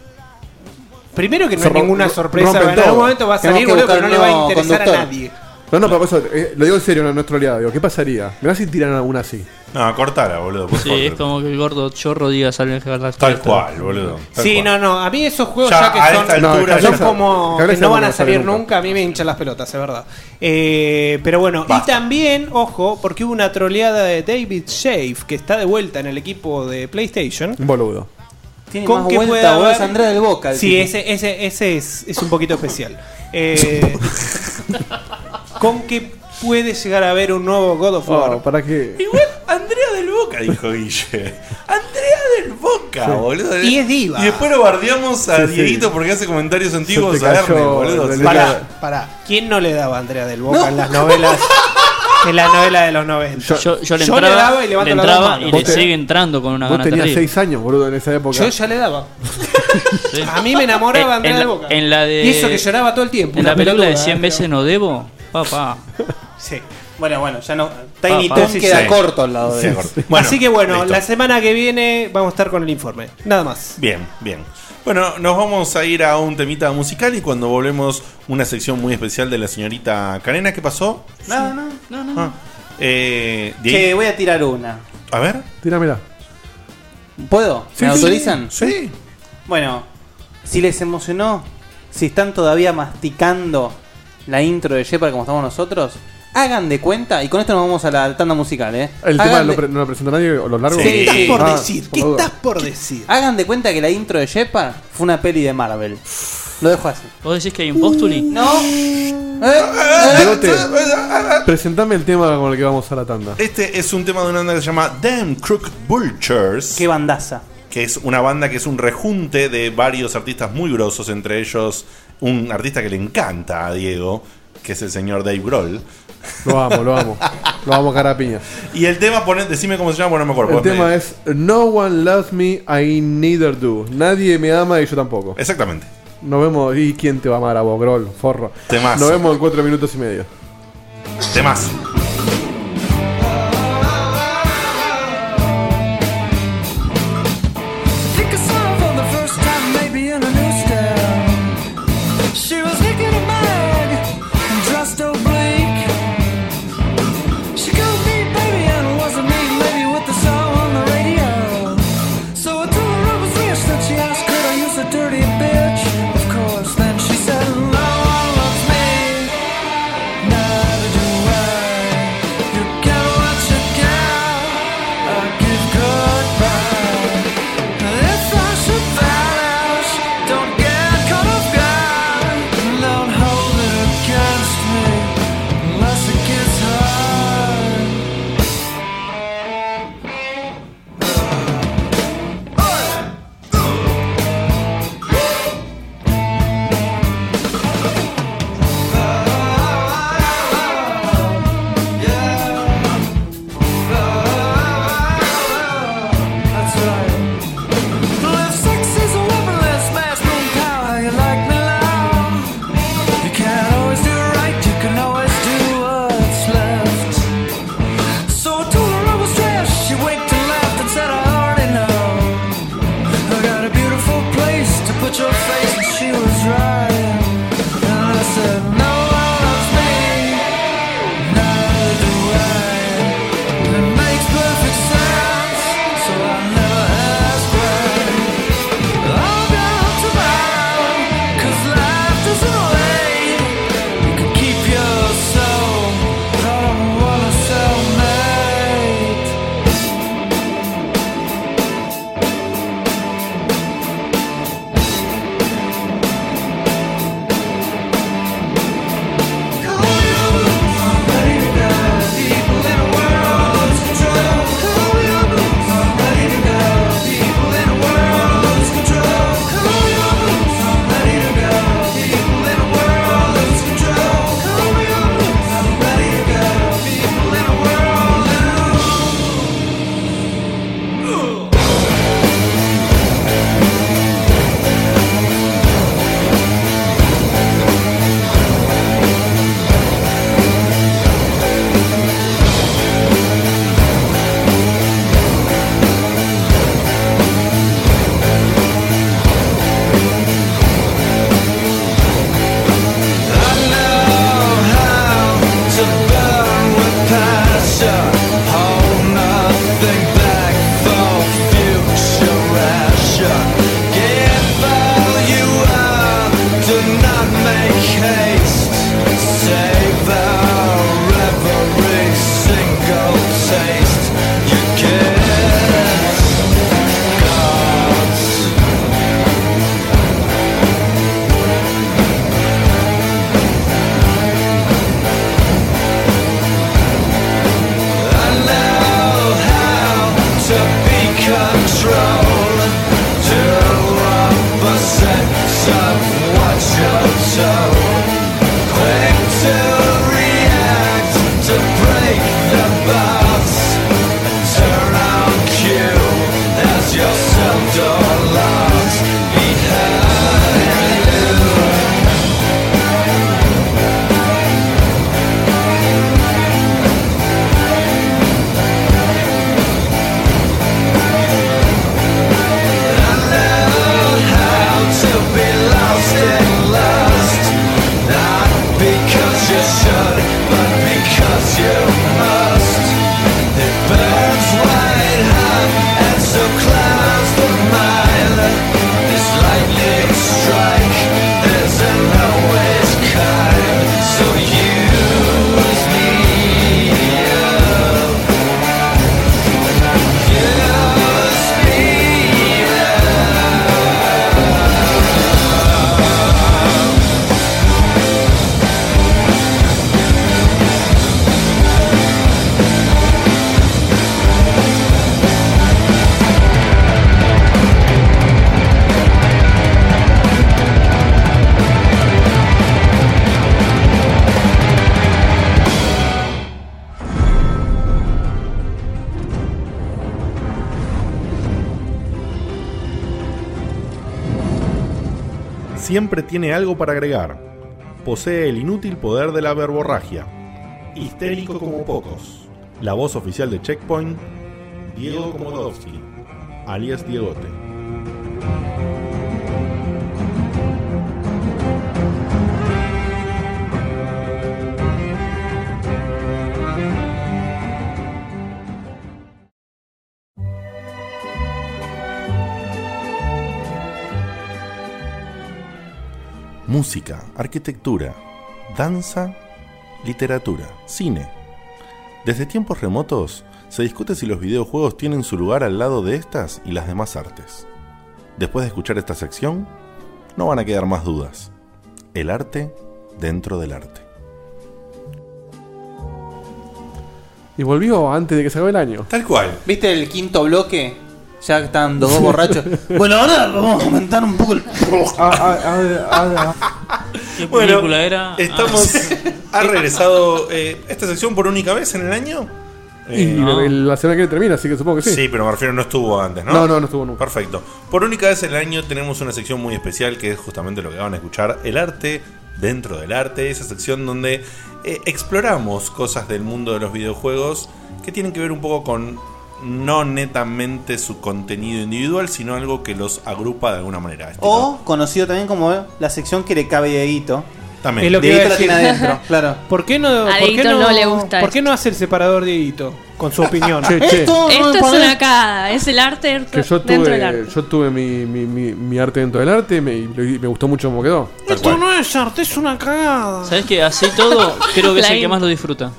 Speaker 13: Primero que no
Speaker 11: Se
Speaker 13: es
Speaker 11: ro-
Speaker 13: ninguna
Speaker 11: ro-
Speaker 13: sorpresa.
Speaker 11: rompen
Speaker 13: En algún
Speaker 11: todo.
Speaker 13: momento va a
Speaker 11: Tenemos
Speaker 13: salir,
Speaker 11: que
Speaker 13: boludo, pero no
Speaker 11: buscar
Speaker 13: le va a
Speaker 11: un nuevo
Speaker 13: interesar a
Speaker 11: conductor.
Speaker 13: nadie.
Speaker 11: No, no, pero por eso, eh, lo digo en serio, no, no es troleada, digo, ¿qué pasaría? Mirá si tiran alguna así.
Speaker 2: No, cortala, boludo. por
Speaker 12: Sí,
Speaker 2: favor.
Speaker 12: es como que el gordo chorro diga salir a jugar las
Speaker 2: Tal
Speaker 12: cartas.
Speaker 2: cual, boludo. Tal
Speaker 13: Sí,
Speaker 2: cual.
Speaker 13: no, no. A mí esos juegos
Speaker 2: Ya,
Speaker 13: ya,
Speaker 2: a
Speaker 13: que son,
Speaker 2: esta altura
Speaker 13: que son
Speaker 2: ya está.
Speaker 13: como
Speaker 2: Que
Speaker 13: que
Speaker 2: ahora ya
Speaker 13: no
Speaker 2: no
Speaker 13: van a
Speaker 2: van a salir
Speaker 13: salir nunca.
Speaker 2: nunca.
Speaker 13: A mí me hinchan las pelotas, es verdad. Eh, pero bueno, y también, ojo, porque hubo una troleada de David Shafe que está de vuelta en el equipo de PlayStation.
Speaker 11: Un boludo.
Speaker 15: Tiene
Speaker 13: con
Speaker 15: más
Speaker 13: que
Speaker 15: vuelta,
Speaker 13: pueda
Speaker 15: boludo,
Speaker 13: haber-
Speaker 15: es Andrea del Boca, el
Speaker 13: Sí,
Speaker 15: tipo.
Speaker 13: ese, ese, ese es, es un poquito especial. Eh, con que puede llegar a haber un nuevo God of War.
Speaker 11: Oh, ¿Para qué?
Speaker 2: Andrea del Boca, dijo Guille. Andrea del Boca,
Speaker 11: Sí.
Speaker 2: boludo. eh.
Speaker 13: Y es diva.
Speaker 2: Y después lo bardeamos a
Speaker 11: Sí, sí.
Speaker 2: Dieguito porque hace comentarios antiguos
Speaker 11: te
Speaker 2: a
Speaker 11: cayó
Speaker 2: Erne, boludo.
Speaker 11: el-
Speaker 13: Pará, pará. ¿Quién no le daba a Andrea del Boca en las novelas? En las novelas de los 90.
Speaker 12: Yo, yo le entraba,
Speaker 13: daba y
Speaker 12: le,
Speaker 13: levanto la
Speaker 12: entraba y
Speaker 13: mano.
Speaker 12: le sigue entrando con una
Speaker 11: Vos
Speaker 12: gana
Speaker 11: tenías
Speaker 12: terrible.
Speaker 11: 6 años, boludo, en esa época.
Speaker 13: Yo ya le daba. A mí me enamoraba Andrea
Speaker 12: Eh, en,
Speaker 13: del
Speaker 12: la-
Speaker 13: Boca.
Speaker 12: en la de
Speaker 13: Y eso que lloraba todo el tiempo.
Speaker 12: En
Speaker 13: una
Speaker 12: la película de
Speaker 13: pelotuda,
Speaker 12: 100 veces no debo, papá.
Speaker 13: Sí.
Speaker 15: Bueno, bueno, ya no.
Speaker 12: Tiny Toon queda corto al lado de-
Speaker 2: Sí, corto. Bueno,
Speaker 13: Así que bueno,
Speaker 2: listo.
Speaker 13: la semana que viene vamos a estar con el informe. Nada más.
Speaker 2: Bien, bien. Bueno, nos vamos a ir a un temita musical y cuando volvemos una sección muy especial de la señorita Karena, ¿qué pasó? Ah,
Speaker 15: Nada, no, no, no.
Speaker 2: Eh, de ahí-
Speaker 6: Che, voy a tirar una.
Speaker 2: A ver.
Speaker 11: Tíramela.
Speaker 6: ¿Puedo?
Speaker 11: Sí,
Speaker 6: ¿Me
Speaker 11: sí,
Speaker 6: autorizan?
Speaker 2: Sí,
Speaker 6: Bueno, si les emocionó, si están todavía masticando la intro de Shepard como estamos nosotros, hagan de cuenta, y con esto nos vamos a la tanda musical, ¿eh?
Speaker 11: ¿El
Speaker 6: Hagan
Speaker 11: tema lo
Speaker 6: de-
Speaker 11: pre- no lo presenta nadie o lo largo?
Speaker 6: ¿Qué estás por
Speaker 11: Ah,
Speaker 6: decir?
Speaker 11: por duda.
Speaker 6: por decir? Hagan de cuenta que la intro de Shepard fue una peli de Marvel. Lo dejo así. Mm,
Speaker 12: ¿Vos decís que hay un postuli?
Speaker 6: No.
Speaker 11: Diegote, presentame el tema con el que vamos a la tanda.
Speaker 2: Este es un tema de una banda que se llama Damn Crook Vultures. Qué
Speaker 6: bandaza.
Speaker 2: Que es una banda que es un rejunte de varios artistas muy grosos, entre ellos un artista que le encanta a Diego, que es el señor Dave Grohl.
Speaker 11: Lo amo, lo amo. lo amo, carapiña.
Speaker 2: Y el tema, poné- decime cómo se llama, porque no me acuerdo.
Speaker 11: El
Speaker 2: Ponme-
Speaker 11: tema es No one loves me, I neither do. Nadie me ama y yo tampoco.
Speaker 2: Exactamente.
Speaker 11: Nos vemos. ¿Y quién te va a amar a vos, Grol? Forro.
Speaker 2: Temazo.
Speaker 11: Nos vemos en cuatro minutos y medio.
Speaker 2: Temazo.
Speaker 14: Pick us up for the first time, maybe in a new style. She was nicking a bag and dressed oblique. She called me baby and it wasn't me, maybe with the song on the radio. So I told her I was rich, then she asked, could I use a dirty bitch? Of course, then she said, no one loves me, neither do I. You get what you get, I give goodbye. If I should vanish, don't get caught off guard. Don't hold it against me unless it gets hard. That's right. If sex is a weapon, let's smash boom pow. How you like me now? You can't always do right. You can always do what's left. So I told her I was trash. She winked and laughed and said, I already know. I got a beautiful place to put your face, and she was right. And I said, No one loves me, neither do I. It makes perfect sense, so I never ask why. I'll go tomorrow, 'cause life doesn't wait. You can keep your soul, but I don't wanna soulmate. To burn with passion, hold nothing back for future ration. Give all you are, do not make haste. Savor every single taste you kiss. Gods. to be controlled. Do opposite of what you're told.
Speaker 17: Siempre tiene algo para agregar. Posee el inútil poder de la verborragia. Histérico como pocos. La voz oficial de Checkpoint, Diego Komodowski, alias Diegote. Música, arquitectura, danza, literatura, cine. Desde tiempos remotos se discute si los videojuegos tienen su lugar al lado de estas y las demás artes. Después de escuchar esta sección, no van a quedar más dudas. El arte dentro del arte.
Speaker 11: Y volvió antes de que se acabe el año.
Speaker 2: Tal cual.
Speaker 15: ¿Viste el quinto bloque? Ya están los dos borrachos. bueno, ahora vamos a aumentar un poco el.
Speaker 12: ¿Qué
Speaker 2: Bueno,
Speaker 12: película era? Ah.
Speaker 2: Estamos. ha regresado eh, esta sección por única vez en el año.
Speaker 11: Y
Speaker 2: Eh, no.
Speaker 11: la- la semana que viene termina, así que supongo que sí.
Speaker 2: Sí, pero me refiero no estuvo antes, ¿no?
Speaker 11: No, no, no estuvo nunca.
Speaker 2: Perfecto. Por única vez en el año tenemos una sección muy especial que es justamente lo que van a escuchar, el arte dentro del arte, esa sección donde eh, exploramos cosas del mundo de los videojuegos que tienen que ver un poco con no netamente su contenido individual, sino algo que los agrupa de alguna manera.
Speaker 15: O conocido también como la sección que le cabe a Dieguito.
Speaker 2: También.
Speaker 13: Es lo que iba a
Speaker 15: Dieguito la tiene
Speaker 13: decir.
Speaker 15: adentro, claro.
Speaker 13: ¿Por qué no,
Speaker 9: A
Speaker 13: por qué
Speaker 9: Dieguito no le gusta
Speaker 13: ¿Por qué no hace el separador Dieguito? Con su opinión.
Speaker 11: Che, che. Esto
Speaker 9: Esto es una cagada, es el arte dentro,
Speaker 11: Que yo
Speaker 9: dentro del arte.
Speaker 11: tuve, yo tuve mi, mi, mi, mi arte dentro del arte me- y me gustó mucho cómo quedó.
Speaker 3: Esto no es arte, es una cagada.
Speaker 12: ¿Sabes que así todo creo que es
Speaker 3: La
Speaker 12: el que
Speaker 3: in-
Speaker 12: más lo disfruta?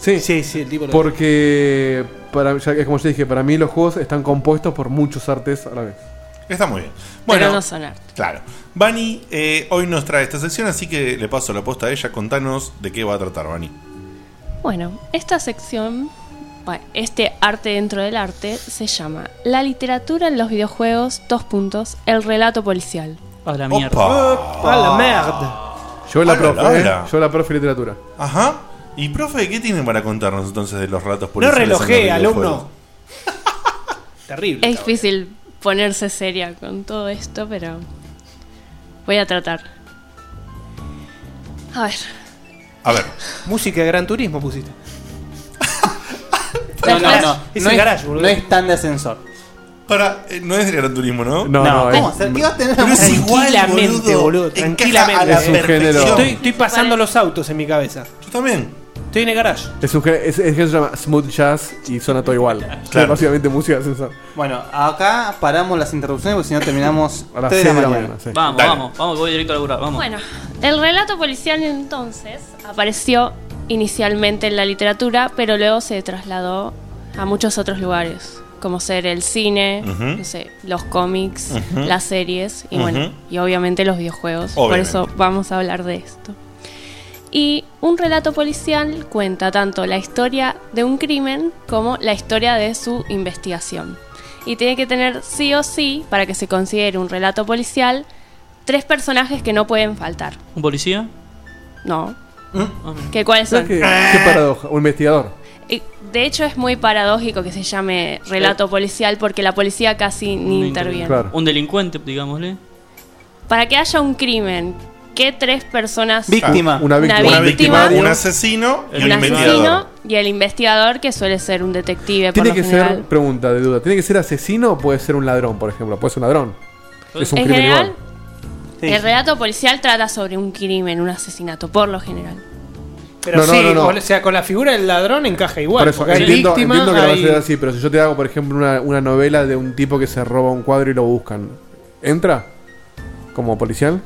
Speaker 11: Sí,
Speaker 13: sí, sí el tipo lo-
Speaker 11: Porque, para, ya, es como yo dije, para mí los juegos están compuestos por muchos artes a la vez.
Speaker 2: Está muy bien.
Speaker 9: Pero no son arte.
Speaker 2: Claro. Vani eh, hoy nos trae esta sección, así que le paso la posta a ella. Contanos de qué va a tratar, Vani.
Speaker 9: Bueno, esta sección, pa- este arte dentro del arte, se llama La literatura en los videojuegos, dos puntos, el relato policial.
Speaker 12: A la
Speaker 11: mierda.
Speaker 13: A la mierda.
Speaker 11: Yo la
Speaker 2: Hola,
Speaker 11: profe,
Speaker 2: Laura.
Speaker 11: eh, yo la profe de literatura.
Speaker 2: Ah, Ajá. ¿Y profe, qué tienen para contarnos entonces de los ratos policiales? en los
Speaker 13: relojee,
Speaker 2: videojuegos?
Speaker 13: alumno. Terrible.
Speaker 9: Es difícil ponerse seria con todo esto, pero voy a tratar. A ver,
Speaker 2: A ver.
Speaker 13: Música de Gran Turismo pusiste.
Speaker 15: No, no, no.
Speaker 13: Es
Speaker 15: no
Speaker 13: el
Speaker 15: es-
Speaker 13: garage, boludo.
Speaker 15: no es tan de ascensor.
Speaker 2: Para, eh, no es de Gran Turismo, ¿no?
Speaker 11: No, no,
Speaker 15: ¿Cómo? es- ¿Qué vas a tener la
Speaker 2: Pero es
Speaker 15: música?
Speaker 2: igual,
Speaker 13: Tranquilamente,
Speaker 2: boludo.
Speaker 13: boludo.
Speaker 2: Encaja
Speaker 13: Tranquilamente.
Speaker 2: a la Es un perfección. género.
Speaker 13: Estoy, estoy pasando los autos en mi cabeza.
Speaker 2: Yo también.
Speaker 13: Estoy en el garage.
Speaker 11: Es un género- es, es que se llama smooth jazz y suena todo igual. Es básicamente música de ascensor.
Speaker 15: Bueno, acá paramos las interrupciones porque si no terminamos
Speaker 11: A las
Speaker 15: tres
Speaker 11: seis de la mañana, sí.
Speaker 12: Vamos,
Speaker 11: Dale.
Speaker 12: vamos, vamos, voy directo a laburar, vamos.
Speaker 9: bueno, el relato policial entonces apareció inicialmente en la literatura, pero luego se trasladó a muchos otros lugares, como ser el cine,
Speaker 21: Ujú.
Speaker 9: no sé, los cómics,
Speaker 21: Ujú.
Speaker 9: las series y bueno,
Speaker 21: Ujú.
Speaker 9: y obviamente los videojuegos.
Speaker 21: Obviamente.
Speaker 9: Por eso vamos a hablar de esto. Y un relato policial cuenta tanto la historia de un crimen como la historia de su investigación. Y tiene que tener sí o sí, para que se considere un relato policial, tres personajes que no pueden faltar.
Speaker 12: ¿Un policía?
Speaker 9: No. ¿Qué cuáles son?
Speaker 2: Eh.
Speaker 11: ¿Qué, qué paradoja? Un investigador.
Speaker 9: Y, de hecho es muy paradójico que se llame relato policial porque la policía casi ni interviene.
Speaker 12: Un delincuente, digámosle.
Speaker 9: Para que haya un crimen, ¿qué tres personas?
Speaker 2: Una víctima.
Speaker 9: Una víctima,
Speaker 2: un asesino y un,
Speaker 9: un
Speaker 2: investigador.
Speaker 9: asesino y el investigador que suele ser un detective por
Speaker 11: Tiene
Speaker 9: lo
Speaker 11: que
Speaker 9: general.
Speaker 11: ser, pregunta de duda, ¿tiene que ser asesino o puede ser un ladrón, por ejemplo? Puede ser un ladrón. Es un
Speaker 9: en
Speaker 11: crimen
Speaker 9: general,
Speaker 11: igual.
Speaker 9: el relato policial trata sobre un crimen, un asesinato, por lo general.
Speaker 13: Pero
Speaker 11: No, no,
Speaker 13: sí,
Speaker 11: no, no.
Speaker 13: o sea, con la figura del ladrón encaja igual.
Speaker 11: por eso,
Speaker 13: porque hay
Speaker 11: entiendo,
Speaker 13: víctima,
Speaker 11: entiendo que la va a
Speaker 13: hay-
Speaker 11: ser así, pero si yo te hago, por ejemplo, una, una novela de un tipo que se roba un cuadro y lo buscan, ¿entra? ¿Como policial?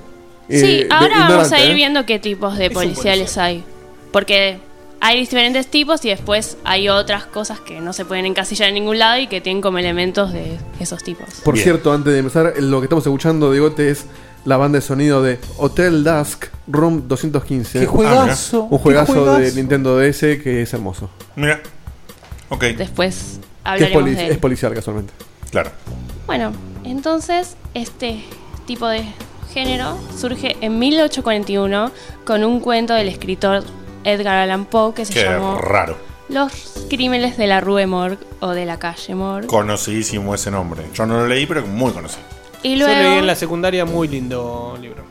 Speaker 9: sí,
Speaker 11: Eh,
Speaker 9: ahora vamos a
Speaker 11: de- ignorante,
Speaker 9: ir
Speaker 11: ¿eh?
Speaker 9: viendo qué tipos de
Speaker 11: un
Speaker 9: policiales
Speaker 11: policial.
Speaker 9: hay. Porque hay diferentes tipos y después hay otras cosas que no se pueden encasillar en ningún lado y que tienen como elementos de esos tipos.
Speaker 11: Por cierto, antes de empezar, lo que estamos escuchando de Gote es la banda de sonido de Hotel Dusk Room 215.
Speaker 15: ¡Qué juegazo!
Speaker 11: Un juegazo,
Speaker 15: ¡Qué juegazo!
Speaker 11: de Nintendo DS que es hermoso.
Speaker 2: Mira. Ok.
Speaker 9: Después
Speaker 11: Que es,
Speaker 9: hablaremos
Speaker 11: poli-
Speaker 9: de él.
Speaker 11: es policial casualmente.
Speaker 2: Claro.
Speaker 9: Bueno, entonces este tipo de género surge en 1841 con un cuento del escritor Edgar Allan Poe que se
Speaker 2: Qué
Speaker 9: llamó
Speaker 2: raro.
Speaker 9: Los crímenes de la Rue Morgue o de la calle Morgue.
Speaker 2: Conocidísimo ese nombre. Yo no lo leí, pero muy conocido.
Speaker 9: Y
Speaker 13: Yo leí en
Speaker 9: luego,
Speaker 13: la secundaria muy lindo libro.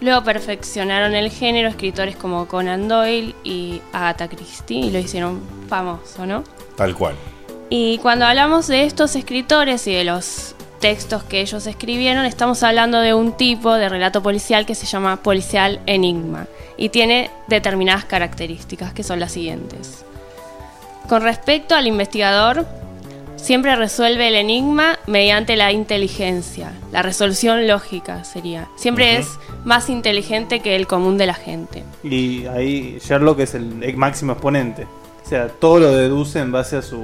Speaker 9: luego perfeccionaron el género escritores como Conan Doyle y Agatha Christie y lo hicieron famoso, ¿no?
Speaker 2: Tal cual.
Speaker 9: Y cuando hablamos de estos escritores y de los textos que ellos escribieron, estamos hablando de un tipo de relato policial que se llama policial enigma y tiene determinadas características que son las siguientes. Con respecto al investigador, siempre resuelve el enigma mediante la inteligencia, la resolución lógica sería. Siempre
Speaker 6: Ujú.
Speaker 9: es más inteligente que el común de la gente.
Speaker 6: Y ahí Sherlock es el ex- máximo exponente. O sea, todo lo deduce en base a su.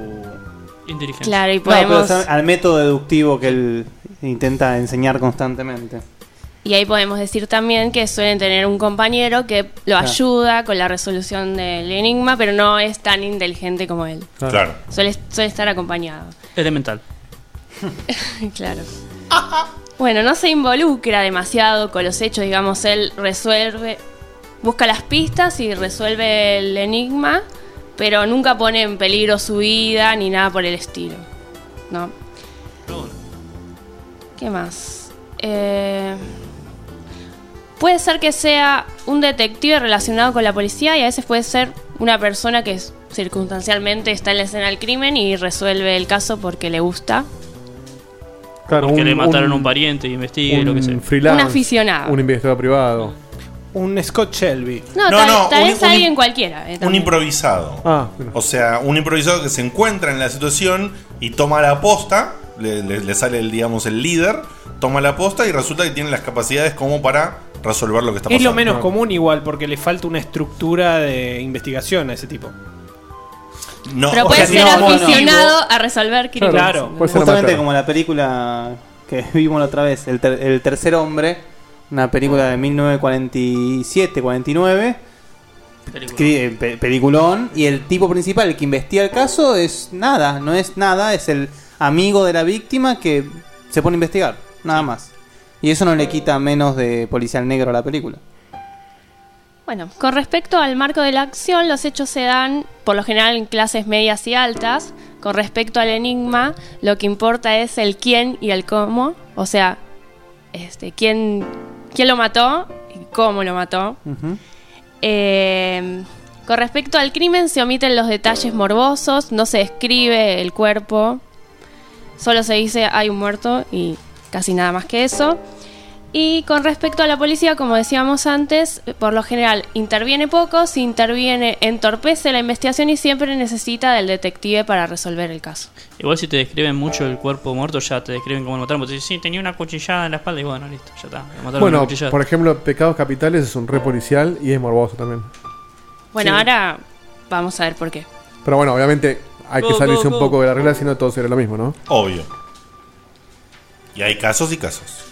Speaker 12: Inteligencia.
Speaker 9: Claro, y
Speaker 6: No, pero
Speaker 9: podemos-
Speaker 6: sabe- al método deductivo que él intenta enseñar constantemente.
Speaker 9: Y ahí podemos decir también que suelen tener un compañero que lo
Speaker 6: Ah.
Speaker 9: ayuda con la resolución del enigma, pero no es tan inteligente como él.
Speaker 12: Claro.
Speaker 9: Suele, suele estar acompañado.
Speaker 12: Elemental.
Speaker 9: claro. Bueno, no se involucra demasiado con los hechos, digamos, él resuelve, busca las pistas y resuelve el enigma, pero nunca pone en peligro su vida ni nada por el estilo. ¿No? ¿Qué más? Eh, puede ser que sea un detective relacionado con la policía y a veces puede ser una persona que s- circunstancialmente está en la escena del crimen y resuelve el caso porque le gusta.
Speaker 11: Claro,
Speaker 12: Porque
Speaker 11: un-
Speaker 12: le mataron a un
Speaker 11: un-
Speaker 12: pariente y investigue, lo que sea.
Speaker 11: freelance,
Speaker 9: Un aficionado.
Speaker 11: Un investigador privado.
Speaker 13: Un Scott Shelby.
Speaker 9: No,
Speaker 2: No,
Speaker 9: tal,
Speaker 2: no,
Speaker 9: tal
Speaker 2: un-
Speaker 9: vez
Speaker 2: un-
Speaker 9: alguien cualquiera. eh,
Speaker 2: Un
Speaker 9: también.
Speaker 2: improvisado. O sea, un improvisado que se encuentra en la situación y toma la posta, le, le- le sale, el, digamos, el líder, toma la posta y resulta que tiene las capacidades como para resolver lo que está
Speaker 13: Es
Speaker 2: pasando.
Speaker 13: lo menos común igual, porque le falta una estructura de investigación a ese tipo.
Speaker 2: No,
Speaker 9: Pero
Speaker 13: o
Speaker 9: puede
Speaker 13: sea,
Speaker 9: ser
Speaker 13: no, no, no.
Speaker 9: aficionado a resolver crímenes.
Speaker 6: Justamente como la película que vimos la otra vez, El, ter- El Tercer Hombre, una película de 1947-49, eh, peliculón, y el tipo principal, el que investiga el caso, es nada, no es nada, es el amigo de la víctima que se pone a investigar, nada más. Y eso no le quita menos de policial negro a la película.
Speaker 9: Bueno, con respecto al marco de la acción, los hechos se dan por lo general en clases medias y altas. Con respecto al enigma, lo que importa es el quién y el cómo. O sea, este, quién, quién lo mató y cómo lo mató.
Speaker 14: Mm-hmm.
Speaker 9: Eh, con respecto al crimen, se omiten los detalles morbosos, no se describe el cuerpo, solo se dice hay un muerto y casi nada más que eso. Y con respecto a la policía, como decíamos antes, por lo general interviene poco, si interviene entorpece la investigación y siempre necesita del detective para resolver el caso.
Speaker 12: Igual si te describen mucho el cuerpo muerto, ya te describen cómo lo mataron. Porque te dicen, sí, tenía una cuchillada en la espalda y bueno, listo, ya está. Lo mataron con una
Speaker 11: Bueno,
Speaker 12: cuchillada.
Speaker 11: por ejemplo, Pecados Capitales es un re policial y es morboso también.
Speaker 9: Bueno,
Speaker 12: Sí.
Speaker 9: ahora vamos a ver por qué.
Speaker 11: Pero bueno, obviamente hay que
Speaker 9: Go,
Speaker 11: salirse
Speaker 9: go,
Speaker 11: un
Speaker 9: go.
Speaker 11: poco de la regla, si no todo sería lo mismo, ¿no?
Speaker 2: Obvio. Y hay casos y casos.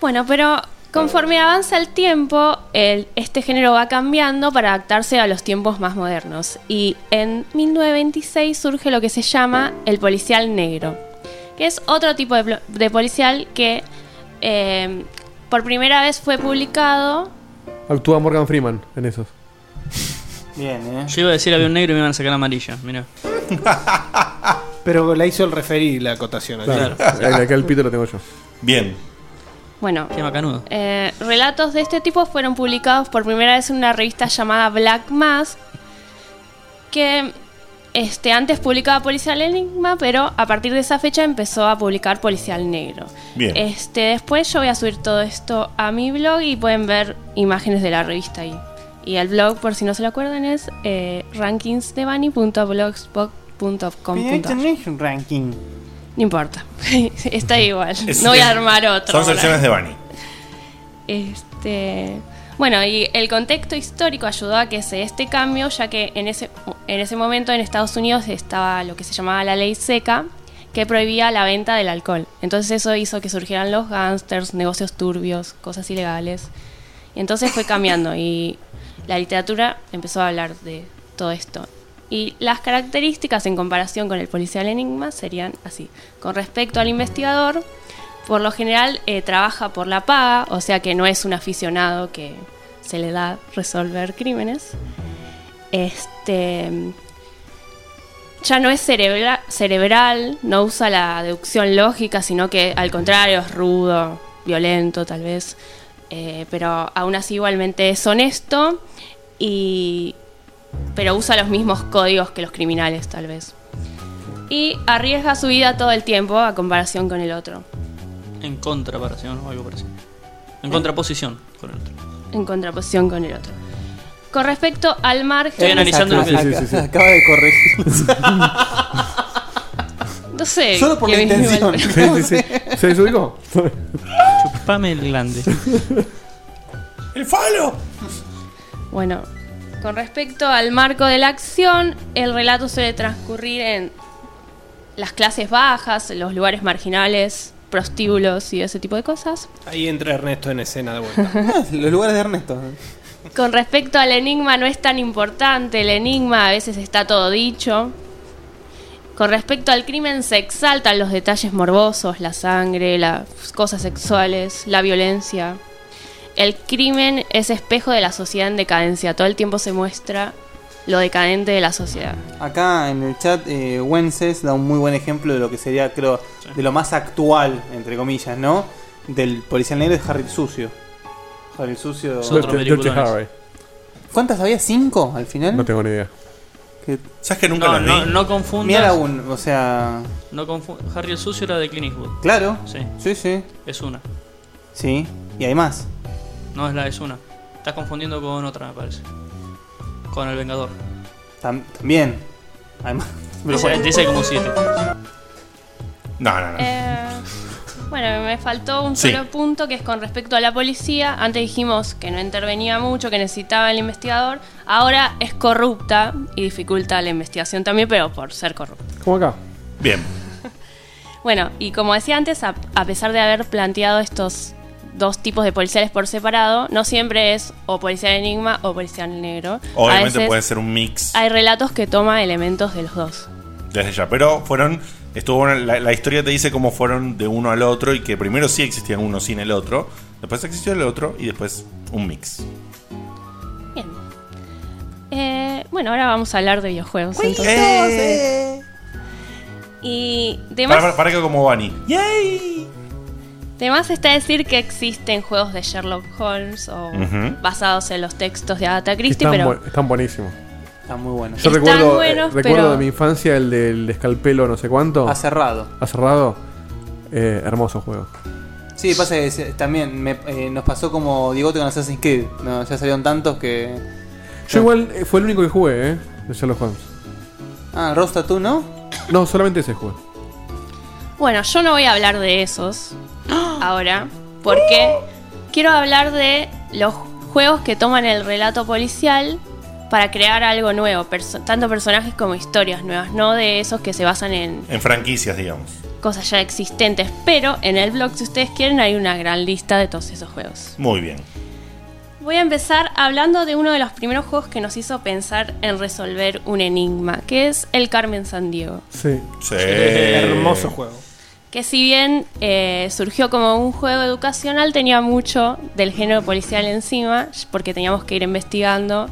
Speaker 9: Bueno, pero conforme avanza el tiempo, el- este género va cambiando para adaptarse a los tiempos más modernos. Y en 1926 surge lo que se llama el policial negro, que es otro tipo de, plo- de policial que eh, por primera vez fue publicado.
Speaker 11: Actúa Morgan Freeman en esos.
Speaker 6: Bien, eh.
Speaker 12: Yo iba a decir había un negro y me iban a sacar la amarilla, mirá.
Speaker 13: Pero la hizo el referí la acotación.
Speaker 12: Claro.
Speaker 11: El, aquel pito lo tengo yo.
Speaker 2: Bien.
Speaker 9: Bueno,
Speaker 12: Qué macanudo.
Speaker 9: eh, relatos de este tipo fueron publicados por primera vez en una revista llamada Black Mask, que este, antes publicaba Policial Enigma, pero a partir de esa fecha empezó a publicar Policial Negro.
Speaker 2: Bien.
Speaker 9: Este, después yo voy a subir todo esto a mi blog y pueden ver imágenes de la revista ahí. Y el blog, por si no se lo acuerdan, es eh, rankingsdebunny.blogspot.com.
Speaker 6: un ranking.
Speaker 9: No importa, está igual.
Speaker 2: Es-
Speaker 9: no voy a
Speaker 2: es-
Speaker 9: armar otro.
Speaker 2: Son
Speaker 9: ahora.
Speaker 2: secciones de Bani.
Speaker 9: Este, bueno, y el contexto histórico ayudó a que se dé este cambio, ya que en ese, en ese momento en Estados Unidos estaba lo que se llamaba la ley seca, que prohibía la venta del alcohol. Entonces eso hizo que surgieran los gángsters, negocios turbios, cosas ilegales. Y entonces fue cambiando y la literatura empezó a hablar de todo esto. Y las características en comparación con el policial enigma serían así. Con respecto al investigador, por lo general eh, trabaja por la paga, o sea que no es un aficionado que se le da resolver crímenes. Este ya no es cerebra- cerebral, no usa la deducción lógica, sino que al contrario es rudo, violento tal vez, Eh, pero aún así igualmente es honesto y pero usa los mismos códigos que los criminales tal vez. Y arriesga su vida todo el tiempo a comparación con el otro,
Speaker 12: En contraparación o algo parecido. En contraposición con el otro.
Speaker 9: en contraposición con el otro. Con respecto al margen...
Speaker 12: Estoy analizando lo que
Speaker 15: Acá- Acaba de corregir.
Speaker 9: No sé.
Speaker 15: Solo por la
Speaker 9: Kevin Newell,
Speaker 15: intención.
Speaker 9: pero-
Speaker 11: ¿Se desubicó?
Speaker 12: Chupame el glande.
Speaker 9: ¡El falo! Bueno, con respecto al marco de la acción, el relato suele transcurrir en las clases bajas, los lugares marginales, prostíbulos y ese tipo de cosas.
Speaker 13: Ahí entra Ernesto en escena de vuelta.
Speaker 15: Los lugares de Ernesto.
Speaker 9: Con respecto al enigma, no es tan importante. El enigma a veces está todo dicho. Con respecto al crimen, se exaltan los detalles morbosos, la sangre, las cosas sexuales, la violencia. El crimen es espejo de la sociedad en decadencia. Todo el tiempo se muestra lo decadente de la sociedad.
Speaker 15: Acá en el chat, eh, Wences da un muy buen ejemplo de lo que sería, creo, de lo más actual, entre comillas, ¿no? Del policial negro de Harry el Sucio. Harry el Sucio.
Speaker 11: Es otro Dirty- Dirty peliculón Harry.
Speaker 15: ¿Cuántas había? ¿Cinco al final?
Speaker 11: No tengo ni idea.
Speaker 2: ¿Sabes que
Speaker 12: nunca No, las vi? no, no confundas.
Speaker 15: Mira aún, o sea.
Speaker 12: No confu- Harry el sucio era de Clint Eastwood.
Speaker 15: Claro.
Speaker 12: Sí.
Speaker 15: Sí, sí.
Speaker 12: Es una.
Speaker 15: Sí. Y hay más.
Speaker 12: No es la es una. Estás confundiendo con otra, me parece. Con el Vengador.
Speaker 15: Tam- también. Hay más.
Speaker 12: Dice, dice como siete.
Speaker 2: No, no, no.
Speaker 9: Eh, bueno, me faltó un
Speaker 2: Sí.
Speaker 9: solo punto que es con respecto a la policía. Antes dijimos que no intervenía mucho, que necesitaba el investigador. Ahora es corrupta y dificulta la investigación también, pero por ser corrupta.
Speaker 11: Como acá.
Speaker 2: Bien.
Speaker 9: Bueno, y como decía antes, a, a pesar de haber planteado estos dos tipos de policiales por separado, no siempre es o policial enigma o policial negro.
Speaker 2: Obviamente
Speaker 9: a veces
Speaker 2: puede ser un mix
Speaker 9: Hay relatos que toma elementos de los dos.
Speaker 2: desde ya. Pero fueron. Estuvo bueno, la, la historia te dice cómo fueron de uno al otro y que primero sí existían uno sin el otro. Después existió el otro y después un mix.
Speaker 9: Bien. Eh, bueno, ahora vamos a hablar de videojuegos. entonces. Y de
Speaker 2: Para,
Speaker 9: más,
Speaker 2: para, para que como Bunny.
Speaker 9: de más está decir que existen juegos de Sherlock Holmes o
Speaker 11: Ujú.
Speaker 9: basados en los textos de Agatha Christie,
Speaker 11: Están,
Speaker 9: pero
Speaker 11: bu- están buenísimos.
Speaker 15: Están muy buenos.
Speaker 11: Yo
Speaker 9: Están
Speaker 11: recuerdo,
Speaker 9: buenos,
Speaker 11: eh, recuerdo
Speaker 9: pero-
Speaker 11: de mi infancia el del escalpelo no sé cuánto.
Speaker 15: Aserrado.
Speaker 11: Aserrado. Eh, hermoso juego.
Speaker 15: Sí, pasa que se- también me- eh, nos pasó como Digote con Assassin's Creed. No, ya salieron tantos que.
Speaker 11: Yo igual eh, fue el único que jugué, ¿eh? De Sherlock Holmes.
Speaker 15: Ah, Rosta, ¿tú no?
Speaker 11: No, solamente ese juego.
Speaker 9: bueno, yo no voy a hablar de esos ahora, porque quiero hablar de los juegos que toman el relato policial para crear algo nuevo, perso- tanto personajes como historias nuevas, no de esos que se basan en
Speaker 2: En franquicias, digamos.
Speaker 9: cosas ya existentes, pero en el blog, si ustedes quieren, hay una gran lista de todos esos juegos.
Speaker 2: Muy bien.
Speaker 9: Voy a empezar hablando de uno de los primeros juegos que nos hizo pensar en resolver un enigma, que es el Carmen San Diego.
Speaker 11: Sí.
Speaker 2: Sí.
Speaker 13: Hermoso juego.
Speaker 9: Que si bien eh, surgió como un juego educacional, tenía mucho del género policial encima, porque teníamos que ir investigando,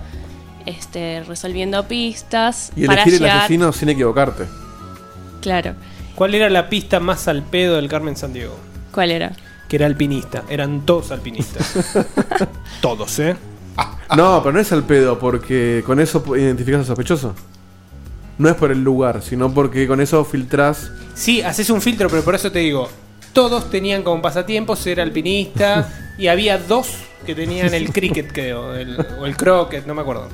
Speaker 9: este, resolviendo pistas
Speaker 11: Y
Speaker 9: para
Speaker 11: elegir el
Speaker 9: llegar.
Speaker 11: asesino sin equivocarte.
Speaker 9: Claro,
Speaker 13: ¿Cuál era la pista más al pedo del Carmen San Diego?
Speaker 9: ¿cuál era?
Speaker 13: Que era alpinista. Eran dos alpinistas. Todos, ¿eh?
Speaker 11: No, pero no es al pedo, porque con eso identificas al sospechoso. No es por el lugar, sino porque con eso filtrás.
Speaker 13: Sí, haces un filtro, pero por eso te digo, todos tenían como pasatiempo ser alpinista y había dos que tenían el cricket, creo, el- o el croquet, no me acuerdo.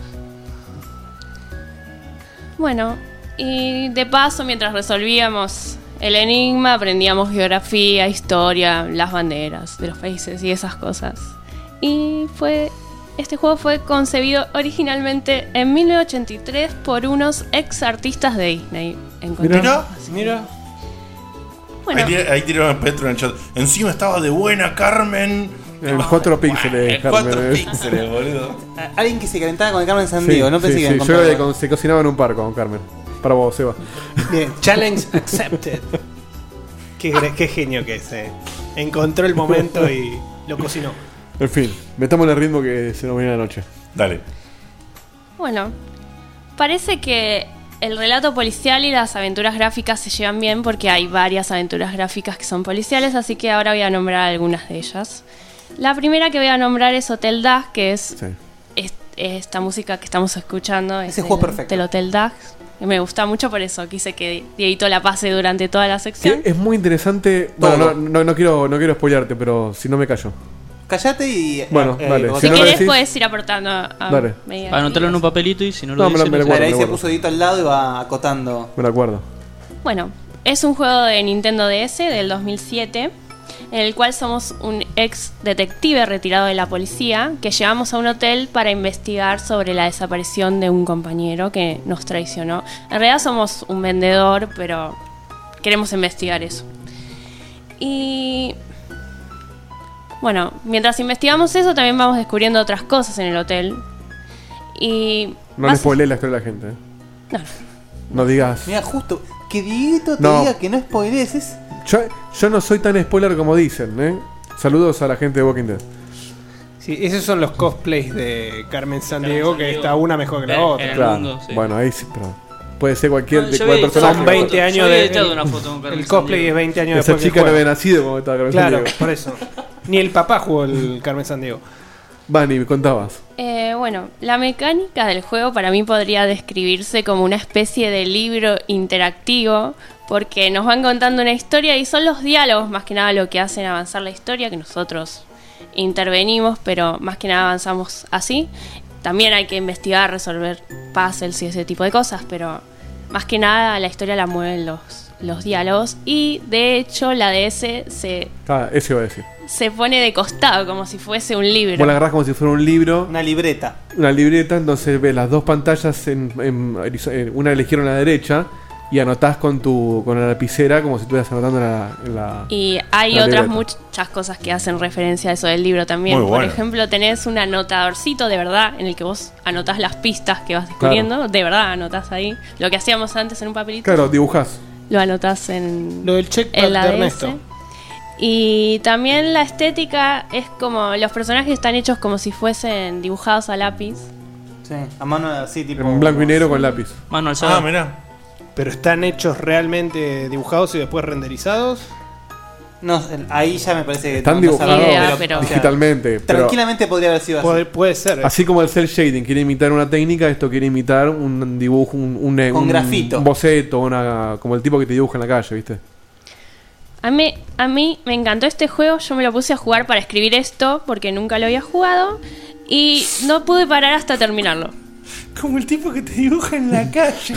Speaker 9: Bueno, y de paso, mientras resolvíamos el enigma, aprendíamos geografía, historia, las banderas de los países y esas cosas. Y fue. Este juego fue concebido originalmente en 1983 por unos ex artistas de Disney. Encontramos así.
Speaker 13: mira.
Speaker 9: Bueno.
Speaker 2: Ahí, tira- ahí tiraron a Petro en el chat. Encima estaba de buena Carmen.
Speaker 11: En cuatro píxeles,
Speaker 2: Cuatro
Speaker 11: Carmen. ¿eh?
Speaker 2: píxeles, boludo.
Speaker 15: A- Alguien que se calentaba con el Carmen
Speaker 11: Sí,
Speaker 15: Sandiego, no
Speaker 11: sí,
Speaker 15: pensé que
Speaker 11: sí,
Speaker 15: iban a
Speaker 11: Yo
Speaker 15: contar.
Speaker 11: eh, con- se cocinaba en un parco con Carmen. Para vos, Seba.
Speaker 15: Bien.
Speaker 13: Challenge accepted. Qué, gre- qué genio que es, eh. Encontró el momento y lo cocinó.
Speaker 11: En fin, metámosle el ritmo que se nos viene la noche.
Speaker 2: Dale.
Speaker 9: Bueno, parece que el relato policial y las aventuras gráficas se llevan bien porque hay varias aventuras gráficas que son policiales, así que ahora voy a nombrar algunas de ellas. La primera que voy a nombrar es Hotel Dag, que es es- esta música que estamos escuchando. es
Speaker 6: juego
Speaker 9: del-
Speaker 6: perfecto.
Speaker 9: Del Hotel Dag. que Me gusta mucho por eso, quise que Dieguito la pase durante toda la sección.
Speaker 11: Es muy interesante. Bueno, no, no, no quiero, no quiero spoilearte, pero si no me callo.
Speaker 9: Callate
Speaker 15: y.
Speaker 11: Bueno, dale,
Speaker 9: Si
Speaker 11: si no lo
Speaker 9: querés,
Speaker 11: decís-
Speaker 9: puedes ir aportando a
Speaker 11: Dale.
Speaker 9: medida que-
Speaker 12: Anotarlo en un papelito y si no lo
Speaker 11: No, me
Speaker 12: dice,
Speaker 11: lo- me
Speaker 12: no
Speaker 11: lo
Speaker 12: se-
Speaker 11: guardo,
Speaker 15: Ahí
Speaker 11: me lo
Speaker 15: se
Speaker 11: guardo.
Speaker 15: puso dedito al lado y va acotando.
Speaker 11: Me lo acuerdo.
Speaker 9: Bueno, es un juego de Nintendo DS del 2007 en el cual somos un ex detective retirado de la policía que llevamos a un hotel para investigar sobre la desaparición de un compañero que nos traicionó. En realidad somos un vendedor, pero queremos investigar eso. Y bueno, mientras investigamos eso también vamos descubriendo otras cosas en el hotel. Y
Speaker 11: No le
Speaker 9: más-
Speaker 11: spoilees la historia a la gente. eh.
Speaker 9: No.
Speaker 11: No digas.
Speaker 15: Mira, justo. Que Dieguito te
Speaker 11: No.
Speaker 15: diga que no spoilees. Es...
Speaker 11: Yo, yo no soy tan spoiler como dicen, ¿eh? Saludos a la gente de Walking Dead.
Speaker 13: Sí, esos son los cosplays de Carmen San Diego, que está una mejor que la
Speaker 12: En-
Speaker 13: otra.
Speaker 12: en el mundo, sí.
Speaker 11: Bueno, ahí sí, pero Puede ser cualquier,
Speaker 12: No, yo
Speaker 11: de cualquier
Speaker 12: vi-
Speaker 11: personaje.
Speaker 13: Son 20 años
Speaker 12: había
Speaker 13: de.
Speaker 12: editado una foto con Carmen
Speaker 13: el cosplay
Speaker 12: Sandiego.
Speaker 13: es 20 años
Speaker 11: Esa
Speaker 13: después.
Speaker 11: chica no
Speaker 13: que
Speaker 11: había nacido cuando estaba Carmen
Speaker 13: Claro,
Speaker 11: Sandiego.
Speaker 13: por eso. Ni el papá jugó el Carmen Sandiego.
Speaker 11: Vani, me contabas.
Speaker 9: Eh, bueno, la mecánica del juego para mí podría describirse como una especie de libro interactivo, porque nos van contando una historia y son los diálogos más que nada lo que hacen avanzar la historia, que nosotros intervenimos, pero más que nada avanzamos así. También hay que investigar, resolver puzzles y ese tipo de cosas, pero más que nada la historia la mueven los, los diálogos y de hecho la DS se,
Speaker 11: Ah, eso iba a decir.
Speaker 9: se pone de costado, como si fuese un libro.
Speaker 11: Vos la agarrás como si fuera un libro.
Speaker 15: Una libreta.
Speaker 11: Una libreta, entonces ves las dos pantallas, en, en horizo- en- una eligieron a la derecha y anotás con tu con la lapicera como si estuvieras anotando en la, en la-
Speaker 9: Y hay
Speaker 11: la
Speaker 9: otras
Speaker 11: libreta.
Speaker 9: muchas cosas que hacen referencia a eso del libro también.
Speaker 11: Muy
Speaker 9: Por
Speaker 11: bueno.
Speaker 9: ejemplo, tenés un anotadorcito de verdad en el que vos anotás las pistas que vas descubriendo. De verdad anotás ahí. Lo que hacíamos antes en un papelito,
Speaker 11: Claro, dibujás.
Speaker 9: lo anotás en,
Speaker 13: Lo del checkpad
Speaker 9: en la
Speaker 13: de
Speaker 9: DS.
Speaker 13: Ernesto.
Speaker 9: Y también la estética es como... Los personajes están hechos como si fuesen dibujados a lápiz.
Speaker 15: Sí, a mano así, tipo.
Speaker 11: En blanco y negro con lápiz.
Speaker 12: Mano
Speaker 13: alzada. Pero están hechos realmente dibujados y después renderizados.
Speaker 15: No, el- ahí ya me parece que.
Speaker 11: Están
Speaker 15: no pasa nada.
Speaker 11: dibujados digitalmente. pero-
Speaker 15: Tranquilamente podría haber sido así.
Speaker 13: Puede, puede ser. eh.
Speaker 11: Así como el cel shading quiere imitar una técnica, esto quiere imitar un dibujo, un, un,
Speaker 15: Con
Speaker 11: un-
Speaker 15: grafito.
Speaker 11: un boceto, una, como el tipo que te dibuja en la calle, ¿viste?
Speaker 9: A mí, a mí me encantó este juego, yo me lo puse a jugar para escribir esto porque nunca lo había jugado y no pude parar hasta terminarlo.
Speaker 14: Como el tipo que te dibuja en la calle.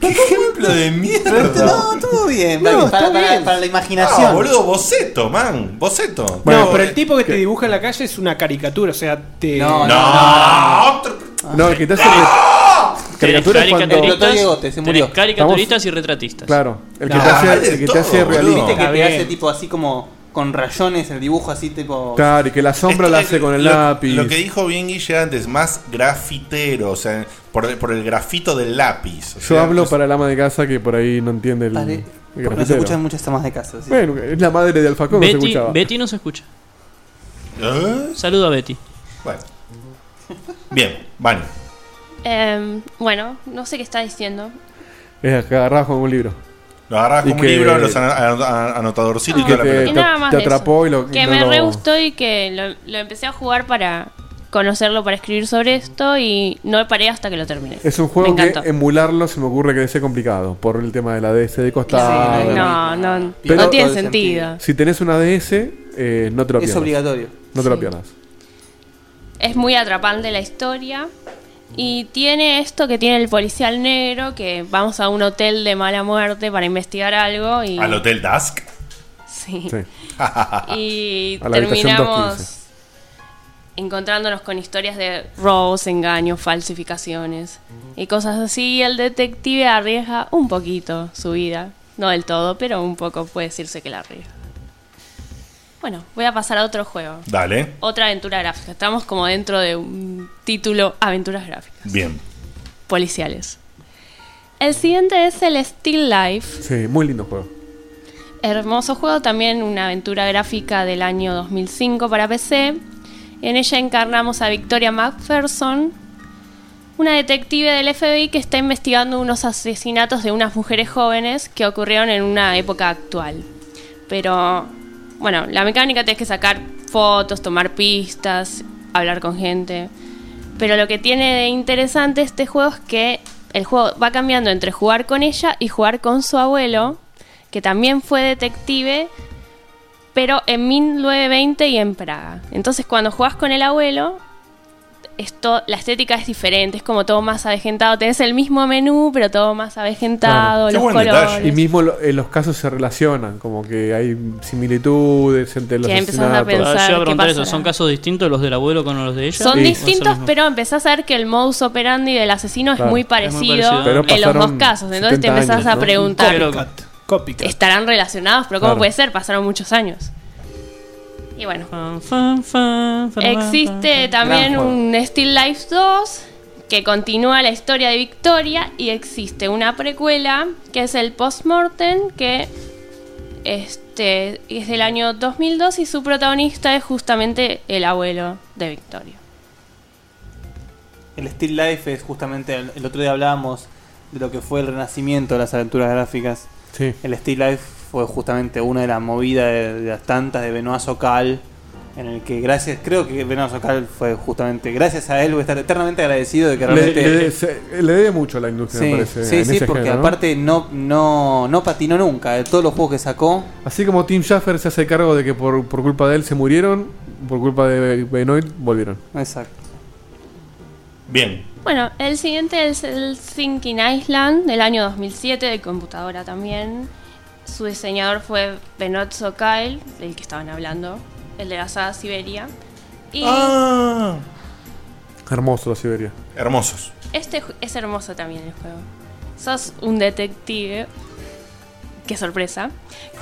Speaker 2: Ejemplo de mierda.
Speaker 15: No, estuvo bien. Dani,
Speaker 2: está
Speaker 15: para, para-
Speaker 2: bien.
Speaker 15: para la imaginación.
Speaker 2: Ah, boludo, boceto, man. Boceto.
Speaker 13: no, pero el tipo que te dibuja en la calle es una caricatura, o sea, te.
Speaker 2: No, no, no,
Speaker 11: No, el que te hace.
Speaker 2: Ah.
Speaker 12: Tenés
Speaker 11: Caricaturas cuando-
Speaker 12: caricaturistas,
Speaker 11: se
Speaker 12: tenés
Speaker 11: murió.
Speaker 12: caricaturistas y retratistas.
Speaker 11: Claro, el que
Speaker 15: No,
Speaker 11: te hace,
Speaker 15: de
Speaker 11: el que te
Speaker 15: todo,
Speaker 11: hace
Speaker 15: boludo.
Speaker 11: realista.
Speaker 15: Viste que te
Speaker 11: Claro,
Speaker 15: hace tipo así como con rayones el dibujo así tipo.
Speaker 11: Claro, y que la sombra la hace con el
Speaker 2: Lo-
Speaker 11: lápiz.
Speaker 2: Lo que dijo bien Guille antes, más grafitero, o sea, por, por el grafito del lápiz. o
Speaker 11: Yo
Speaker 2: sea,
Speaker 11: hablo para el ama de casa que por ahí no entiende el.
Speaker 15: Pare-
Speaker 11: el
Speaker 15: porque no se
Speaker 11: grafitero.
Speaker 15: escuchan muchas tomas de casa. ¿sí?
Speaker 11: Bueno, es la madre de Alfacón que se
Speaker 12: Betty,
Speaker 11: escuchaba.
Speaker 12: Betty no se escucha. Saludo a Betty.
Speaker 2: Bueno. Bien, Vani.
Speaker 9: Em, bueno, no sé qué está diciendo.
Speaker 11: Es que agarrabas con un libro.
Speaker 2: Lo agarrabas
Speaker 11: Y
Speaker 2: con un
Speaker 11: que-
Speaker 2: libro, los ana- ano- a- anotadorcitos
Speaker 11: Y
Speaker 2: y
Speaker 11: que
Speaker 2: toda la
Speaker 11: te-
Speaker 2: pelota.
Speaker 9: Y nada más
Speaker 11: te
Speaker 9: de eso.
Speaker 11: atrapó y lo-
Speaker 9: que
Speaker 11: no
Speaker 9: me
Speaker 11: lo-
Speaker 9: re gustó y que lo, lo empecé a jugar para conocerlo, para escribir sobre esto y no paré hasta que lo terminé.
Speaker 11: Es un
Speaker 9: Me
Speaker 11: juego que
Speaker 9: encantó.
Speaker 11: emularlo se me ocurre que debe ser complicado por el tema de la DS de costado.
Speaker 9: no, no,
Speaker 11: Pero-
Speaker 9: no tiene sentido.
Speaker 11: Si tenés una DS, eh, no te lo
Speaker 15: Es
Speaker 11: pierdas.
Speaker 15: obligatorio.
Speaker 11: No te lo pierdas.
Speaker 9: Es muy atrapante la historia. Y tiene esto que tiene el policial negro, que vamos a un hotel de mala muerte para investigar algo y...
Speaker 2: Al Hotel Dusk.
Speaker 9: Sí.
Speaker 2: y
Speaker 9: Y terminamos encontrándonos con historias de robos, engaños, falsificaciones y cosas así. Y el detective arriesga un poquito su vida. No del todo, pero un poco puede decirse que la arriesga. Bueno, voy a pasar a otro juego.
Speaker 2: Dale.
Speaker 9: Otra aventura gráfica. Estamos como dentro de un título aventuras gráficas.
Speaker 2: Bien.
Speaker 9: Policiales. El siguiente es el Still Life.
Speaker 11: Sí, muy lindo juego.
Speaker 9: Hermoso juego, también una aventura gráfica del año 2005 para PC. En ella encarnamos a Victoria McPherson, una detective del FBI que está investigando unos asesinatos de unas mujeres jóvenes que ocurrieron en una época actual. Pero, bueno, la mecánica tenés que sacar fotos, tomar pistas, hablar con gente. Pero lo que tiene de interesante este juego es que el juego va cambiando entre jugar con ella y jugar con su abuelo, que también fue detective, pero en 1920 y en Praga. Entonces cuando jugás con el abuelo, esto, la estética es diferente, es como todo más avejentado. Tenés el mismo menú, pero todo más avejentado, los colores.
Speaker 11: Y mismo lo- eh, los casos se relacionan, como que hay similitudes entre los
Speaker 9: Que empezás a
Speaker 11: asesinatos.
Speaker 9: pensar
Speaker 12: Ah, yo iba a
Speaker 9: qué
Speaker 12: preguntar eso,
Speaker 9: pasará.
Speaker 12: ¿son casos distintos los del abuelo con los de ella?
Speaker 9: Son
Speaker 12: Sí.
Speaker 9: distintos,
Speaker 12: No son los
Speaker 9: pero empezás a ver que el modus operandi del asesino
Speaker 12: Claro.
Speaker 9: es muy
Speaker 12: Es muy parecido.
Speaker 9: parecido,
Speaker 12: Pero
Speaker 9: en los dos
Speaker 12: pasaron
Speaker 9: casos. Entonces te
Speaker 12: 70
Speaker 9: empezás
Speaker 12: años,
Speaker 9: a
Speaker 12: ¿no?
Speaker 9: preguntar,
Speaker 13: Copycat. Copycat.
Speaker 9: ¿estarán relacionados? Pero ¿cómo
Speaker 13: Claro.
Speaker 9: puede ser? Pasaron muchos años. Y bueno. Existe también
Speaker 12: juego.
Speaker 9: un Still Life 2 que continúa la historia de Victoria y existe una precuela que es el Postmortem que este, es del año 2002 y su protagonista es justamente el abuelo de Victoria.
Speaker 15: El Still Life es justamente, el, el otro día hablábamos de lo que fue el renacimiento de las aventuras gráficas.
Speaker 11: Sí.
Speaker 15: El Still Life fue justamente una de las movidas de, de las tantas de Benoit Socal, en el que gracias, creo que Benoit Socal fue justamente, gracias a él voy a estar eternamente agradecido de que
Speaker 11: Le-
Speaker 15: realmente...
Speaker 11: le- se- le debe mucho a la industria,
Speaker 15: Sí,
Speaker 11: me parece.
Speaker 15: sí,
Speaker 11: en
Speaker 15: sí,
Speaker 11: ese
Speaker 15: porque
Speaker 11: género, ¿no?
Speaker 15: aparte no, no, no patinó nunca. De todos los juegos que sacó,
Speaker 11: Así como Tim Schafer se hace cargo de que por, por culpa de él se murieron, por culpa de Benoit volvieron.
Speaker 15: Exacto.
Speaker 2: Bien.
Speaker 9: Bueno, el siguiente es el Thinking Island del año 2007 de computadora también. Su diseñador fue Benot Sokail, del que estaban hablando, el de la saga Siberia. Y
Speaker 15: Ah.
Speaker 11: Ah, Hermoso la Siberia.
Speaker 2: Hermosos.
Speaker 9: Este ju- es hermoso también el juego. Sos un detective. Qué sorpresa.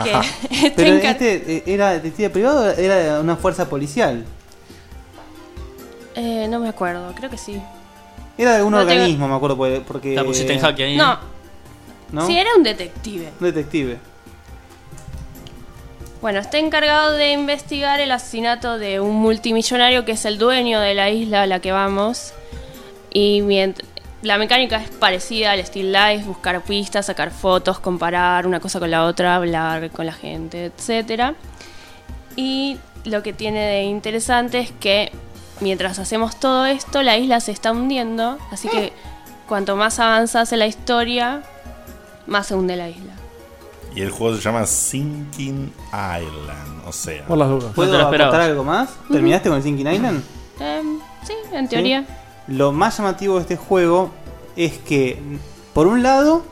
Speaker 9: Que
Speaker 15: Ajá.
Speaker 9: está
Speaker 15: Pero
Speaker 9: encar-
Speaker 15: este eh, era detective privado, o era de una fuerza policial.
Speaker 9: Eh, no me acuerdo, creo que sí.
Speaker 15: Era de un
Speaker 9: No tengo-
Speaker 15: organismo, me acuerdo, porque- porque...
Speaker 12: La pusiste en jaque ahí.
Speaker 9: No,
Speaker 15: Eh, ¿no?
Speaker 9: sí, era un detective.
Speaker 15: Un detective.
Speaker 9: Bueno, está encargado de investigar el asesinato de un multimillonario que es el dueño de la isla a la que vamos. Y mient- la mecánica es parecida al Still Life, buscar pistas, sacar fotos, comparar una cosa con la otra, hablar con la gente, etc. Y lo que tiene de interesante es que mientras hacemos todo esto, la isla se está hundiendo, así que cuanto más avanzas en la historia, más se hunde la isla.
Speaker 17: Y el juego se llama Sinking Island, o sea.
Speaker 11: Por las dudas.
Speaker 15: ¿Puedo aportar algo más?
Speaker 9: Ujú.
Speaker 15: ¿Terminaste con el Sinking Island?
Speaker 9: Em, sí, en teoría.
Speaker 15: Lo más llamativo de este juego es que, por un lado,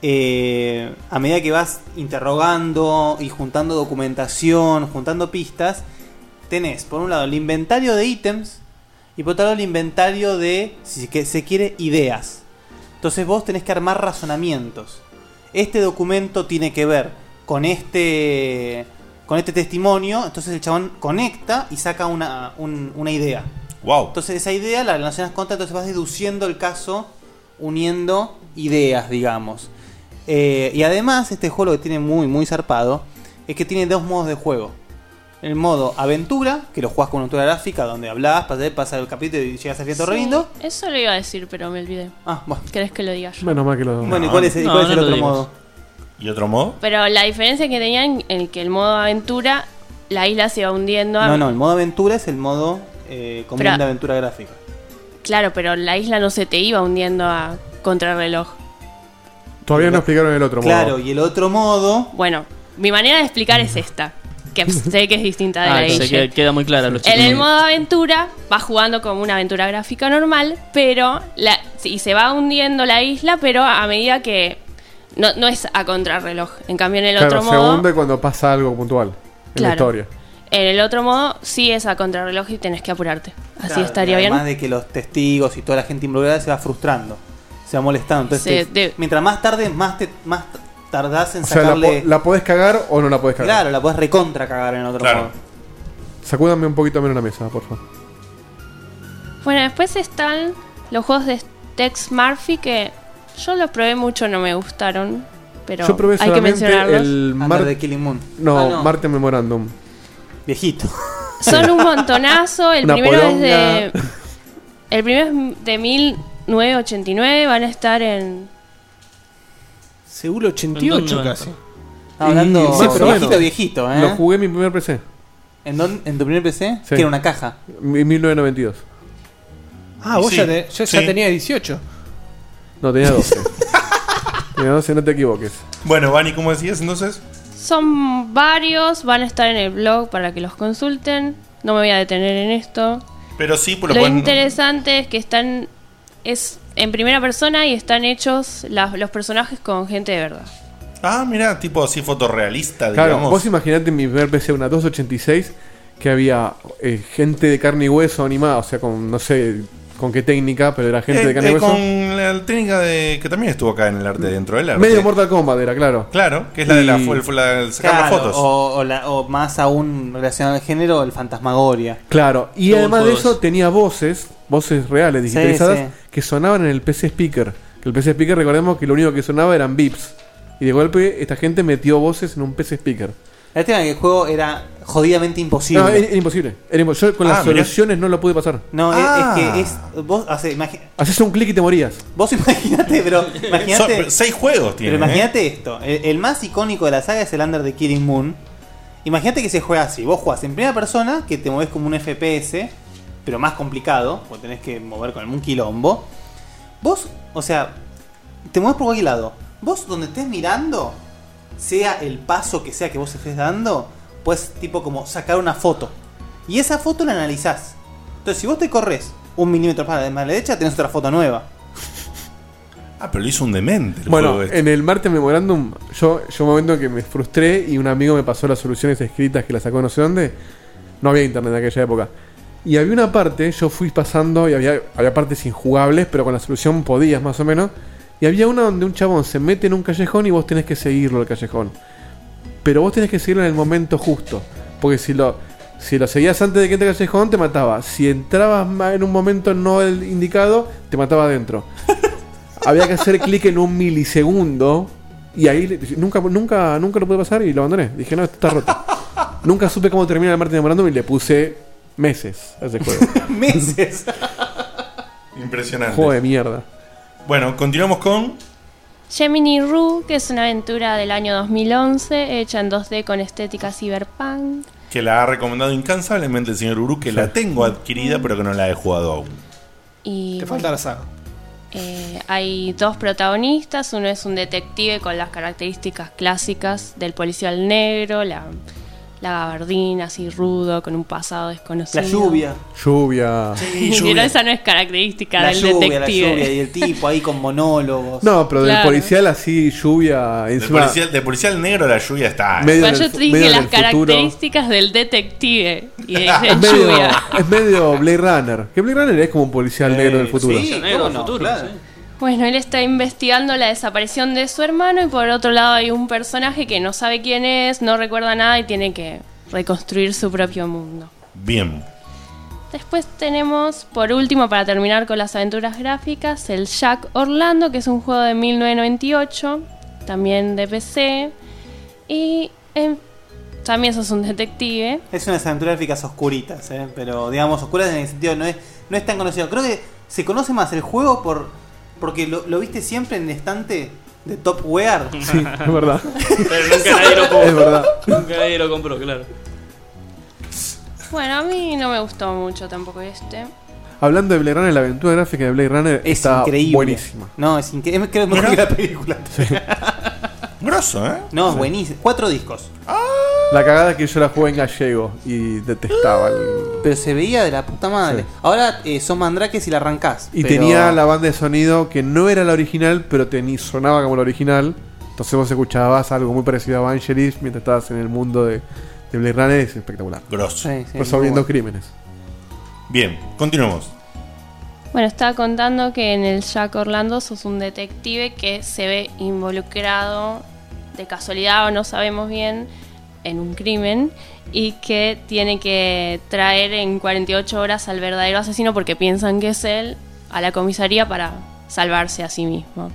Speaker 15: eh, a medida que vas interrogando y juntando documentación, juntando pistas, tenés, por un lado, el inventario de ítems y por otro lado, el inventario de, si que- se quiere, ideas. Entonces vos tenés que armar razonamientos. Este documento tiene que ver con este con este testimonio, entonces el chabón conecta y saca una, un- una idea.
Speaker 17: Wow.
Speaker 15: Entonces esa idea la relacionas con otra, entonces vas deduciendo el caso uniendo ideas, digamos. Eh, y además este juego lo que tiene muy, muy zarpado es que tiene dos modos de juego. El modo aventura, que lo jugás con una aventura gráfica, donde hablás, pasás, pasas el capítulo y llegas al cierto
Speaker 9: Sí,
Speaker 15: reino.
Speaker 9: Eso lo iba a decir, pero me olvidé.
Speaker 15: Ah, bueno.
Speaker 9: ¿Querés que lo diga yo?
Speaker 11: Menos mal que los
Speaker 15: Bueno, ¿y cuál es el- y cuál es el otro modo?
Speaker 17: ¿Y otro modo?
Speaker 9: Pero la diferencia que tenían en el que el modo aventura, la isla se iba hundiendo. a-
Speaker 15: No, no, el modo aventura es el modo eh, común
Speaker 9: Pero-
Speaker 15: de aventura gráfica.
Speaker 9: Claro, pero la isla no se te iba hundiendo a contrarreloj.
Speaker 11: Todavía no explicaron el otro
Speaker 15: Claro,
Speaker 11: modo.
Speaker 15: y el otro modo.
Speaker 9: Bueno, mi manera de explicar es esta, que sé que es distinta de la
Speaker 12: Ah,
Speaker 9: de
Speaker 12: se
Speaker 9: Guille.
Speaker 12: queda, queda muy clara los
Speaker 9: En
Speaker 12: chicos.
Speaker 9: el modo aventura vas jugando como una aventura gráfica normal, pero la, y se va hundiendo la isla, pero a medida que no, no es a contrarreloj. En cambio, en el
Speaker 11: Claro,
Speaker 9: otro
Speaker 11: se
Speaker 9: modo,
Speaker 11: hunde cuando pasa algo puntual en la
Speaker 9: Claro.
Speaker 11: historia.
Speaker 9: en el otro modo sí es a contrarreloj y tenés que apurarte. Así
Speaker 15: Claro,
Speaker 9: estaría
Speaker 15: y
Speaker 9: bien.
Speaker 15: Además de que los testigos y toda la gente involucrada se va frustrando, se va molestando. Entonces,
Speaker 9: Se
Speaker 15: te- mientras más tarde, más, te, más tardás en
Speaker 11: O sea, la,
Speaker 15: sacarle.
Speaker 11: po- la podés cagar o no la podés cagar.
Speaker 15: Claro, la podés recontra cagar en otro modo.
Speaker 11: Sacúdame un poquito menos la mesa, por favor.
Speaker 9: Bueno, después están los juegos de Tex Murphy que yo los probé mucho, no me gustaron, pero
Speaker 11: Yo probé
Speaker 9: hay que
Speaker 11: solamente
Speaker 9: mencionarlos.
Speaker 11: el
Speaker 15: Under
Speaker 11: Mar-
Speaker 15: the Killing Moon.
Speaker 11: No,
Speaker 15: Ah, no.
Speaker 11: Marte Memorandum.
Speaker 15: Viejito.
Speaker 9: Son un montonazo. El
Speaker 11: Una
Speaker 9: primero
Speaker 11: poronga.
Speaker 9: es de. El primero es de 1999 9.89 van a estar en.
Speaker 13: Seguro 88 casi.
Speaker 15: hablando
Speaker 11: Sí,
Speaker 15: viejito,
Speaker 11: pero bueno,
Speaker 15: viejito, ¿eh?
Speaker 11: Lo jugué en mi primer PC.
Speaker 15: ¿En, dónde- en tu primer PC?
Speaker 11: Sí.
Speaker 15: Que era una caja.
Speaker 11: En 1992.
Speaker 13: Ah, vos
Speaker 15: Sí,
Speaker 13: ya, te- yo ya
Speaker 15: sí.
Speaker 13: tenía 18.
Speaker 11: No, tenía 12. tenía 12, no te equivoques.
Speaker 2: Bueno, Vani, ¿cómo decías entonces?
Speaker 9: Son varios, van a estar en el blog para que los consulten. No me voy a detener en esto.
Speaker 2: Pero sí, pues
Speaker 9: Lo,
Speaker 2: lo, pueden-
Speaker 9: interesante es que están. Es en primera persona y están hechos las- los personajes con gente de verdad.
Speaker 2: Ah, mira, tipo así fotorrealista,
Speaker 11: Claro,
Speaker 2: digamos.
Speaker 11: vos imaginate en mi primer PC una 286 que había eh, gente de carne y hueso animada, o sea, con no sé con qué técnica, pero era gente
Speaker 2: Eh,
Speaker 11: de carne
Speaker 2: eh,
Speaker 11: y hueso.
Speaker 2: con la técnica de que también estuvo acá en el arte dentro del arte.
Speaker 11: Medio Mortal Kombat era, claro.
Speaker 2: Claro, que es la de la,
Speaker 11: Y-
Speaker 2: fue- fue la de sacar las
Speaker 15: Claro,
Speaker 2: fotos.
Speaker 15: O, o la- o más aún relacionado al género, el Fantasmagoria.
Speaker 11: Claro, y
Speaker 15: Yo
Speaker 11: además de
Speaker 15: juego
Speaker 11: eso tenía voces, voces reales, digitalizadas,
Speaker 15: sí.
Speaker 11: que sonaban en el PC Speaker. Que el PC Speaker, recordemos que lo único que sonaba eran beeps. Y de golpe esta gente metió voces en un PC Speaker.
Speaker 15: La tema que el juego era jodidamente imposible.
Speaker 11: No, era, era imposible. Era imposible. Yo con
Speaker 15: Ah,
Speaker 11: las
Speaker 15: mirá.
Speaker 11: soluciones no lo pude pasar.
Speaker 15: No, e- es- es,
Speaker 11: Ah.
Speaker 15: que es. Vos, hace, imagi-
Speaker 11: Haces un clic y te morías.
Speaker 15: vos imaginate, pero. Imaginate,
Speaker 11: Son- seis juegos tiene, ¿eh?
Speaker 15: Pero imagínate esto: el, el más icónico de la saga es el Under the Killing Moon. Imagínate que se juega así: vos jugás en primera persona, que te movés como un FPS, pero más complicado, porque tenés que mover con algún quilombo. Vos, o sea, te mueves por cualquier lado. Vos, donde estés mirando, sea el paso que sea que vos estés dando, puedes, tipo, como sacar una foto. Y esa foto la analizás. Entonces, si vos te corres un milímetro para la- más a la derecha, tenés otra foto nueva.
Speaker 2: Ah, pero lo hizo un demente. el
Speaker 11: Bueno,
Speaker 2: juego este.
Speaker 11: en el Marte Memorandum, yo, yo un momento en que me frustré y un amigo me pasó las soluciones escritas que las sacó no sé dónde. No había internet en aquella época. Y había una parte, yo fui pasando y había, había partes injugables, pero con la solución podías más o menos. Y había una donde un chabón se mete en un callejón y vos tenés que seguirlo al callejón. Pero vos tenés que seguirlo en el momento justo. Porque si lo, si lo seguías antes de que entre al callejón, te mataba. Si entrabas ma- en un momento no el indicado, te mataba adentro había que hacer clic en un milisegundo y ahí le- nunca nunca nunca lo pude pasar y lo abandoné. Dije, no, esto está roto. nunca supe cómo termina el Martin Memorandum y le puse meses a ese juego.
Speaker 15: Meses.
Speaker 2: Impresionante.
Speaker 11: juego de mierda.
Speaker 2: Bueno, continuamos con.
Speaker 9: Gemini Rue, que es una aventura del año 2011, hecha en 2D con estética cyberpunk.
Speaker 2: Que la ha recomendado incansablemente el señor Uru, que la tengo adquirida, pero que no la he jugado aún.
Speaker 9: Y
Speaker 13: Te
Speaker 9: bueno,
Speaker 13: falta la saga.
Speaker 9: Eh, hay dos protagonistas, uno es un detective con las características clásicas del policial negro, la, la gabardina así rudo, con un pasado desconocido.
Speaker 15: La lluvia.
Speaker 11: Lluvia.
Speaker 9: Pero esa no es característica
Speaker 15: La
Speaker 9: del
Speaker 15: lluvia, la
Speaker 9: detective.
Speaker 15: lluvia y el tipo ahí con monólogos.
Speaker 11: No, pero del
Speaker 9: Claro.
Speaker 11: policial así, lluvia,
Speaker 2: De
Speaker 11: encima.
Speaker 2: policial, de policial negro la lluvia está.
Speaker 11: Medio
Speaker 9: Bueno, Pues
Speaker 11: en
Speaker 9: yo
Speaker 11: el
Speaker 9: te
Speaker 11: fu-
Speaker 9: dije
Speaker 11: medio en
Speaker 9: las
Speaker 11: el futuro.
Speaker 9: características del detective y de, de
Speaker 11: Ah, Es medio,
Speaker 9: lluvia.
Speaker 11: es medio Blade Runner. Que Blade Runner es como un policial negro del futuro.
Speaker 15: sí,
Speaker 12: Negro
Speaker 15: ¿cómo no?
Speaker 12: futuro,
Speaker 15: Claro.
Speaker 9: Bueno, él está investigando la desaparición de su hermano y por otro lado hay un personaje que no sabe quién es, no recuerda nada y tiene que reconstruir su propio mundo.
Speaker 2: Bien.
Speaker 9: Después tenemos, por último, para terminar con las aventuras gráficas, el Jack Orlando, que es un juego de 1998, también de PC. Y eh, también sos un detective.
Speaker 15: Es unas aventuras gráficas oscuritas, ¿eh? pero digamos oscuras en el sentido no es no es tan conocido. Creo que se conoce más el juego por porque lo, lo viste siempre en el estante de Top Wear.
Speaker 11: Sí, es verdad.
Speaker 12: Pero nunca nadie lo compró.
Speaker 11: Es verdad.
Speaker 12: Nunca nadie lo compró, claro.
Speaker 9: Bueno, a mí no me gustó mucho tampoco este.
Speaker 11: Hablando de Blade Runner, la aventura gráfica de Blade Runner
Speaker 15: Es
Speaker 11: está
Speaker 15: increíble.
Speaker 11: buenísima.
Speaker 15: No, es increíble. Creo que es mejor que la película.
Speaker 2: Grosso, ¿eh? Ah.
Speaker 15: No, es buenísimo. Cuatro discos.
Speaker 11: La cagada es que yo la jugué en gallego y detestaba el.
Speaker 15: Pero se veía de la puta madre. Ahora eh, son mandrakes y la arrancás.
Speaker 11: Y
Speaker 15: pero-
Speaker 11: tenía la banda de sonido que no era la original, pero teni- sonaba como la original. Entonces vos escuchabas algo muy parecido a Vangelis mientras estabas en el mundo de, de Blade Runner. Es espectacular.
Speaker 2: Grosso. Sí, sí,
Speaker 11: Resolviendo
Speaker 2: muy bueno.
Speaker 11: crímenes.
Speaker 2: Bien, continuamos.
Speaker 9: Bueno, estaba contando que en el Jack Orlando sos un detective que se ve involucrado de casualidad o no sabemos bien en un crimen y que tiene que traer en 48 horas al verdadero asesino porque piensan que es él a la comisaría para salvarse a sí mismo.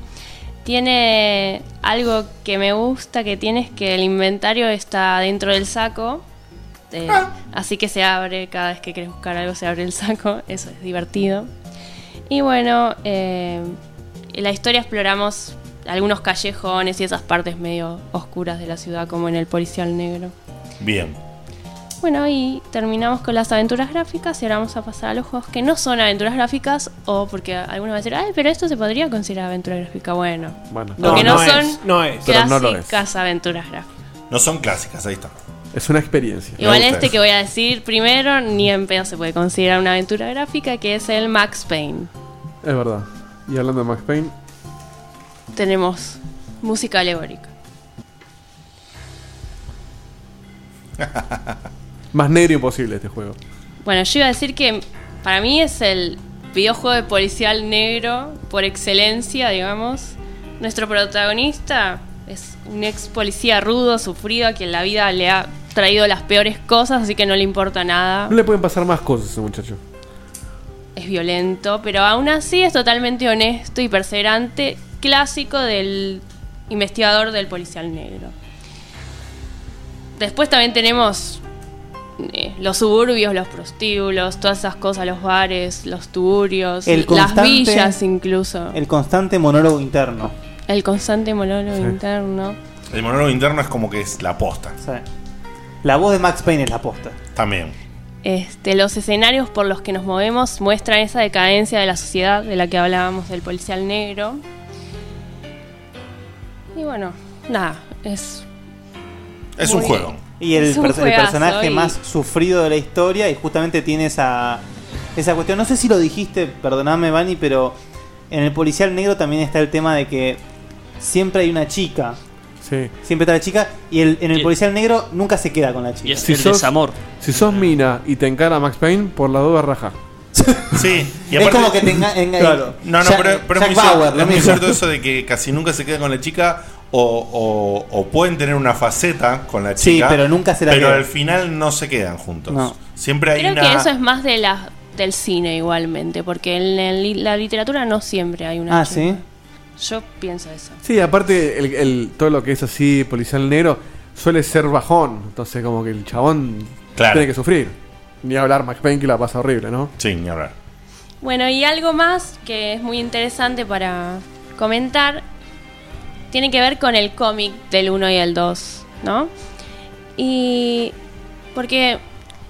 Speaker 9: Tiene algo que me gusta que tiene es que el inventario está dentro del saco. eh, Así que se abre cada vez que querés buscar algo, se abre el saco. Eso es divertido. Y bueno, eh, en la historia exploramos algunos callejones y esas partes medio oscuras de la ciudad, como en el policial negro.
Speaker 2: Bien.
Speaker 9: Bueno, y terminamos con las aventuras gráficas y ahora vamos a pasar a los juegos que no son aventuras gráficas o porque algunos van a decir, ay, pero esto se podría considerar aventura gráfica. Bueno,
Speaker 11: Bueno.
Speaker 9: porque no,
Speaker 11: No, no
Speaker 9: son
Speaker 11: es, no es. Pero
Speaker 9: clásicas
Speaker 11: no lo es.
Speaker 9: aventuras gráficas.
Speaker 2: No son clásicas, ahí está.
Speaker 11: Es una experiencia.
Speaker 9: Igual este que voy a decir primero, ni en pedo se puede considerar una aventura gráfica, que es el Max Payne.
Speaker 11: Es verdad. Y hablando de Max Payne,
Speaker 9: Tenemos música alegórica.
Speaker 11: más negro imposible este juego.
Speaker 9: Bueno, yo iba a decir que para mí es el videojuego de policial negro por excelencia, digamos. Nuestro protagonista es un ex policía rudo, sufrido, a quien la vida le ha traído las peores cosas, así que no le importa nada.
Speaker 11: No le pueden pasar más cosas a ese muchacho.
Speaker 9: Es violento, pero aún así es totalmente honesto y perseverante, clásico del investigador del policial negro. Después también tenemos eh, los suburbios, los prostíbulos, todas esas cosas, los bares, los tuburios,
Speaker 15: El
Speaker 9: las
Speaker 15: constante-
Speaker 9: villas incluso.
Speaker 15: El constante monólogo interno.
Speaker 9: El constante monólogo
Speaker 15: Sí.
Speaker 9: interno.
Speaker 2: El monólogo interno es como que es la posta.
Speaker 15: La voz de Max Payne es la posta.
Speaker 2: También.
Speaker 9: Este, los escenarios por los que nos movemos muestran esa decadencia de la sociedad de la que hablábamos del policial negro. Y bueno, nada, es... muy-
Speaker 15: Y el,
Speaker 9: Es un
Speaker 15: perso- el
Speaker 9: juegazo,
Speaker 15: personaje
Speaker 9: y-
Speaker 15: más sufrido de la historia y justamente tiene esa, esa cuestión. No sé si lo dijiste, perdoname Vani, pero en el policial negro también está el tema de que siempre hay una chica.
Speaker 11: Sí.
Speaker 15: Siempre está la chica y el- en el policial negro nunca se queda con la chica.
Speaker 11: Si sos mina y te encara Max Payne, por la duda raja.
Speaker 2: Sí, y
Speaker 15: Es
Speaker 2: aparte-
Speaker 15: como que te enga- enga-
Speaker 2: No, no,
Speaker 15: Jack-
Speaker 2: pero, pero es
Speaker 15: Jack
Speaker 2: muy,
Speaker 15: Bauer,
Speaker 2: cierto,
Speaker 15: lo
Speaker 2: es muy
Speaker 15: mismo.
Speaker 2: cierto eso de que casi nunca se quedan con la chica o, o- o pueden tener una faceta con la
Speaker 15: Sí,
Speaker 2: chica.
Speaker 15: pero nunca se la
Speaker 2: Pero
Speaker 15: quedan.
Speaker 2: al final no se quedan juntos.
Speaker 15: No.
Speaker 2: Siempre hay
Speaker 9: Creo
Speaker 2: una.
Speaker 9: que eso es más de la, del cine igualmente, porque en el- la literatura no siempre hay una...
Speaker 11: Ah,
Speaker 9: chica. Yo pienso eso.
Speaker 11: Sí, aparte, el, el- todo lo que es así, policial negro, suele ser bajón. Entonces, como que el chabón
Speaker 2: Claro.
Speaker 11: tiene que sufrir. Ni hablar Max Payne que la pasa horrible, ¿no?
Speaker 2: Sí, ni hablar.
Speaker 9: Bueno, y algo más que es muy interesante para comentar tiene que ver con el cómic del 1 y el 2, ¿no? Y porque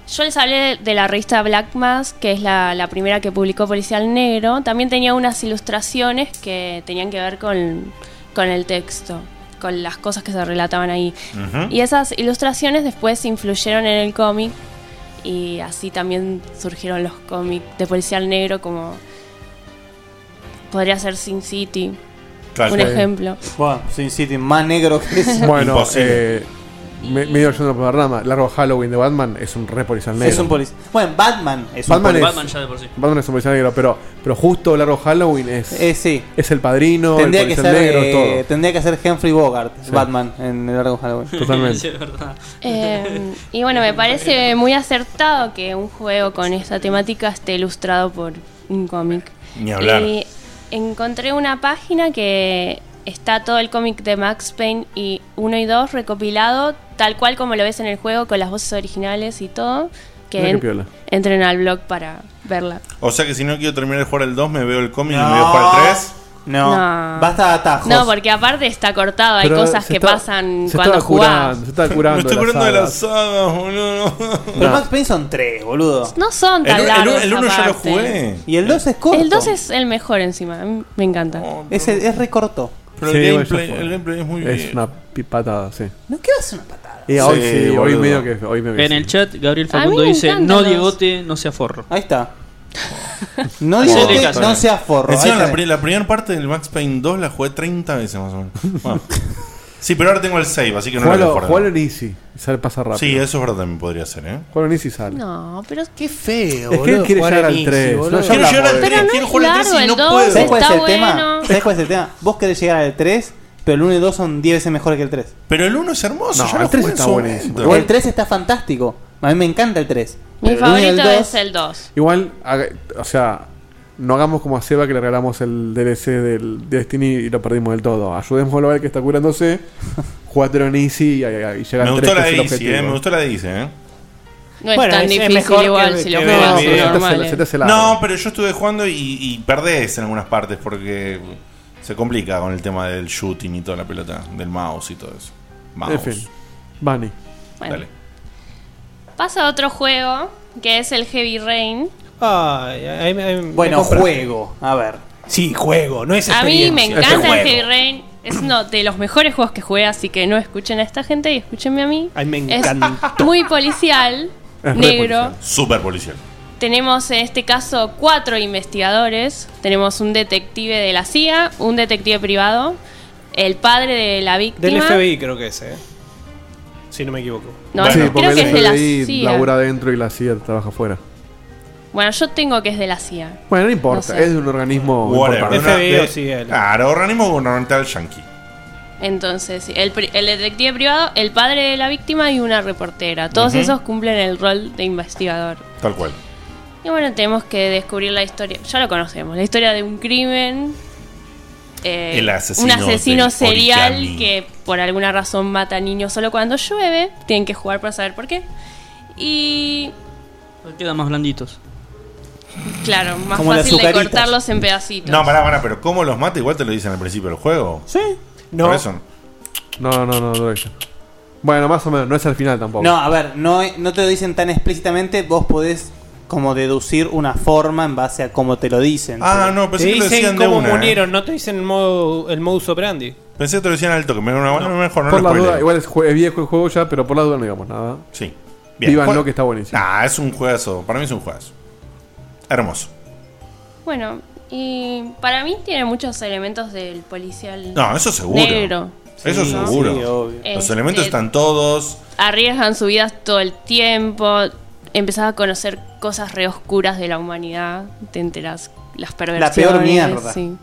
Speaker 9: yo les hablé de la revista Black Mask, que es la, la primera que publicó Policial Negro, también tenía unas ilustraciones que tenían que ver con, con el texto, con las cosas que se relataban ahí.
Speaker 14: Ujú.
Speaker 9: Y esas ilustraciones después influyeron en el cómic y así también surgieron los cómics de Policial Negro como podría ser Sin City. un ejemplo.
Speaker 15: Bueno, Sin City, más negro que eso.
Speaker 11: Bueno,
Speaker 15: Imposible.
Speaker 11: eh, me, me iba yendo por la rama. Largo Halloween de Batman es un re policial negro.
Speaker 15: Es un policía. Bueno, Batman es un
Speaker 11: Batman, es,
Speaker 15: policía.
Speaker 11: Batman es un policial negro, pero, pero justo Largo Halloween es,
Speaker 15: Eh, sí.
Speaker 11: es el padrino,
Speaker 15: Tendría
Speaker 11: el
Speaker 15: que,
Speaker 11: policial
Speaker 15: ser,
Speaker 11: negro,
Speaker 15: eh,
Speaker 11: todo.
Speaker 15: tendría que ser Henry Bogart,
Speaker 11: Sí.
Speaker 15: Batman, en el largo Halloween.
Speaker 11: Totalmente. Sí,
Speaker 12: es verdad.
Speaker 9: Eh, y bueno, me parece muy acertado que un juego con esta temática esté ilustrado por un cómic.
Speaker 2: Ni hablar.
Speaker 9: Y Eh, encontré una página que está todo el cómic de Max Payne y 1 y 2 recopilado, tal cual como lo ves en el juego, con las voces originales y todo.
Speaker 2: Mira
Speaker 9: Que
Speaker 2: qué
Speaker 9: en-
Speaker 2: piola.
Speaker 9: entren al blog para verla.
Speaker 2: O sea que si no quiero terminar de jugar el 2, me veo el cómic y me veo jugar el 3.
Speaker 9: No. No, porque aparte está cortado, hay
Speaker 2: Ah, Pero
Speaker 9: cosas
Speaker 2: se
Speaker 9: que
Speaker 2: está-
Speaker 9: pasan
Speaker 11: se
Speaker 9: cuando
Speaker 11: estaba
Speaker 9: jugás.
Speaker 11: curando, se estaba curando.
Speaker 2: Me estoy
Speaker 11: de las
Speaker 2: curando de las
Speaker 11: hadas.
Speaker 2: sagas, boludo.
Speaker 15: Pero Max Payne son tres, Eh, boludo.
Speaker 9: No son tan
Speaker 15: El- el-
Speaker 9: largos.
Speaker 15: el uno ya lo
Speaker 9: aparte.
Speaker 15: jugué. Y el dos es corto.
Speaker 9: El 2 es el mejor encima, a mí me encanta.
Speaker 15: Es, el- es re corto.
Speaker 2: Pero
Speaker 11: Sí,
Speaker 2: el,
Speaker 11: bueno,
Speaker 2: gameplay,
Speaker 11: ya fue. Eh.
Speaker 2: el gameplay es muy
Speaker 11: Es
Speaker 2: bien.
Speaker 11: una pi- patada, sí.
Speaker 15: ¿No qué vas a una patada?
Speaker 11: Y hoy sí,
Speaker 12: Sí,
Speaker 11: hoy
Speaker 12: boludo.
Speaker 11: medio que hoy medio que
Speaker 12: En
Speaker 11: sí.
Speaker 12: el chat, Gabriel
Speaker 15: A
Speaker 12: Facundo
Speaker 15: mí me
Speaker 12: dice:
Speaker 15: encantan
Speaker 12: No,
Speaker 15: los-
Speaker 12: Diegote, no sea forro.
Speaker 15: Ahí está. No
Speaker 12: Hacele
Speaker 15: Diegote,
Speaker 12: caso.
Speaker 15: no sea forro.
Speaker 2: Encima
Speaker 15: Ahí
Speaker 2: la,
Speaker 15: está.
Speaker 2: pri- la primera parte del Max Payne 2 la jugué 30 veces más o menos. Bueno. Sí, pero ahora tengo el save, así que no lo voy a
Speaker 11: Jugalo,
Speaker 2: jugar.
Speaker 11: jugalo en Easy. Sale pasa rápido.
Speaker 2: Sí, eso es verdad, también podría ser, ¿eh?
Speaker 11: Jugalo en Easy sale.
Speaker 9: No, pero
Speaker 5: qué feo.
Speaker 11: Es que él
Speaker 5: boludo,
Speaker 11: quiere
Speaker 5: jugar
Speaker 11: llegar
Speaker 5: en
Speaker 11: al
Speaker 5: Easy,
Speaker 11: 3.
Speaker 5: boludo.
Speaker 11: ya hablamos de-
Speaker 9: Pero no es largo, el 2
Speaker 15: ¿Sabes cuál es
Speaker 9: está
Speaker 15: el tema?
Speaker 9: bueno.
Speaker 15: ¿Sabes cuál es el tema? Vos querés llegar al 3, pero el 1 y 2 son 10 veces mejores que el 3.
Speaker 2: Pero el 1 es hermoso,
Speaker 15: No,
Speaker 2: yo lo
Speaker 15: el 3
Speaker 2: jugué en
Speaker 15: está
Speaker 2: su
Speaker 15: buenísimo.
Speaker 2: momento.
Speaker 15: El 3 está fantástico. A mí me encanta el 3.
Speaker 9: Mi
Speaker 15: Pero el uno y el
Speaker 9: favorito
Speaker 15: dos-
Speaker 9: es el 2.
Speaker 11: Igual, haga- o sea, no hagamos como a Seba que le regalamos el DLC del Destiny y lo perdimos del todo. Ayudémoslo a ver que está curándose. Jugátelo en Easy y, y- y llega
Speaker 2: Me
Speaker 11: al
Speaker 2: gustó la
Speaker 11: 3, que
Speaker 2: de
Speaker 11: es el
Speaker 2: Easy,
Speaker 11: objetivo.
Speaker 2: ¿eh? Me gustó la de Easy, ¿eh?
Speaker 9: No es tan difícil igual si lo
Speaker 2: No,
Speaker 9: juegas
Speaker 2: pero-
Speaker 9: normal.
Speaker 11: se te hace
Speaker 2: no,
Speaker 11: largo.
Speaker 2: pero yo estuve jugando y, y perdés en algunas partes porque se complica con el tema del shooting y toda la pelota, del mouse y todo eso. Mouse.
Speaker 11: En fin. Vani.
Speaker 9: Bueno.
Speaker 2: Dale.
Speaker 9: Pasa a otro juego, que es el Heavy Rain.
Speaker 15: Bueno, juego, a ver.
Speaker 13: Sí, juego, no es
Speaker 9: A mí me
Speaker 13: experiencia, es
Speaker 9: encanta este el
Speaker 13: juego.
Speaker 9: Heavy Rain. Es uno de los mejores juegos que jugué, así que no escuchen a esta gente y escúchenme a mí.
Speaker 13: Ay, me
Speaker 9: Es
Speaker 13: encanta.
Speaker 9: muy policial, negro.
Speaker 2: Super policial.
Speaker 9: Tenemos en este caso cuatro investigadores. Tenemos un detective de la CIA, un detective privado, el padre de la víctima.
Speaker 13: Del FBI creo que es, eh. Si no me equivoco.
Speaker 9: No, Bueno. creo que es de la CIA.
Speaker 11: labura adentro y la CIA trabaja afuera.
Speaker 9: Bueno, yo tengo que es de la CIA.
Speaker 11: Bueno, no importa,
Speaker 9: No sé.
Speaker 11: es de un organismo
Speaker 2: Whatever.
Speaker 11: importante.
Speaker 2: Una- de- Claro, organismo gubernamental yankee.
Speaker 9: Entonces, el, pri- el detective privado, el padre de la víctima y una reportera. Todos
Speaker 2: Ujú.
Speaker 9: esos cumplen el rol de investigador.
Speaker 2: Tal cual.
Speaker 9: Y bueno, tenemos que descubrir la historia. Ya lo conocemos, la historia de un crimen. eh,
Speaker 2: El asesino
Speaker 9: un asesino
Speaker 2: del
Speaker 9: serial
Speaker 2: origami.
Speaker 9: que por alguna razón mata niños solo cuando llueve. Tienen que jugar para saber por qué. Y
Speaker 12: Quedan más blanditos.
Speaker 9: claro, más
Speaker 2: Como las
Speaker 9: fácil de
Speaker 2: azucaritas.
Speaker 9: cortarlos en pedacitos.
Speaker 2: No, pará, pará, pero ¿cómo los mata? Igual te lo dicen al principio del juego.
Speaker 9: Sí.
Speaker 2: No. Por eso.
Speaker 11: No, no, no, no, no es. Bueno, más o menos, no es al final tampoco.
Speaker 15: No, a ver, no, no te lo dicen tan explícitamente, vos podés como deducir una forma en base a cómo te lo dicen.
Speaker 2: Ah, no, pensé
Speaker 13: te
Speaker 2: que lo
Speaker 13: dicen
Speaker 2: decían de
Speaker 13: cómo
Speaker 15: eh.
Speaker 2: una, eh.
Speaker 13: murieron, no te dicen el, modo, el modus operandi.
Speaker 2: Pensé que te lo decían al toque. Me una no, mejor no
Speaker 11: por
Speaker 2: lo
Speaker 11: la
Speaker 2: spoileo.
Speaker 11: duda, igual es, jue- es viejo el juego ya, pero por la duda no digamos nada.
Speaker 2: Sí.
Speaker 11: Vivan
Speaker 2: Jue-
Speaker 11: lo que está buenísimo.
Speaker 2: Ah, es un juegazo. Para mí es un juegazo. Hermoso.
Speaker 9: Bueno, y para mí tiene muchos elementos del policial.
Speaker 2: No, eso seguro.
Speaker 9: Negro.
Speaker 2: Eso
Speaker 9: Sí, ¿no?
Speaker 2: seguro.
Speaker 9: sí,
Speaker 2: Los
Speaker 9: Este-
Speaker 2: elementos están todos.
Speaker 9: Arriesgan su vida todo el tiempo. Empezás a conocer cosas re oscuras de la humanidad. Te enterás las perversiones.
Speaker 15: mierda.
Speaker 9: sí.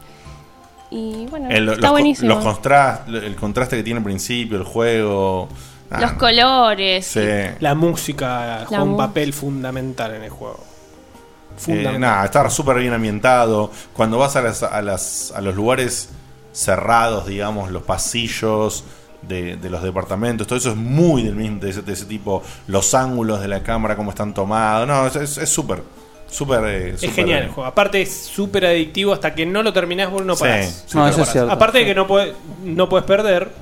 Speaker 9: Y bueno,
Speaker 2: el- los,
Speaker 9: está
Speaker 2: co-
Speaker 9: buenísimo.
Speaker 2: los contrast- el contraste que tiene al principio, el juego. Ah,
Speaker 9: Los colores.
Speaker 2: Sí.
Speaker 13: La música juega
Speaker 9: La
Speaker 13: un
Speaker 9: mu-
Speaker 13: papel fundamental en el juego.
Speaker 2: Eh,
Speaker 13: Fundamental.
Speaker 2: nada, estar súper bien ambientado. Cuando vas a, las, a, las, a los lugares cerrados, digamos, los pasillos de, de los departamentos, todo eso es muy del mismo, de, ese, de ese tipo. Los ángulos de la cámara, cómo están tomados. No, es- es es súper. Súper. eh,
Speaker 13: Es
Speaker 2: súper-
Speaker 13: genial el juego. Aparte es súper adictivo hasta que no lo terminás vos no
Speaker 2: Sí,
Speaker 13: parás.
Speaker 2: sí, No, eso es
Speaker 13: parás.
Speaker 2: cierto.
Speaker 13: Aparte de que no puedes no podés perder.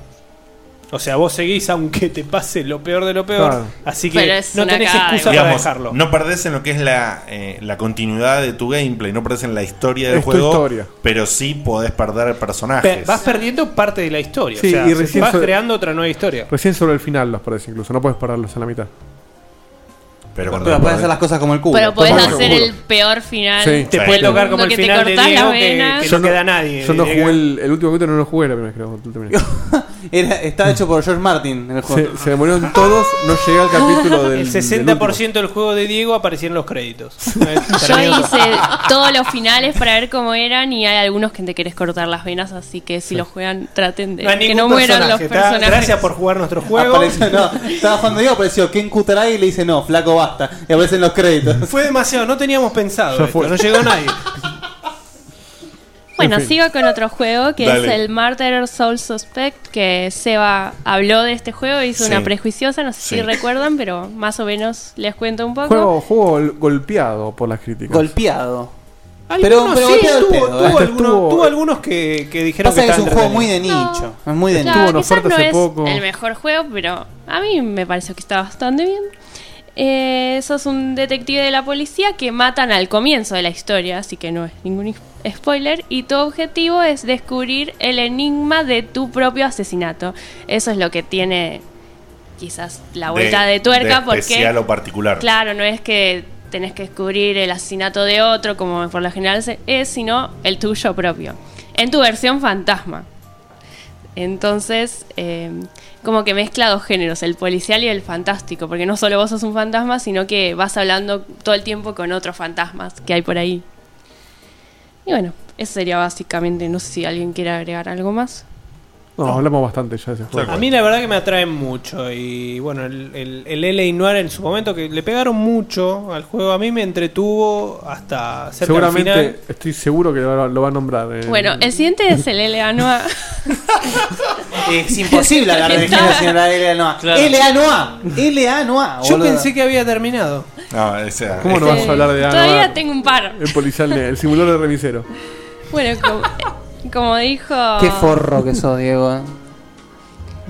Speaker 13: O sea, vos seguís aunque te pase lo peor de lo peor.
Speaker 2: Claro.
Speaker 13: Así que no tenés excusa para
Speaker 2: Digamos,
Speaker 13: dejarlo.
Speaker 2: No perdés en lo que es la, eh, la continuidad de tu gameplay, no perdés en la historia del
Speaker 11: Es tu
Speaker 2: juego,
Speaker 11: historia.
Speaker 2: pero sí podés perder personajes.
Speaker 13: Pe- vas perdiendo parte de la historia.
Speaker 11: Sí,
Speaker 13: o sea,
Speaker 11: y recién
Speaker 13: vas
Speaker 11: sobre-
Speaker 13: creando otra nueva historia.
Speaker 11: Recién sobre el final los parece incluso, no puedes pararlos en la mitad.
Speaker 2: Pero,
Speaker 15: Pero podés hacer las cosas como el culo. Eh,
Speaker 9: Pero podés
Speaker 11: Como el
Speaker 9: hacer
Speaker 11: culo.
Speaker 9: el peor final.
Speaker 11: Sí. Te puede
Speaker 13: tocar como
Speaker 9: que
Speaker 13: el
Speaker 9: te
Speaker 13: final de
Speaker 9: cortás la
Speaker 13: Diego que-
Speaker 9: vena.
Speaker 13: que no queda nadie.
Speaker 15: eh,
Speaker 11: Yo no
Speaker 13: Diego.
Speaker 11: jugué el, el último capítulo, no lo jugué la primera vez que lo- lo terminé.
Speaker 15: Era, estaba hecho por George Martin en el juego.
Speaker 11: se, se murieron todos, no llegué al capítulo del.
Speaker 13: El
Speaker 11: del último.
Speaker 13: 60% del juego de Diego aparecía en los créditos.
Speaker 9: Yo hice todos los finales para ver cómo eran y hay algunos que te querés cortar las venas, así que si lo juegan traten de
Speaker 13: No hay
Speaker 9: que
Speaker 13: ningún
Speaker 9: no mueran los
Speaker 13: personaje, ¿tá?
Speaker 9: personajes.
Speaker 13: Gracias por jugar nuestro juego.
Speaker 15: Apareció- no, estaba jugando yo, apareció Ken Kutaragi y le dice no, flaco basta. Y aparecen los créditos.
Speaker 13: Fue demasiado, no teníamos pensado.
Speaker 15: Ya
Speaker 13: esto,
Speaker 15: fue.
Speaker 13: no llegó nadie.
Speaker 9: Bueno,
Speaker 13: En fin.
Speaker 9: sigo con otro juego que
Speaker 13: Dale.
Speaker 9: es el Murder Soul Suspect, que Seba habló de este juego, hizo
Speaker 11: Sí.
Speaker 9: una prejuiciosa, no sé
Speaker 11: Sí.
Speaker 9: si recuerdan, pero más o menos les cuento un poco.
Speaker 11: Juego, juego gol- golpeado por las críticas.
Speaker 15: Golpeado.
Speaker 13: Pero,
Speaker 15: pero
Speaker 13: sí,
Speaker 15: golpeado el
Speaker 13: tuvo,
Speaker 15: pedo, eh.
Speaker 13: tuvo
Speaker 15: Este
Speaker 13: algunos,
Speaker 15: estuvo-
Speaker 13: tuvo algunos que, que dijeron
Speaker 15: Pasa que es
Speaker 13: estaba
Speaker 15: un juego muy de
Speaker 13: entretenido.
Speaker 15: nicho. Es muy de
Speaker 9: Claro,
Speaker 15: nicho.
Speaker 9: quizás no es El mejor juego, pero a mí me pareció que está bastante bien. Eh, sos un detective de la policía que matan al comienzo de la historia, así que no es ningún is- spoiler. Y tu objetivo es descubrir el enigma de tu propio asesinato. Eso es lo que tiene quizás la vuelta de, tuerca, porque.
Speaker 2: Especial o particular.
Speaker 9: Claro, no es que tenés que descubrir el asesinato de otro, como por lo general se- es, sino el tuyo propio. En tu versión fantasma. Entonces, eh, como que mezcla dos géneros, el policial y el fantástico, porque no solo vos sos un fantasma, sino que vas hablando todo el tiempo con otros fantasmas que hay por ahí. Y bueno, eso sería básicamente, no sé si alguien quiere agregar algo más.
Speaker 11: No, hablamos bastante ya de ese juego.
Speaker 13: A mí la verdad que me atraen mucho. Y bueno, el, el, el LA Noir en su momento, que le pegaron mucho al juego, a mí me entretuvo hasta cerca del
Speaker 11: Seguramente,
Speaker 13: final.
Speaker 11: estoy seguro que lo, lo va a nombrar. eh.
Speaker 9: Bueno, el siguiente es el L.A. Noir.
Speaker 15: Es imposible hablar de género sin hablar de L.A. Noir.
Speaker 13: Claro.
Speaker 15: L.A. Noir. L.A. Noir.
Speaker 13: Yo
Speaker 15: boludo.
Speaker 13: pensé que había terminado.
Speaker 17: No, ese,
Speaker 11: ¿Cómo no
Speaker 9: Sí.
Speaker 11: vas a hablar de
Speaker 9: Todavía
Speaker 11: Anuar?
Speaker 9: tengo un par.
Speaker 11: El policial, el simulador de remisero.
Speaker 9: Bueno, como, como dijo.
Speaker 15: Qué forro que sos, Diego. eh.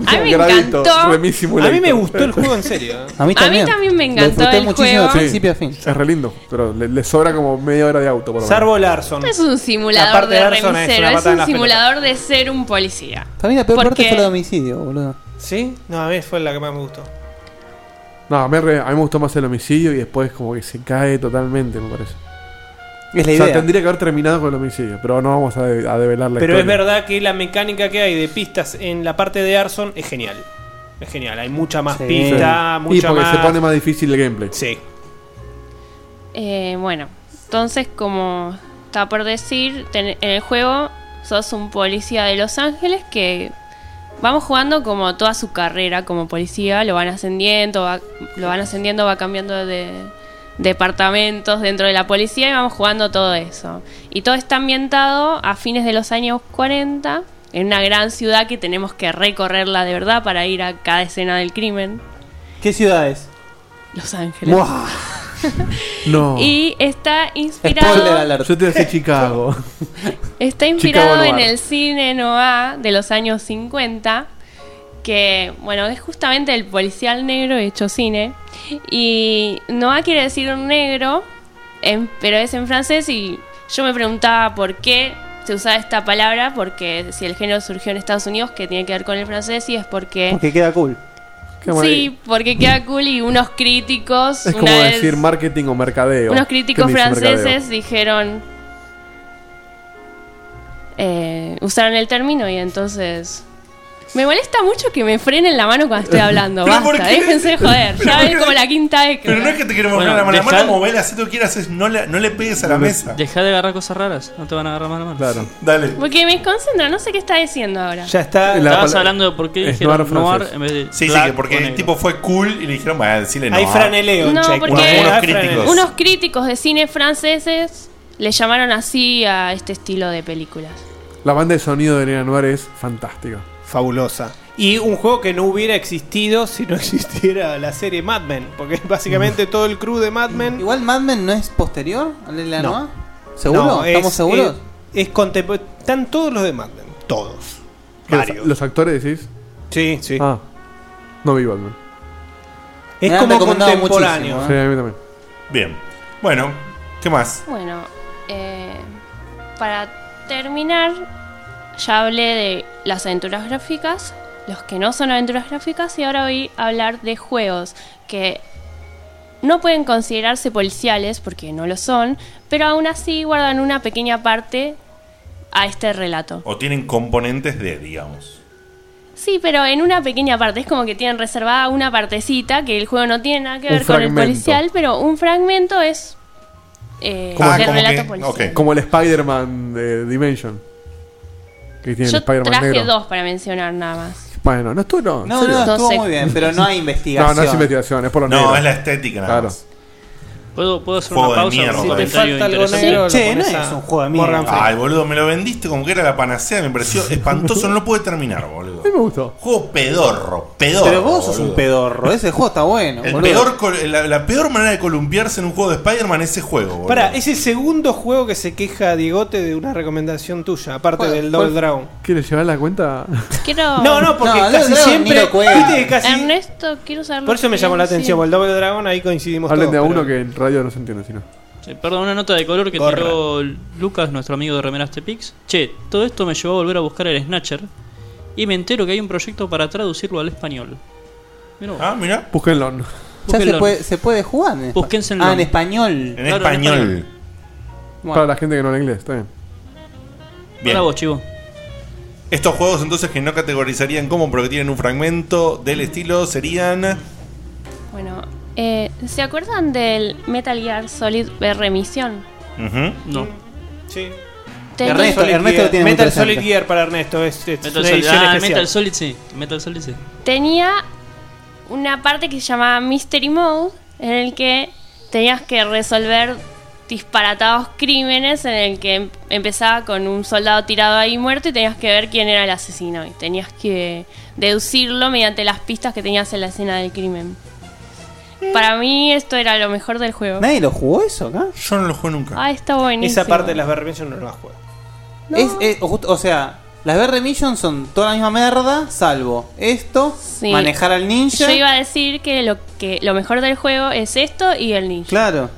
Speaker 9: A mí me
Speaker 15: Gradito,
Speaker 9: encantó.
Speaker 15: remis simulator. A mí me gustó el
Speaker 13: juego en serio. ¿eh?
Speaker 15: A mí también.
Speaker 9: me
Speaker 15: Lo
Speaker 9: encantó
Speaker 15: disfruté
Speaker 9: el
Speaker 15: muchísimo
Speaker 9: juego.
Speaker 15: de principio a fin.
Speaker 11: Es re lindo, pero le, le sobra como media hora de auto. Por lo menos.
Speaker 13: Sarvo Larson.
Speaker 9: No es un
Speaker 11: La
Speaker 9: simulador
Speaker 11: parte
Speaker 9: de,
Speaker 11: de Arson es una
Speaker 9: remisero, es,
Speaker 11: patada en
Speaker 9: un
Speaker 11: las
Speaker 9: simulador de ser un policía.
Speaker 15: Para mí la peor parte
Speaker 9: Porque-
Speaker 15: fue el homicidio, boludo.
Speaker 13: ¿Sí? No, a mí fue la que más me gustó.
Speaker 11: No, a mí, re- a mí me gustó más el homicidio y después como que se cae totalmente, me parece.
Speaker 15: Es la
Speaker 11: O sea,
Speaker 13: idea.
Speaker 11: tendría que haber terminado con el homicidio, pero no vamos a, de- a develar la
Speaker 13: Pero es
Speaker 11: historia.
Speaker 13: verdad que la mecánica que hay de pistas en la parte de Arson es genial. Es genial, hay mucha más
Speaker 11: Sí.
Speaker 13: pista,
Speaker 11: Sí. Y
Speaker 13: mucha
Speaker 11: porque
Speaker 13: más.
Speaker 11: se pone más difícil el gameplay.
Speaker 13: Sí.
Speaker 9: Eh, bueno, entonces, como está por decir, ten- en el juego sos un policía de Los Ángeles que vamos jugando como toda su carrera como policía, lo van ascendiendo, va- lo van ascendiendo, va cambiando de departamentos dentro de la policía y vamos jugando todo eso. Y todo está ambientado a fines de los años 40 en una gran ciudad que tenemos que recorrerla de verdad para ir a cada escena del crimen,
Speaker 15: ¿Qué ciudades?
Speaker 9: Los Ángeles.
Speaker 11: Buah. No.
Speaker 9: Y está
Speaker 11: Oh. Spoiler
Speaker 9: inspirado
Speaker 11: alert. Yo te decía Chicago.
Speaker 9: Está inspirado
Speaker 11: Chicago
Speaker 9: en
Speaker 11: Noir.
Speaker 9: el cine Noah de los años 50, que, bueno, es justamente el policial negro hecho cine. Y Noah quiere decir un negro, en- pero es en francés y yo me preguntaba por qué se usaba esta palabra, porque si el género surgió en Estados Unidos, que tiene que ver con el francés, y es porque...
Speaker 15: Porque queda cool.
Speaker 9: Sí, porque queda cool y unos críticos...
Speaker 11: Es
Speaker 9: una
Speaker 11: como
Speaker 9: vez-
Speaker 11: decir marketing o mercadeo.
Speaker 9: unos críticos
Speaker 11: ¿Quién dice
Speaker 9: franceses
Speaker 11: mercadeo?
Speaker 9: dijeron. eh, usaron el término y entonces. Me molesta mucho que me frenen la mano cuando estoy hablando.
Speaker 2: ¿Pero por
Speaker 9: Basta,
Speaker 2: qué?
Speaker 9: déjense de joder.
Speaker 2: ¿Pero
Speaker 9: Ya
Speaker 2: por
Speaker 9: es
Speaker 2: qué?
Speaker 9: como la quinta vez que.
Speaker 2: Pero no es que te queremos
Speaker 12: Bueno,
Speaker 2: poner la mano, la
Speaker 12: dejar-
Speaker 2: mano movela, así tú quieras, es no, le, no le pegues a la mesa.
Speaker 12: Deja de agarrar cosas raras, no te van a agarrar más la mano. Claro.
Speaker 2: Dale.
Speaker 9: Porque me desconcentro, no sé qué está diciendo ahora.
Speaker 13: está.
Speaker 12: Estabas hablando de por qué
Speaker 2: Es
Speaker 12: dijeron
Speaker 2: noir
Speaker 12: noir,
Speaker 2: francés.
Speaker 12: en vez de.
Speaker 2: Sí, sí,
Speaker 12: black
Speaker 2: que porque
Speaker 12: o
Speaker 2: el
Speaker 12: negro.
Speaker 2: tipo fue cool y le dijeron, bueno, decirle no.
Speaker 12: Hay
Speaker 13: franeleo
Speaker 9: No, porque
Speaker 2: Unos, unos
Speaker 9: hay
Speaker 2: críticos.
Speaker 9: Unos críticos de cine franceses le llamaron así a este estilo de películas.
Speaker 11: La banda de sonido de Elena Noir es fantástica.
Speaker 13: Fabulosa. Y un juego que no hubiera existido si no existiera la serie Mad Men. Porque es básicamente todo el crew de Mad Men.
Speaker 15: Igual Mad Men no es posterior al L.A.
Speaker 13: No.
Speaker 15: Noir. ¿Seguro?
Speaker 13: No, es- eh,
Speaker 15: ¿Estamos seguros?
Speaker 13: Es, es contem- Están todos los de Mad Men. Todos.
Speaker 11: Los, los actores decís?
Speaker 13: Sí, sí.
Speaker 11: Ah, no vi Batman.
Speaker 13: Es
Speaker 11: Me han
Speaker 13: como
Speaker 11: recomendado
Speaker 13: contemporáneo.
Speaker 11: muchísimo, ¿eh? Sí, a mí también.
Speaker 2: Bien. Bueno, ¿qué más?
Speaker 9: Bueno, eh, para terminar, ya hablé de las aventuras gráficas, los que no son aventuras gráficas, y ahora voy a hablar de juegos que no pueden considerarse policiales porque no lo son, pero aún así guardan una pequeña parte a este relato.
Speaker 2: O tienen componentes de, digamos.
Speaker 9: Sí, pero en una pequeña parte. Es como que tienen reservada una partecita que el juego no tiene nada que
Speaker 11: Un
Speaker 9: ver con el
Speaker 11: fragmento.
Speaker 9: policial, pero un fragmento es eh,
Speaker 11: Como-
Speaker 9: del relato
Speaker 11: que-
Speaker 9: policial.
Speaker 11: como el Spider-Man de Dimension. Que tiene el
Speaker 9: Yo
Speaker 11: Spider-Man
Speaker 9: traje
Speaker 11: negro.
Speaker 9: dos para mencionar nada más.
Speaker 11: Bueno, no estuvo, no. en
Speaker 9: No,
Speaker 11: serio.
Speaker 9: no, estuvo muy
Speaker 15: bien, pero no hay
Speaker 11: No, no
Speaker 15: investigación.
Speaker 11: es investigación, es por lo
Speaker 2: No,
Speaker 11: negro.
Speaker 2: es la estética nada
Speaker 11: Claro.
Speaker 2: más.
Speaker 12: ¿Puedo, puedo hacer
Speaker 2: Juego
Speaker 12: una
Speaker 2: de
Speaker 12: pausa?
Speaker 2: mierda.
Speaker 12: un
Speaker 2: Si te
Speaker 12: comentario
Speaker 2: falta algo
Speaker 12: interesante?
Speaker 2: negro,
Speaker 15: Che, no es un juego de mierda.
Speaker 2: Ay, boludo, me lo vendiste como que era la panacea, me pareció espantoso, no lo pude terminar, boludo.
Speaker 11: me gustó.
Speaker 2: Juego pedorro, pedorro.
Speaker 15: Pero vos sos un
Speaker 2: boludo.
Speaker 15: pedorro. Ese juego está bueno,
Speaker 2: El
Speaker 15: boludo.
Speaker 2: peor col- la, la peor manera de columpiarse en un juego de Spider-Man es ese juego, boludo.
Speaker 13: Pará, es el segundo juego que se queja Diegote de una recomendación tuya, aparte del Double Dragon.
Speaker 11: ¿Quieres llevar la cuenta?
Speaker 9: Quiero...
Speaker 13: No, no, porque casi siempre. viste que casi-
Speaker 9: Ernesto, quiero saber.
Speaker 13: por eso me llamó la atención, porque el Double Dragon ahí coincidimos
Speaker 11: Hablen
Speaker 13: todos,
Speaker 11: de a
Speaker 13: pero-
Speaker 11: uno que en radio no se entiende, si no.
Speaker 12: Sí, perdón, una nota de color que
Speaker 13: Gorra.
Speaker 12: tiró Lucas, nuestro amigo de Remeras Tepix. Che, todo esto me llevó a volver a buscar el Snatcher y me entero que hay un proyecto para traducirlo al español.
Speaker 2: Ah, mira.
Speaker 11: Búsquenlo.
Speaker 15: Ya se
Speaker 12: Búsquenlo.
Speaker 15: puede, se puede jugar en español.
Speaker 12: Búsquenselo.
Speaker 15: Ah, en español.
Speaker 12: Claro, en español. español.
Speaker 11: Para la gente que no habla inglés, está bien.
Speaker 2: Bien.
Speaker 12: Hola vos, chivo.
Speaker 2: Estos juegos entonces que no categorizarían como, pero que tienen un fragmento del estilo, serían...
Speaker 9: Bueno, eh, ¿se acuerdan del Metal Gear Solid R Mission?
Speaker 2: Ujú.
Speaker 12: No.
Speaker 13: Sí.
Speaker 9: tenis.
Speaker 15: Ernesto,
Speaker 13: Solid
Speaker 15: Ernesto
Speaker 13: Gear.
Speaker 15: lo tiene muy
Speaker 13: Metal
Speaker 15: presente.
Speaker 13: Solid Gear para Ernesto. Es, es
Speaker 12: Metal
Speaker 13: una
Speaker 12: Solid,
Speaker 13: edición
Speaker 12: ah,
Speaker 13: especial.
Speaker 12: Metal Solid sí. Metal Solid sí.
Speaker 9: tenía una parte que se llamaba Mystery Mode, en el que tenías que resolver disparatados crímenes, en el que em- empezaba con un soldado tirado ahí muerto y tenías que ver quién era el asesino, y tenías que deducirlo mediante las pistas que tenías en la escena del crimen. Para mí esto era lo mejor del juego.
Speaker 15: Eh. ¿Nadie lo jugó eso acá?
Speaker 2: Yo no lo jugué nunca.
Speaker 9: Ah, está buenísimo.
Speaker 13: Esa parte de las Barbie yo no la juego.
Speaker 15: Es, es- o, justo- o sea, las BR Mission son toda la misma mierda, salvo esto,
Speaker 9: Sí.
Speaker 15: manejar al ninja.
Speaker 9: Yo iba a decir que lo, que lo mejor del juego es esto y el ninja.
Speaker 15: Claro.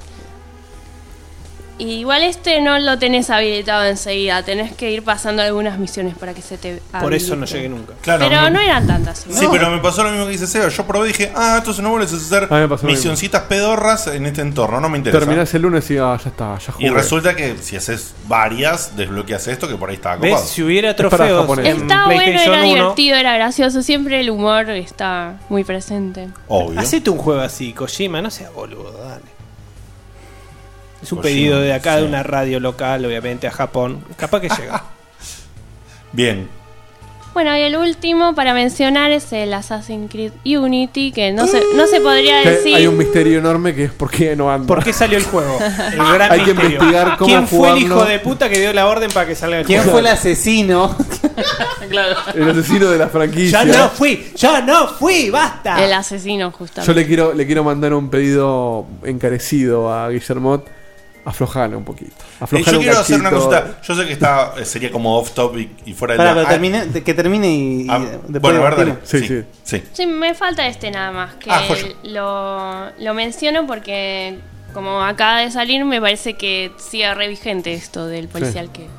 Speaker 9: Y igual este no lo tenés habilitado enseguida, tenés que ir pasando algunas misiones para que se te
Speaker 2: Por eso
Speaker 9: habilite.
Speaker 2: no llegué nunca. Claro,
Speaker 9: pero
Speaker 2: no-
Speaker 9: no, eran tantas.
Speaker 2: Sí, pero me pasó lo mismo que dice Seba. Yo probé y dije, ah, entonces no vuelves a
Speaker 11: A mí me
Speaker 2: hacer
Speaker 11: pasó lo
Speaker 2: misioncitas pedorras en este entorno, no me interesa.
Speaker 11: Terminás el lunes y ah, ya está, ya jugué.
Speaker 2: y resulta que si haces varias, desbloqueas esto que por ahí estaba
Speaker 11: ¿Ves?
Speaker 2: copado.
Speaker 11: Si hubiera trofeos Es para japonés. en
Speaker 9: Está bueno, era divertido, era gracioso. Siempre el humor está muy presente.
Speaker 2: Obvio.
Speaker 13: Hacete un juego así, Kojima, no seas boludo, dale. Es un
Speaker 2: Kojima,
Speaker 13: pedido de acá, de
Speaker 2: sí.
Speaker 13: una radio local, obviamente, a Japón. Capaz que llega.
Speaker 2: Bien.
Speaker 9: Bueno, y el último para mencionar es el Assassin's Creed Unity, que no se, no se podría
Speaker 11: Que
Speaker 9: decir.
Speaker 11: Hay un misterio enorme que es por qué no anda. ¿Por
Speaker 13: qué salió el juego? Oh, El
Speaker 9: gran
Speaker 11: Hay que
Speaker 13: misterio.
Speaker 11: investigar cómo
Speaker 13: ¿Quién fue el
Speaker 11: jugarlo.
Speaker 13: hijo de puta que dio la orden para que salga el
Speaker 11: ¿Quién
Speaker 13: juego?
Speaker 11: fue el
Speaker 15: asesino?
Speaker 9: claro.
Speaker 11: El asesino de la franquicia.
Speaker 13: Yo no fui, yo no fui, basta.
Speaker 9: El asesino, justamente.
Speaker 11: Yo le quiero, le quiero mandar un pedido encarecido a Guillermot. Aflojalo un poquito.
Speaker 2: Eh,
Speaker 11: Aflojalo
Speaker 2: yo
Speaker 11: un
Speaker 2: quiero hacer una
Speaker 11: cachito.
Speaker 2: consulta. Yo sé que está, eh, sería como off topic y fuera de
Speaker 15: Pará,
Speaker 2: la-
Speaker 15: pero
Speaker 2: Ah,
Speaker 15: termine- que termine y, y después
Speaker 2: Bueno, a ver, dale.
Speaker 15: debatimos.
Speaker 2: Sí, sí. sí.
Speaker 9: Sí, me falta este nada más, que
Speaker 2: Ah, joya.
Speaker 9: lo, lo menciono porque como acaba de salir me parece que sigue re vigente esto del policial que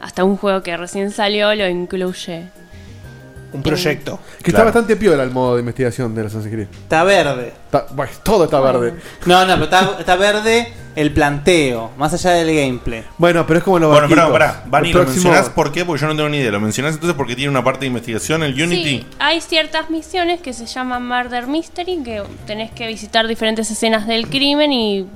Speaker 9: hasta un juego que recién salió lo incluye.
Speaker 13: Un proyecto.
Speaker 11: Que está bastante piola el modo de investigación de la Assassin's Creed.
Speaker 15: Está verde.
Speaker 11: Está- bueno, todo está verde.
Speaker 15: No, no, pero está, está verde el planteo, más allá del gameplay.
Speaker 11: Bueno, pero es como los
Speaker 2: Bueno,
Speaker 11: barquitos.
Speaker 2: pará, pará. Vani,
Speaker 11: El
Speaker 2: ¿lo
Speaker 11: próximo-
Speaker 2: mencionás por qué? Porque yo no tengo ni idea. ¿Lo mencionás entonces porque tiene una parte de investigación, el Unity?
Speaker 9: Sí, hay ciertas misiones que se llaman Murder Mystery, que tenés que visitar diferentes escenas del crimen y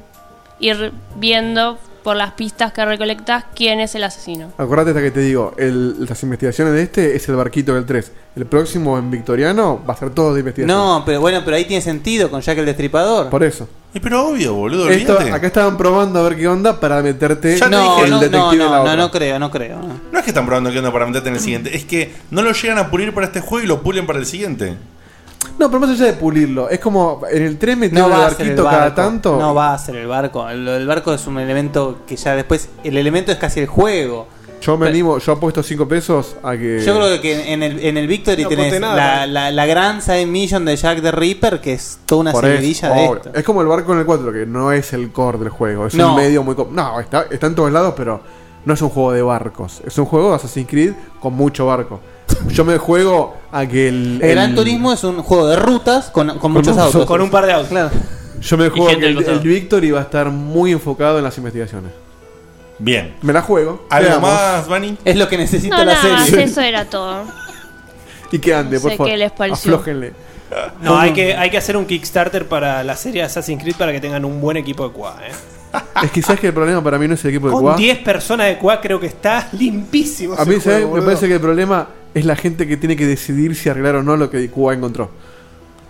Speaker 9: ir viendo por las pistas que recolectás quién es el asesino.
Speaker 11: Acordate hasta que te digo, el- las investigaciones de este es el barquito del 3. El próximo en Victoriano va a ser todo de investigación.
Speaker 15: No, pero bueno, pero ahí tiene sentido con Jack el Destripador.
Speaker 11: Por eso.
Speaker 2: pero obvio, boludo.
Speaker 11: Esto-
Speaker 15: olvídate.
Speaker 11: acá estaban probando a ver qué onda para meterte
Speaker 15: no,
Speaker 11: el
Speaker 15: no,
Speaker 11: detective
Speaker 15: no,
Speaker 11: en la
Speaker 15: no,
Speaker 11: obra.
Speaker 15: no, no creo, no creo. no.
Speaker 2: No es que están probando qué onda para meterte en el siguiente. Es que no lo llegan a pulir para este juego y lo pulen para el siguiente.
Speaker 11: No, pero más allá de pulirlo, es como en el 3 metieron
Speaker 15: No
Speaker 11: el
Speaker 15: va a ser el
Speaker 11: barquito cada
Speaker 15: barco.
Speaker 11: tanto.
Speaker 15: No va a ser el barco. El, el barco es un elemento que ya después. El elemento es casi el juego.
Speaker 11: Yo me animo, yo apuesto 5 pesos a que.
Speaker 15: Yo creo que en el, en el Victory
Speaker 11: No
Speaker 15: tenés
Speaker 11: apunté nada.
Speaker 15: la, la, la gran side mission de Jack the Ripper, que es toda una
Speaker 11: Por eso,
Speaker 15: seguidilla de
Speaker 11: obvio.
Speaker 15: esto.
Speaker 11: Es como el barco en el 4, que no es el core del juego, es
Speaker 15: No.
Speaker 11: un medio muy. com- No, está, está en todos lados, pero no es un juego de barcos. Es un juego de Assassin's Creed con mucho barco. Yo me juego a que el.
Speaker 15: El Gran
Speaker 11: el-
Speaker 15: Turismo es un juego de rutas con, con muchos
Speaker 11: muchos-
Speaker 15: autos.
Speaker 11: con un
Speaker 13: par de autos.
Speaker 15: Claro.
Speaker 11: Yo me juego a
Speaker 15: gente
Speaker 11: que
Speaker 15: al
Speaker 11: el,
Speaker 15: costado.
Speaker 11: el Victory va a estar muy enfocado en las investigaciones.
Speaker 2: Bien.
Speaker 11: Me la juego.
Speaker 2: ¿Algo
Speaker 11: veamos.
Speaker 2: más, Vani?
Speaker 15: Es lo que necesita
Speaker 9: No, nada más, eso era todo.
Speaker 11: Y que ande,
Speaker 9: No
Speaker 11: por
Speaker 9: sé
Speaker 11: favor.
Speaker 9: qué les pareció.
Speaker 11: Aflójenle.
Speaker 13: No, hay que, hay que hacer un Kickstarter para la serie Assassin's Creed para que tengan un buen equipo de QA. ¿eh?
Speaker 11: Es que sabes que el problema para mí no es el equipo de
Speaker 13: Con
Speaker 11: Cuba.
Speaker 13: 10 personas de QA creo que está limpísimo.
Speaker 11: A
Speaker 13: ese
Speaker 11: mí ¿sabes?
Speaker 13: juego,
Speaker 11: me
Speaker 13: boludo.
Speaker 11: parece que el problema es la gente que tiene que decidir si arreglar o no lo que Cuba encontró.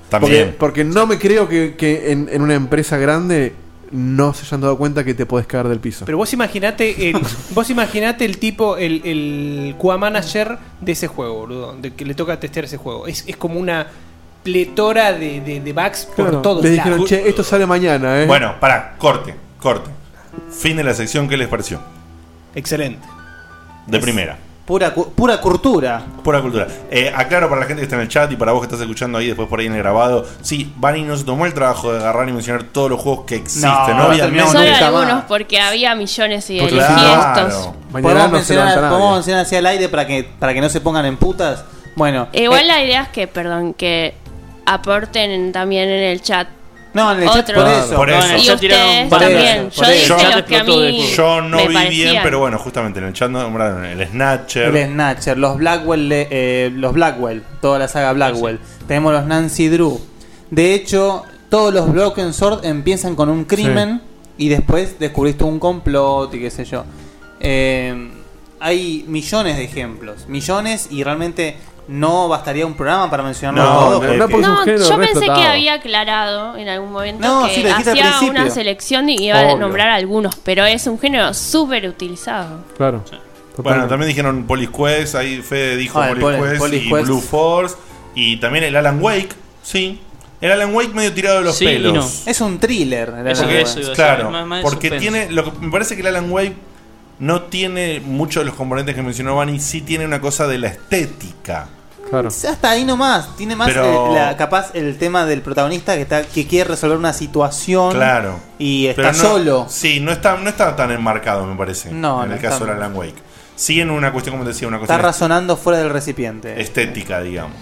Speaker 2: También.
Speaker 11: Porque, porque no me creo que, que en, en una empresa grande no se hayan dado cuenta que te podés caer del piso.
Speaker 13: Pero vos imaginate el, vos imaginate el tipo, el, el QA manager de ese juego, boludo. Del que le toca testear ese juego. Es, es como una pletora de, de, de bugs por
Speaker 11: Claro,
Speaker 13: todos
Speaker 11: le dijeron,
Speaker 13: lados.
Speaker 11: che, esto sale mañana, ¿eh?
Speaker 2: Bueno, pará, corte, corte. Fin de la sección, ¿qué les pareció?
Speaker 13: Excelente.
Speaker 2: De primera.
Speaker 15: Pura, cu- pura cultura.
Speaker 2: Pura cultura. Eh, aclaro para la gente que está en el chat y para vos que estás escuchando ahí después por ahí en el grabado. Sí, Vani no se tomó el trabajo de agarrar y mencionar todos los juegos que existen. No,
Speaker 15: no
Speaker 2: había
Speaker 15: terminamos
Speaker 2: menos.
Speaker 9: Solo algunos porque había millones y
Speaker 2: Porque
Speaker 9: elegí
Speaker 2: claro.
Speaker 9: estos.
Speaker 15: Podemos mencionar,
Speaker 11: levanta nadie.
Speaker 15: podemos mencionar hacia el aire para que, para que no se pongan en putas. Bueno,
Speaker 9: Igual
Speaker 15: eh,
Speaker 9: la idea es que, perdón, que aporten también en el chat.
Speaker 15: No, en el chat,
Speaker 9: otros.
Speaker 15: por eso. Por eso.
Speaker 9: Y
Speaker 15: Ya tiraron
Speaker 9: ustedes
Speaker 15: varias
Speaker 9: también.
Speaker 15: veces,
Speaker 9: Yo
Speaker 15: por
Speaker 9: dije
Speaker 15: eso.
Speaker 9: los
Speaker 15: Ya
Speaker 9: que a
Speaker 15: explotó de
Speaker 9: mí
Speaker 15: juego.
Speaker 2: Yo no
Speaker 9: me
Speaker 2: vi bien,
Speaker 9: parecían.
Speaker 2: pero bueno, justamente en el chat nombraron el Snatcher.
Speaker 15: el Snatcher, los Blackwell, de- eh, los Blackwell, toda la saga Blackwell. Tenemos los Nancy Drew. De hecho, todos los Broken Sword empiezan con un crimen y después descubriste un complot y qué sé yo. Eh, hay millones de ejemplos, millones y realmente no bastaría un programa para mencionarlo
Speaker 6: No,
Speaker 15: todo.
Speaker 6: no, no,
Speaker 15: porque-
Speaker 9: No, yo pensé que había aclarado en algún momento
Speaker 15: No,
Speaker 9: que
Speaker 15: sí, lo dijiste al
Speaker 9: hacía
Speaker 15: principio.
Speaker 9: una selección y iba a
Speaker 2: Obvio.
Speaker 9: nombrar algunos, pero es un género súper utilizado.
Speaker 11: Claro.
Speaker 2: Bueno, también dijeron Police Quest, ahí Fede dijo
Speaker 15: Ah, el
Speaker 2: Police
Speaker 15: Poli-
Speaker 2: Quest
Speaker 15: Police
Speaker 2: y
Speaker 15: Quest.
Speaker 2: Blue Force y también el Alan Wake, sí. El Alan Wake medio tirado de los
Speaker 15: Sí y
Speaker 2: pelos.
Speaker 15: no. Es un thriller, el Alan
Speaker 2: Porque-
Speaker 15: Wake.
Speaker 2: Claro,
Speaker 15: Es más- más de
Speaker 2: porque
Speaker 15: suspenso.
Speaker 2: tiene lo que me parece que el Alan Wake no tiene muchos de los componentes que mencionó Vani, sí tiene una cosa de la estética.
Speaker 11: Claro.
Speaker 15: Hasta ahí nomás, tiene más
Speaker 2: Pero-
Speaker 15: el- la- capaz el tema del protagonista que está que quiere resolver una situación
Speaker 2: Claro.
Speaker 15: y
Speaker 2: Pero
Speaker 15: está
Speaker 2: no-
Speaker 15: solo.
Speaker 2: Sí, no está, no está tan enmarcado, me parece.
Speaker 15: No,
Speaker 2: en
Speaker 15: no
Speaker 2: el caso
Speaker 15: está-
Speaker 2: del Alan Wake. Sí, en una cuestión, como decía, una
Speaker 15: Está
Speaker 2: cuestión
Speaker 15: razonando fuera del recipiente.
Speaker 2: estética, digamos.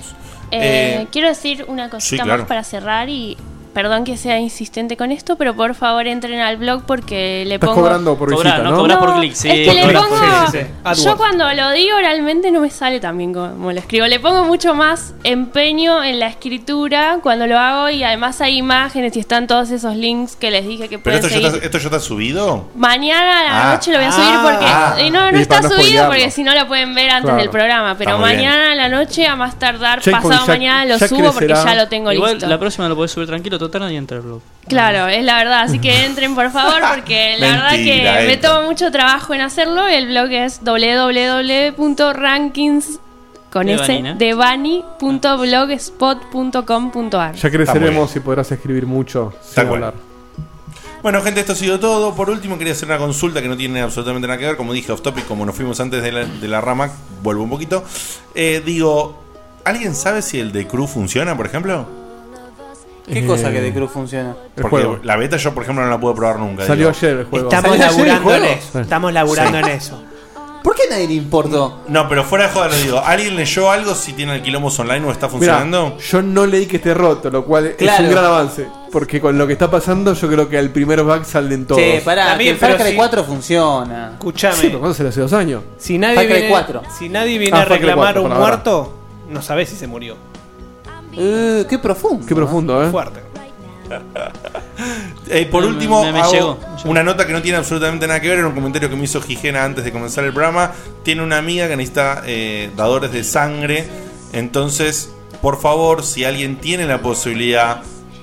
Speaker 9: Eh,
Speaker 2: Eh,
Speaker 9: quiero decir una cosita
Speaker 2: sí, claro.
Speaker 9: más para cerrar y perdón que sea insistente con esto, pero por favor entren al blog porque le
Speaker 11: Estás
Speaker 9: pongo...
Speaker 11: cobrando por
Speaker 12: Cobrar,
Speaker 11: visita,
Speaker 12: no
Speaker 11: ¿no?
Speaker 12: cobrar por clic, sí.
Speaker 9: es que le
Speaker 12: Cobrar
Speaker 9: pongo...
Speaker 12: por clic, sí, sí.
Speaker 9: Yo cuando lo digo oralmente no me sale tan bien como lo escribo. Le pongo mucho más empeño en la escritura cuando lo hago y además hay imágenes y están todos esos links que les dije que pueden
Speaker 2: ¿Pero esto ya,
Speaker 9: seguir.
Speaker 2: está, esto ya está subido?
Speaker 9: Mañana a la
Speaker 2: Ah.
Speaker 9: noche lo voy a subir
Speaker 2: Ah.
Speaker 9: porque
Speaker 2: Ah.
Speaker 9: eh, no, no
Speaker 2: Y para
Speaker 9: está
Speaker 2: no
Speaker 9: subido
Speaker 2: spoilearlo.
Speaker 9: porque si no lo pueden ver antes
Speaker 12: Claro.
Speaker 9: del programa. Pero
Speaker 12: Está muy bien.
Speaker 9: mañana a la noche, a más tardar,
Speaker 12: Checkpoint
Speaker 9: pasado
Speaker 12: ya-
Speaker 9: mañana lo
Speaker 12: ya
Speaker 9: subo
Speaker 12: crecerá.
Speaker 9: porque ya lo tengo
Speaker 12: Igual,
Speaker 9: listo.
Speaker 12: La próxima lo podés subir tranquilo, total nadie entra al blog.
Speaker 9: Claro, es la verdad. Así que entren por favor porque la verdad que
Speaker 12: Mentira,
Speaker 9: me
Speaker 12: entra.
Speaker 9: toma mucho trabajo en hacerlo. El blog es www.rankings con
Speaker 11: De
Speaker 9: ese
Speaker 11: Bani, ¿no?
Speaker 9: de bani.blogspot.com.ar.
Speaker 11: Ya creceremos y podrás escribir mucho sin hablar.
Speaker 2: Bueno, gente, esto ha sido todo. Por último, quería hacer una consulta que no tiene absolutamente nada que ver. Como dije, off topic, como nos fuimos antes de la, de la rama, vuelvo un poquito. Eh, digo, ¿alguien sabe si el de Crew funciona, por ejemplo?
Speaker 15: ¿Qué
Speaker 2: Eh,
Speaker 15: cosa que de Cruz funciona?
Speaker 2: Porque la beta yo, por ejemplo, no la pude probar nunca.
Speaker 11: Salió
Speaker 2: digo.
Speaker 11: ayer el juego.
Speaker 15: Estamos laburando en
Speaker 11: eso,
Speaker 15: estamos
Speaker 2: laburando en
Speaker 15: eso. ¿Por qué a nadie le importó?
Speaker 2: No, pero fuera de joda lo digo. ¿Alguien leyó algo si tiene alquilomos online o está
Speaker 11: Mirá,
Speaker 2: funcionando?
Speaker 11: yo no leí que esté roto, lo cual es
Speaker 2: Claro.
Speaker 11: un gran avance. Porque con lo que está pasando, yo creo que al primer bug salen todos.
Speaker 15: Che, pará,
Speaker 13: También,
Speaker 15: que el Far
Speaker 13: pero
Speaker 15: Cry
Speaker 13: si-
Speaker 15: 4 funciona.
Speaker 13: Escuchame.
Speaker 11: Sí, pero cuando sale hace dos años.
Speaker 13: Si nadie
Speaker 15: Far Cry
Speaker 13: viene,
Speaker 15: 4.
Speaker 13: Si nadie viene
Speaker 11: Ah,
Speaker 13: a
Speaker 11: Far Cry
Speaker 13: reclamar
Speaker 11: 4,
Speaker 13: un
Speaker 11: por ahora.
Speaker 13: muerto, no sabés si se murió.
Speaker 15: Uh, qué profundo.
Speaker 11: Qué profundo, ¿eh?
Speaker 13: Fuerte.
Speaker 2: Eh, por
Speaker 13: Me-
Speaker 2: último,
Speaker 13: me- me
Speaker 2: hago
Speaker 13: llegó,
Speaker 2: una nota que no tiene absolutamente nada que ver. Era un comentario que me hizo Gigena antes de comenzar el programa. Tiene una amiga que necesita eh, dadores de sangre. Entonces, por favor, si alguien tiene la posibilidad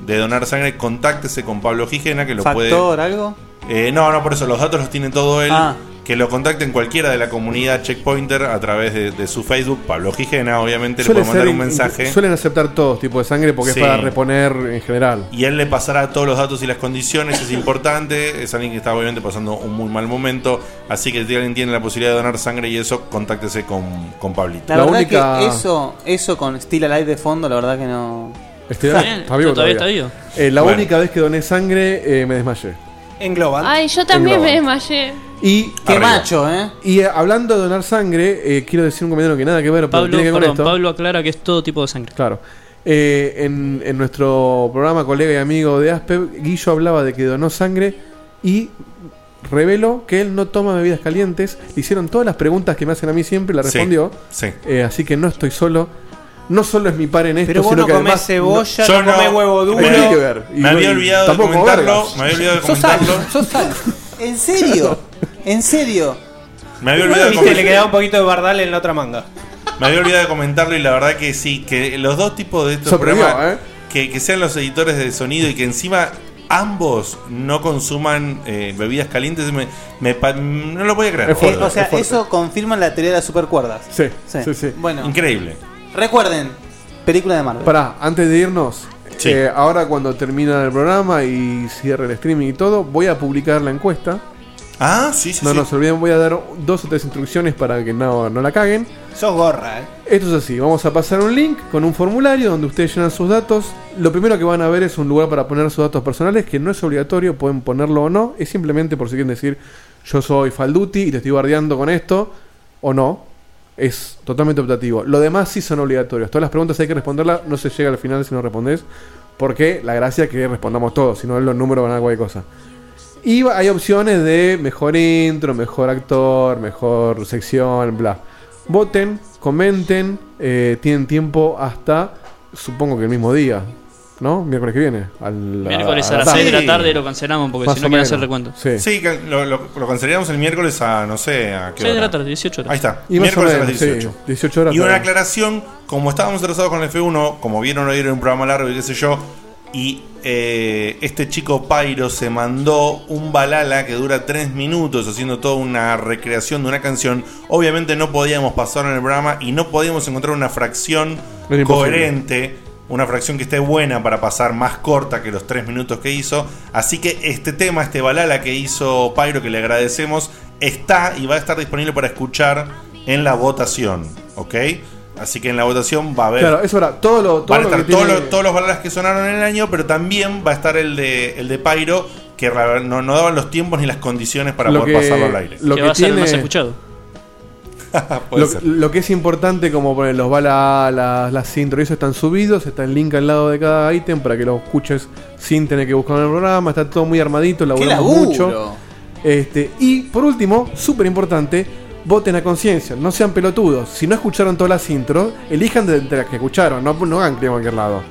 Speaker 2: de donar sangre, contáctese con Pablo Gigena, que lo
Speaker 15: ¿Factor algo?
Speaker 2: puede. Eh, no, no, por eso los datos los tiene todo él.
Speaker 15: Ah.
Speaker 2: Que lo contacten cualquiera de la comunidad Checkpointer a través de, de su Facebook. Pablo Gigena, obviamente, le
Speaker 11: Suele
Speaker 2: puede mandar
Speaker 11: ser
Speaker 2: un
Speaker 11: in-
Speaker 2: mensaje.
Speaker 11: Suelen aceptar todos tipos de sangre porque
Speaker 2: Sí.
Speaker 11: es para reponer en general.
Speaker 2: Y él le pasará todos los datos y las condiciones, es importante. Es alguien que está obviamente pasando un muy mal momento. Así que si alguien tiene la posibilidad de donar sangre y eso, contáctese con, con Pablito.
Speaker 15: La, verdad que eso, eso con Steel Alive de fondo, la verdad que no.
Speaker 11: Este, está vivo todavía. Eh, la
Speaker 15: Bueno.
Speaker 11: única vez que doné sangre eh, me desmayé.
Speaker 13: En Global.
Speaker 11: Ah,
Speaker 9: Ay, yo también me
Speaker 11: Engloba.
Speaker 9: desmayé.
Speaker 11: Y
Speaker 15: Qué Arriba. macho, ¿eh?
Speaker 11: Y eh, hablando de donar sangre, eh, quiero decir un comentario que nada que ver, pero
Speaker 12: Pablo,
Speaker 11: tiene que ver
Speaker 12: perdón,
Speaker 11: con esto.
Speaker 12: Pablo aclara que es todo tipo de sangre.
Speaker 11: Claro. Eh, en, en nuestro programa, colega y amigo de Aspe, Guillo hablaba de que donó sangre y reveló que él no toma bebidas calientes. Le hicieron todas las preguntas que me hacen a mí siempre, la
Speaker 2: Sí,
Speaker 11: respondió.
Speaker 2: sí.
Speaker 11: Eh, así que no estoy solo. No solo es mi par en esto,
Speaker 13: Pero vos
Speaker 11: sino
Speaker 13: no
Speaker 11: que
Speaker 13: comés
Speaker 11: además
Speaker 13: cebolla, Yo no no. comés huevo duro.
Speaker 11: Me, tiene que ver.
Speaker 2: Me había olvidado de
Speaker 11: tampoco
Speaker 2: comentarlo,
Speaker 11: vergas.
Speaker 2: me había olvidado de
Speaker 15: Sos
Speaker 2: comentarlo.
Speaker 15: alto, sos alto. ¿En serio? ¿En serio?
Speaker 2: Me había olvidado de
Speaker 13: Viste, le quedaba
Speaker 2: comentarlo.
Speaker 13: un poquito de bardal en la otra manga.
Speaker 2: Me había olvidado de comentarlo y la verdad que sí, que los dos tipos de estos
Speaker 11: Sorprendió, ¿eh?
Speaker 2: programas, que, que sean los editores de sonido y que encima ambos no consuman eh, bebidas calientes, me, me pa- no lo voy a creer.
Speaker 15: Eh, o sea, eso confirma la teoría de las supercuerdas.
Speaker 11: Sí, sí, sí.
Speaker 15: Bueno,
Speaker 2: Increíble.
Speaker 15: recuerden, película de Marvel.
Speaker 11: Pará, antes de irnos, eh, ahora cuando termina el programa y cierre el streaming y todo, voy a publicar la encuesta.
Speaker 2: Ah, sí, sí.
Speaker 11: No
Speaker 2: sí.
Speaker 11: nos olviden, voy a dar dos o tres instrucciones para que no, no la caguen.
Speaker 13: Sos gorra, eh.
Speaker 11: Esto es así, vamos a pasar un link con un formulario donde ustedes llenan sus datos. Lo primero que van a ver es un lugar para poner sus datos personales, que no es obligatorio, pueden ponerlo o no. Es simplemente por si quieren decir, yo soy Falduti y te estoy bardeando con esto, o no. Es totalmente optativo. Lo demás sí son obligatorios. Todas las preguntas hay que responderlas, no se llega al final si no respondes. Porque la gracia es que respondamos todos, si no los números van a cualquier cosa. Y hay opciones de mejor intro, mejor actor, mejor sección, bla. Voten, comenten, eh, tienen tiempo hasta, supongo que el mismo día. ¿No? Miércoles que viene. al-
Speaker 12: Miércoles a las
Speaker 11: tarde.
Speaker 12: 6 de la tarde lo cancelamos porque
Speaker 11: Más
Speaker 12: si no
Speaker 11: o
Speaker 12: quiero
Speaker 11: menos.
Speaker 12: hacer recuento.
Speaker 11: Sí.
Speaker 2: Sí, que lo, lo, lo cancelaríamos el miércoles a, no sé, a qué
Speaker 12: Seis de
Speaker 2: hora.
Speaker 12: la tarde, 18 horas.
Speaker 2: Ahí está,
Speaker 11: Y más o
Speaker 2: miércoles a las
Speaker 11: menos, sí,
Speaker 2: 18.
Speaker 11: 18 horas
Speaker 2: Y una
Speaker 11: para-
Speaker 2: aclaración, como estábamos atrasados con el F1, como vieron hoy era un programa largo y qué sé yo, y eh, este chico Pairo se mandó un balala que dura 3 minutos haciendo toda una recreación de una canción, obviamente no podíamos pasar en el programa y no podíamos encontrar una fracción
Speaker 11: Era imposible.
Speaker 2: coherente. Una fracción que esté buena para pasar más corta que los 3 minutos que hizo. Así que este tema, este balala que hizo Pairo, que le agradecemos, está y va a estar disponible para escuchar en la votación. ¿Ok? Así que en la votación va a haber.
Speaker 11: Claro, eso era. Todo lo, todo
Speaker 2: Van a
Speaker 11: lo
Speaker 2: estar
Speaker 11: que
Speaker 2: todos
Speaker 11: tiene-
Speaker 2: los- todos los baladas que sonaron en el año, pero también va a estar el de, el de Pyro, que la verdad, no, no daban los tiempos ni las condiciones para
Speaker 11: Lo
Speaker 2: poder
Speaker 11: que-
Speaker 2: pasarlo al aire.
Speaker 11: lo Que que va a ser el tiene- más
Speaker 12: escuchado.
Speaker 2: Puede
Speaker 11: lo,
Speaker 2: ser.
Speaker 11: lo que es importante, como poner los balas, las, las intro y eso están subidos, está el link al lado de cada ítem para que lo escuches sin tener que buscar en el programa, está todo muy armadito, laburamos
Speaker 15: laburo!
Speaker 11: mucho. Este, y por último, súper importante, voten a conciencia, no sean pelotudos. Si no escucharon todas las intros, elijan de entre las que escucharon, no, no hagan clic en cualquier lado.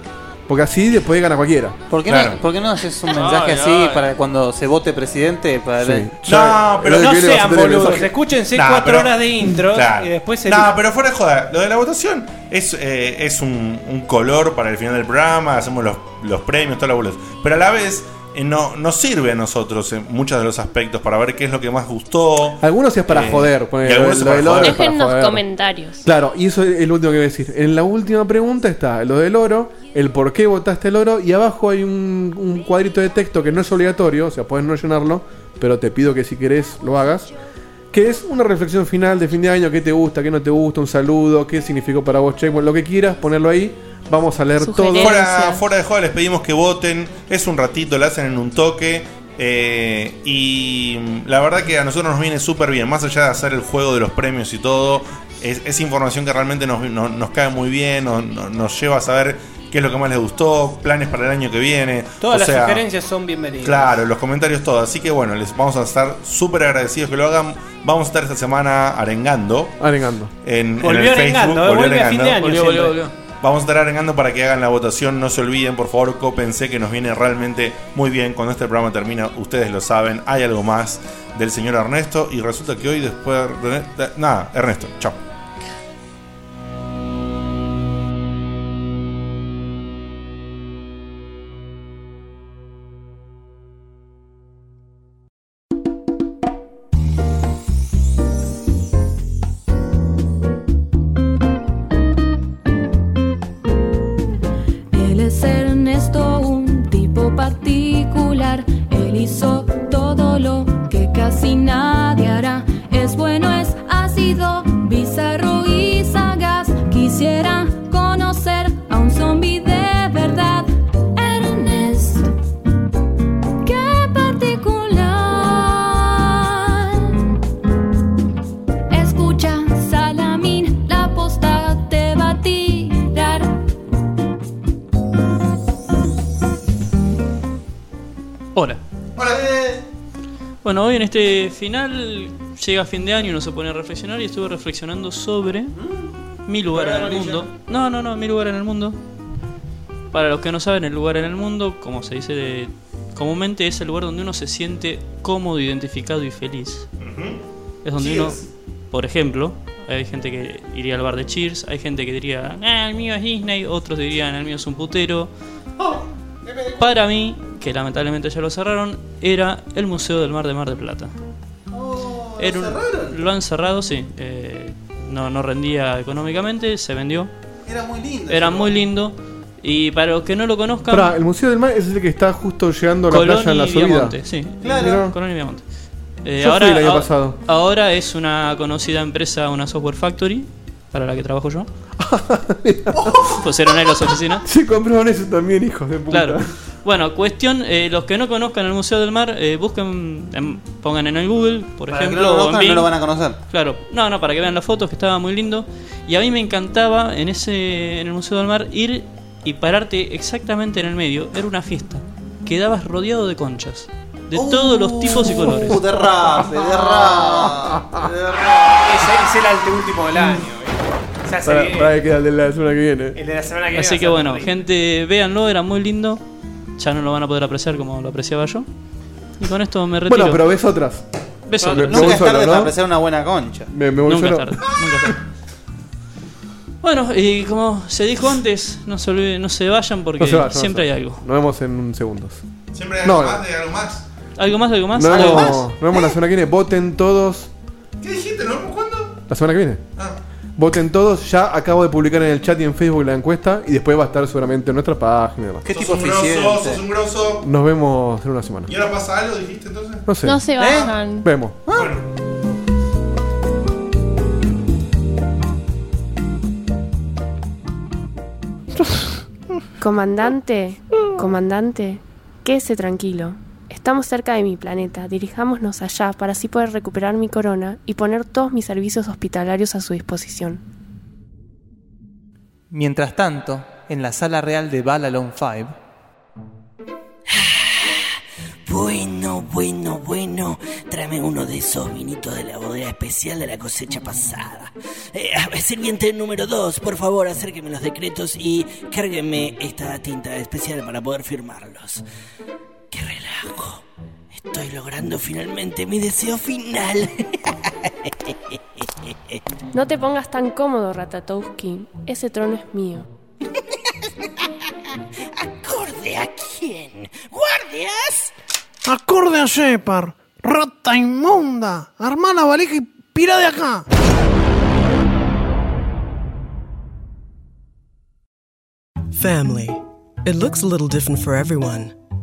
Speaker 11: Porque así después gana cualquiera.
Speaker 15: ¿Por qué,
Speaker 11: Claro.
Speaker 15: no, ¿Por qué no haces un
Speaker 11: Ay,
Speaker 15: mensaje así
Speaker 11: ay.
Speaker 15: para cuando se vote presidente? Para
Speaker 11: Sí.
Speaker 2: No, pero
Speaker 13: no sean boludos, escúchense
Speaker 2: Nah,
Speaker 13: cuatro
Speaker 2: pero-
Speaker 13: horas de intros
Speaker 2: Claro.
Speaker 13: y después se.
Speaker 2: Nah, pero fuera de joda, lo de la votación es, eh, es un, un color para el final del programa, hacemos los, los premios, todas las bolas. Pero a la vez eh, no nos sirve a nosotros en muchos de los aspectos para ver qué es lo que más gustó.
Speaker 11: Algunos es para
Speaker 2: Eh,
Speaker 11: joder,
Speaker 2: y
Speaker 11: ponele,
Speaker 2: algunos es
Speaker 11: lo
Speaker 2: para
Speaker 11: del oro
Speaker 2: joder.
Speaker 11: es para
Speaker 9: Déjennos
Speaker 11: joder.
Speaker 9: comentarios.
Speaker 11: Claro, y eso es el último que voy a decir. En la última pregunta está lo del oro, el por qué votaste el oro, y abajo hay un, un cuadrito de texto que no es obligatorio, o sea, puedes no llenarlo, pero te pido que si querés lo hagas, que es una reflexión final de fin de año, qué te gusta, qué no te gusta, un saludo, qué significó para vos Checkpoint, lo que quieras, ponerlo ahí, vamos a leer todo.
Speaker 2: Fuera, fuera de joda les pedimos que voten. Es un ratito, lo hacen en un toque. eh, y mm, la verdad que a nosotros nos viene súper bien. Más allá de hacer el juego de los premios y todo, es, es información que realmente nos, no- nos cae muy bien. no- no- nos lleva a saber qué es lo que más les gustó, planes para el año que viene.
Speaker 13: Todas
Speaker 2: O
Speaker 13: las
Speaker 2: sea,
Speaker 13: sugerencias son bienvenidas.
Speaker 2: Claro, los comentarios todo. Así que bueno, les vamos a estar súper agradecidos que lo hagan. Vamos a estar esta semana arengando.
Speaker 11: Arengando.
Speaker 2: En, en
Speaker 13: Volvió
Speaker 2: el
Speaker 13: arengando,
Speaker 2: Facebook.
Speaker 13: eh, vuelve a fin de año
Speaker 12: Volvió, volvió,
Speaker 13: siempre.
Speaker 12: volvió.
Speaker 2: Vamos a estar arengando para que hagan la votación. No se olviden, por favor, cópense que nos viene realmente muy bien. Cuando este programa termina, ustedes lo saben, hay algo más del señor Ernesto. Y resulta que hoy después. de- de- Nada, Ernesto, chao.
Speaker 22: Él es Ernesto, un tipo particular. Él hizo todo lo que casi nadie hará. Es bueno, es ácido, bizarro y sagaz. Quisiera conocer a un zombi de verdad. Ernesto, qué particular. Escucha, Salamín, la posta te va a tirar.
Speaker 12: Hola. Bueno, hoy en este final llega fin de año y uno se pone a reflexionar y estuve reflexionando sobre mi lugar en el mundo. No, no, no, mi lugar en el mundo. Para los que no saben, el lugar en el mundo, como se dice de- comúnmente, es el lugar donde uno se siente cómodo, identificado y feliz. Es donde
Speaker 13: Cheers.
Speaker 12: uno, por ejemplo, hay gente que iría al bar de Cheers, hay gente que diría, "Ah, el mío es Disney, otros dirían, el mío es un putero. Para mí, que lamentablemente ya lo cerraron, era el Museo del Mar de Mar de Plata. Era un- lo han cerrado, sí. Eh, no, no rendía económicamente, se vendió.
Speaker 15: Era muy lindo.
Speaker 12: Era muy lindo. Y para los que no lo conozcan,
Speaker 11: Pará, el Museo del Mar es el que está justo llegando a la
Speaker 12: Colón
Speaker 11: playa en la
Speaker 12: y
Speaker 11: subida.
Speaker 12: Viamonte, sí.
Speaker 11: Mirá.
Speaker 12: Colón y Viamonte. Eh,
Speaker 11: Yo fui
Speaker 12: ahora,
Speaker 11: el año
Speaker 12: ahora-
Speaker 11: pasado.
Speaker 12: ahora es una conocida empresa, una software factory, para la que trabajo yo. Pusieron ahí las oficinas.
Speaker 11: Se compraron eso también, hijos de puta.
Speaker 12: Claro. Bueno, cuestión, eh, los que no conozcan el Museo del Mar, eh, busquen, em, pongan en el Google, por
Speaker 15: Para que
Speaker 12: ejemplo.
Speaker 15: no lo
Speaker 12: o en
Speaker 15: conozcan, no
Speaker 12: Bing.
Speaker 15: lo van a conocer.
Speaker 12: Claro, no, no, para que vean las fotos, que estaba muy lindo. Y a mí me encantaba en ese en el Museo del Mar ir y pararte exactamente en el medio. Era una fiesta. Quedabas rodeado de conchas. De todos los tipos y colores.
Speaker 15: Uh, derrape, derrape, derrape.
Speaker 13: Es, es el anteúltimo del año. ya se
Speaker 11: Para,
Speaker 13: viene.
Speaker 11: para que queda el de la semana que viene.
Speaker 13: El de la semana que viene.
Speaker 12: Así que
Speaker 13: va a
Speaker 12: bueno,
Speaker 13: ser
Speaker 12: gente, véanlo, era muy lindo. Ya no lo van a poder apreciar como lo apreciaba yo. Y con esto me retiro.
Speaker 11: Bueno, pero ves otras.
Speaker 12: Ves
Speaker 11: Me-
Speaker 12: otras.
Speaker 11: me voy solo, ¿no?
Speaker 23: una buena concha.
Speaker 11: Me, me voy
Speaker 12: Nunca
Speaker 11: solo.
Speaker 12: es tarde, nunca es tarde. Bueno, y como se dijo antes, no se, olviden, no se vayan porque
Speaker 11: No se vayan, no
Speaker 12: siempre
Speaker 11: se
Speaker 12: hay
Speaker 11: vayan.
Speaker 12: algo.
Speaker 11: Nos vemos en segundos.
Speaker 2: Siempre hay
Speaker 11: No,
Speaker 2: algo más de algo más.
Speaker 12: ¿Algo más? ¿Algo más?
Speaker 11: Nos
Speaker 12: ¿Algo
Speaker 11: vemos,
Speaker 12: más?
Speaker 11: nos vemos la semana que viene. Voten todos.
Speaker 2: ¿Qué dijiste? ¿No? ¿Cuándo?
Speaker 11: La semana que viene.
Speaker 2: Ah.
Speaker 11: Voten todos. Ya acabo de publicar en el chat y en Facebook la encuesta. Y después va a estar seguramente en nuestra página. y demás.
Speaker 2: ¿Qué sos un grosso, sos un grosso.
Speaker 11: Nos vemos en una semana.
Speaker 2: ¿Y ahora pasa algo, dijiste entonces? Ah,
Speaker 11: No sé.
Speaker 24: No se vayan.
Speaker 11: Vemos.
Speaker 9: Comandante, comandante, quédese tranquilo. Estamos cerca de mi planeta, dirijámonos allá para así poder recuperar mi corona y poner todos mis servicios hospitalarios a su disposición.
Speaker 15: Mientras tanto, en la sala real de Balalon 5,
Speaker 14: Bueno, bueno, bueno. Tráeme uno de esos vinitos de la bodega especial de la cosecha pasada. Eh, sirviente número 2, por favor, acérqueme los decretos y cárgueme esta tinta especial para poder firmarlos. ¡Qué relajo! Estoy logrando finalmente mi deseo final.
Speaker 9: No te pongas tan cómodo, Ratatouski. Ese trono es mío.
Speaker 14: ¿Acorde a quién? ¡Guardias!
Speaker 3: Acorde a Shepard. Rata inmunda. Armá la valija y pira de acá.
Speaker 25: Family. It looks a little different for everyone.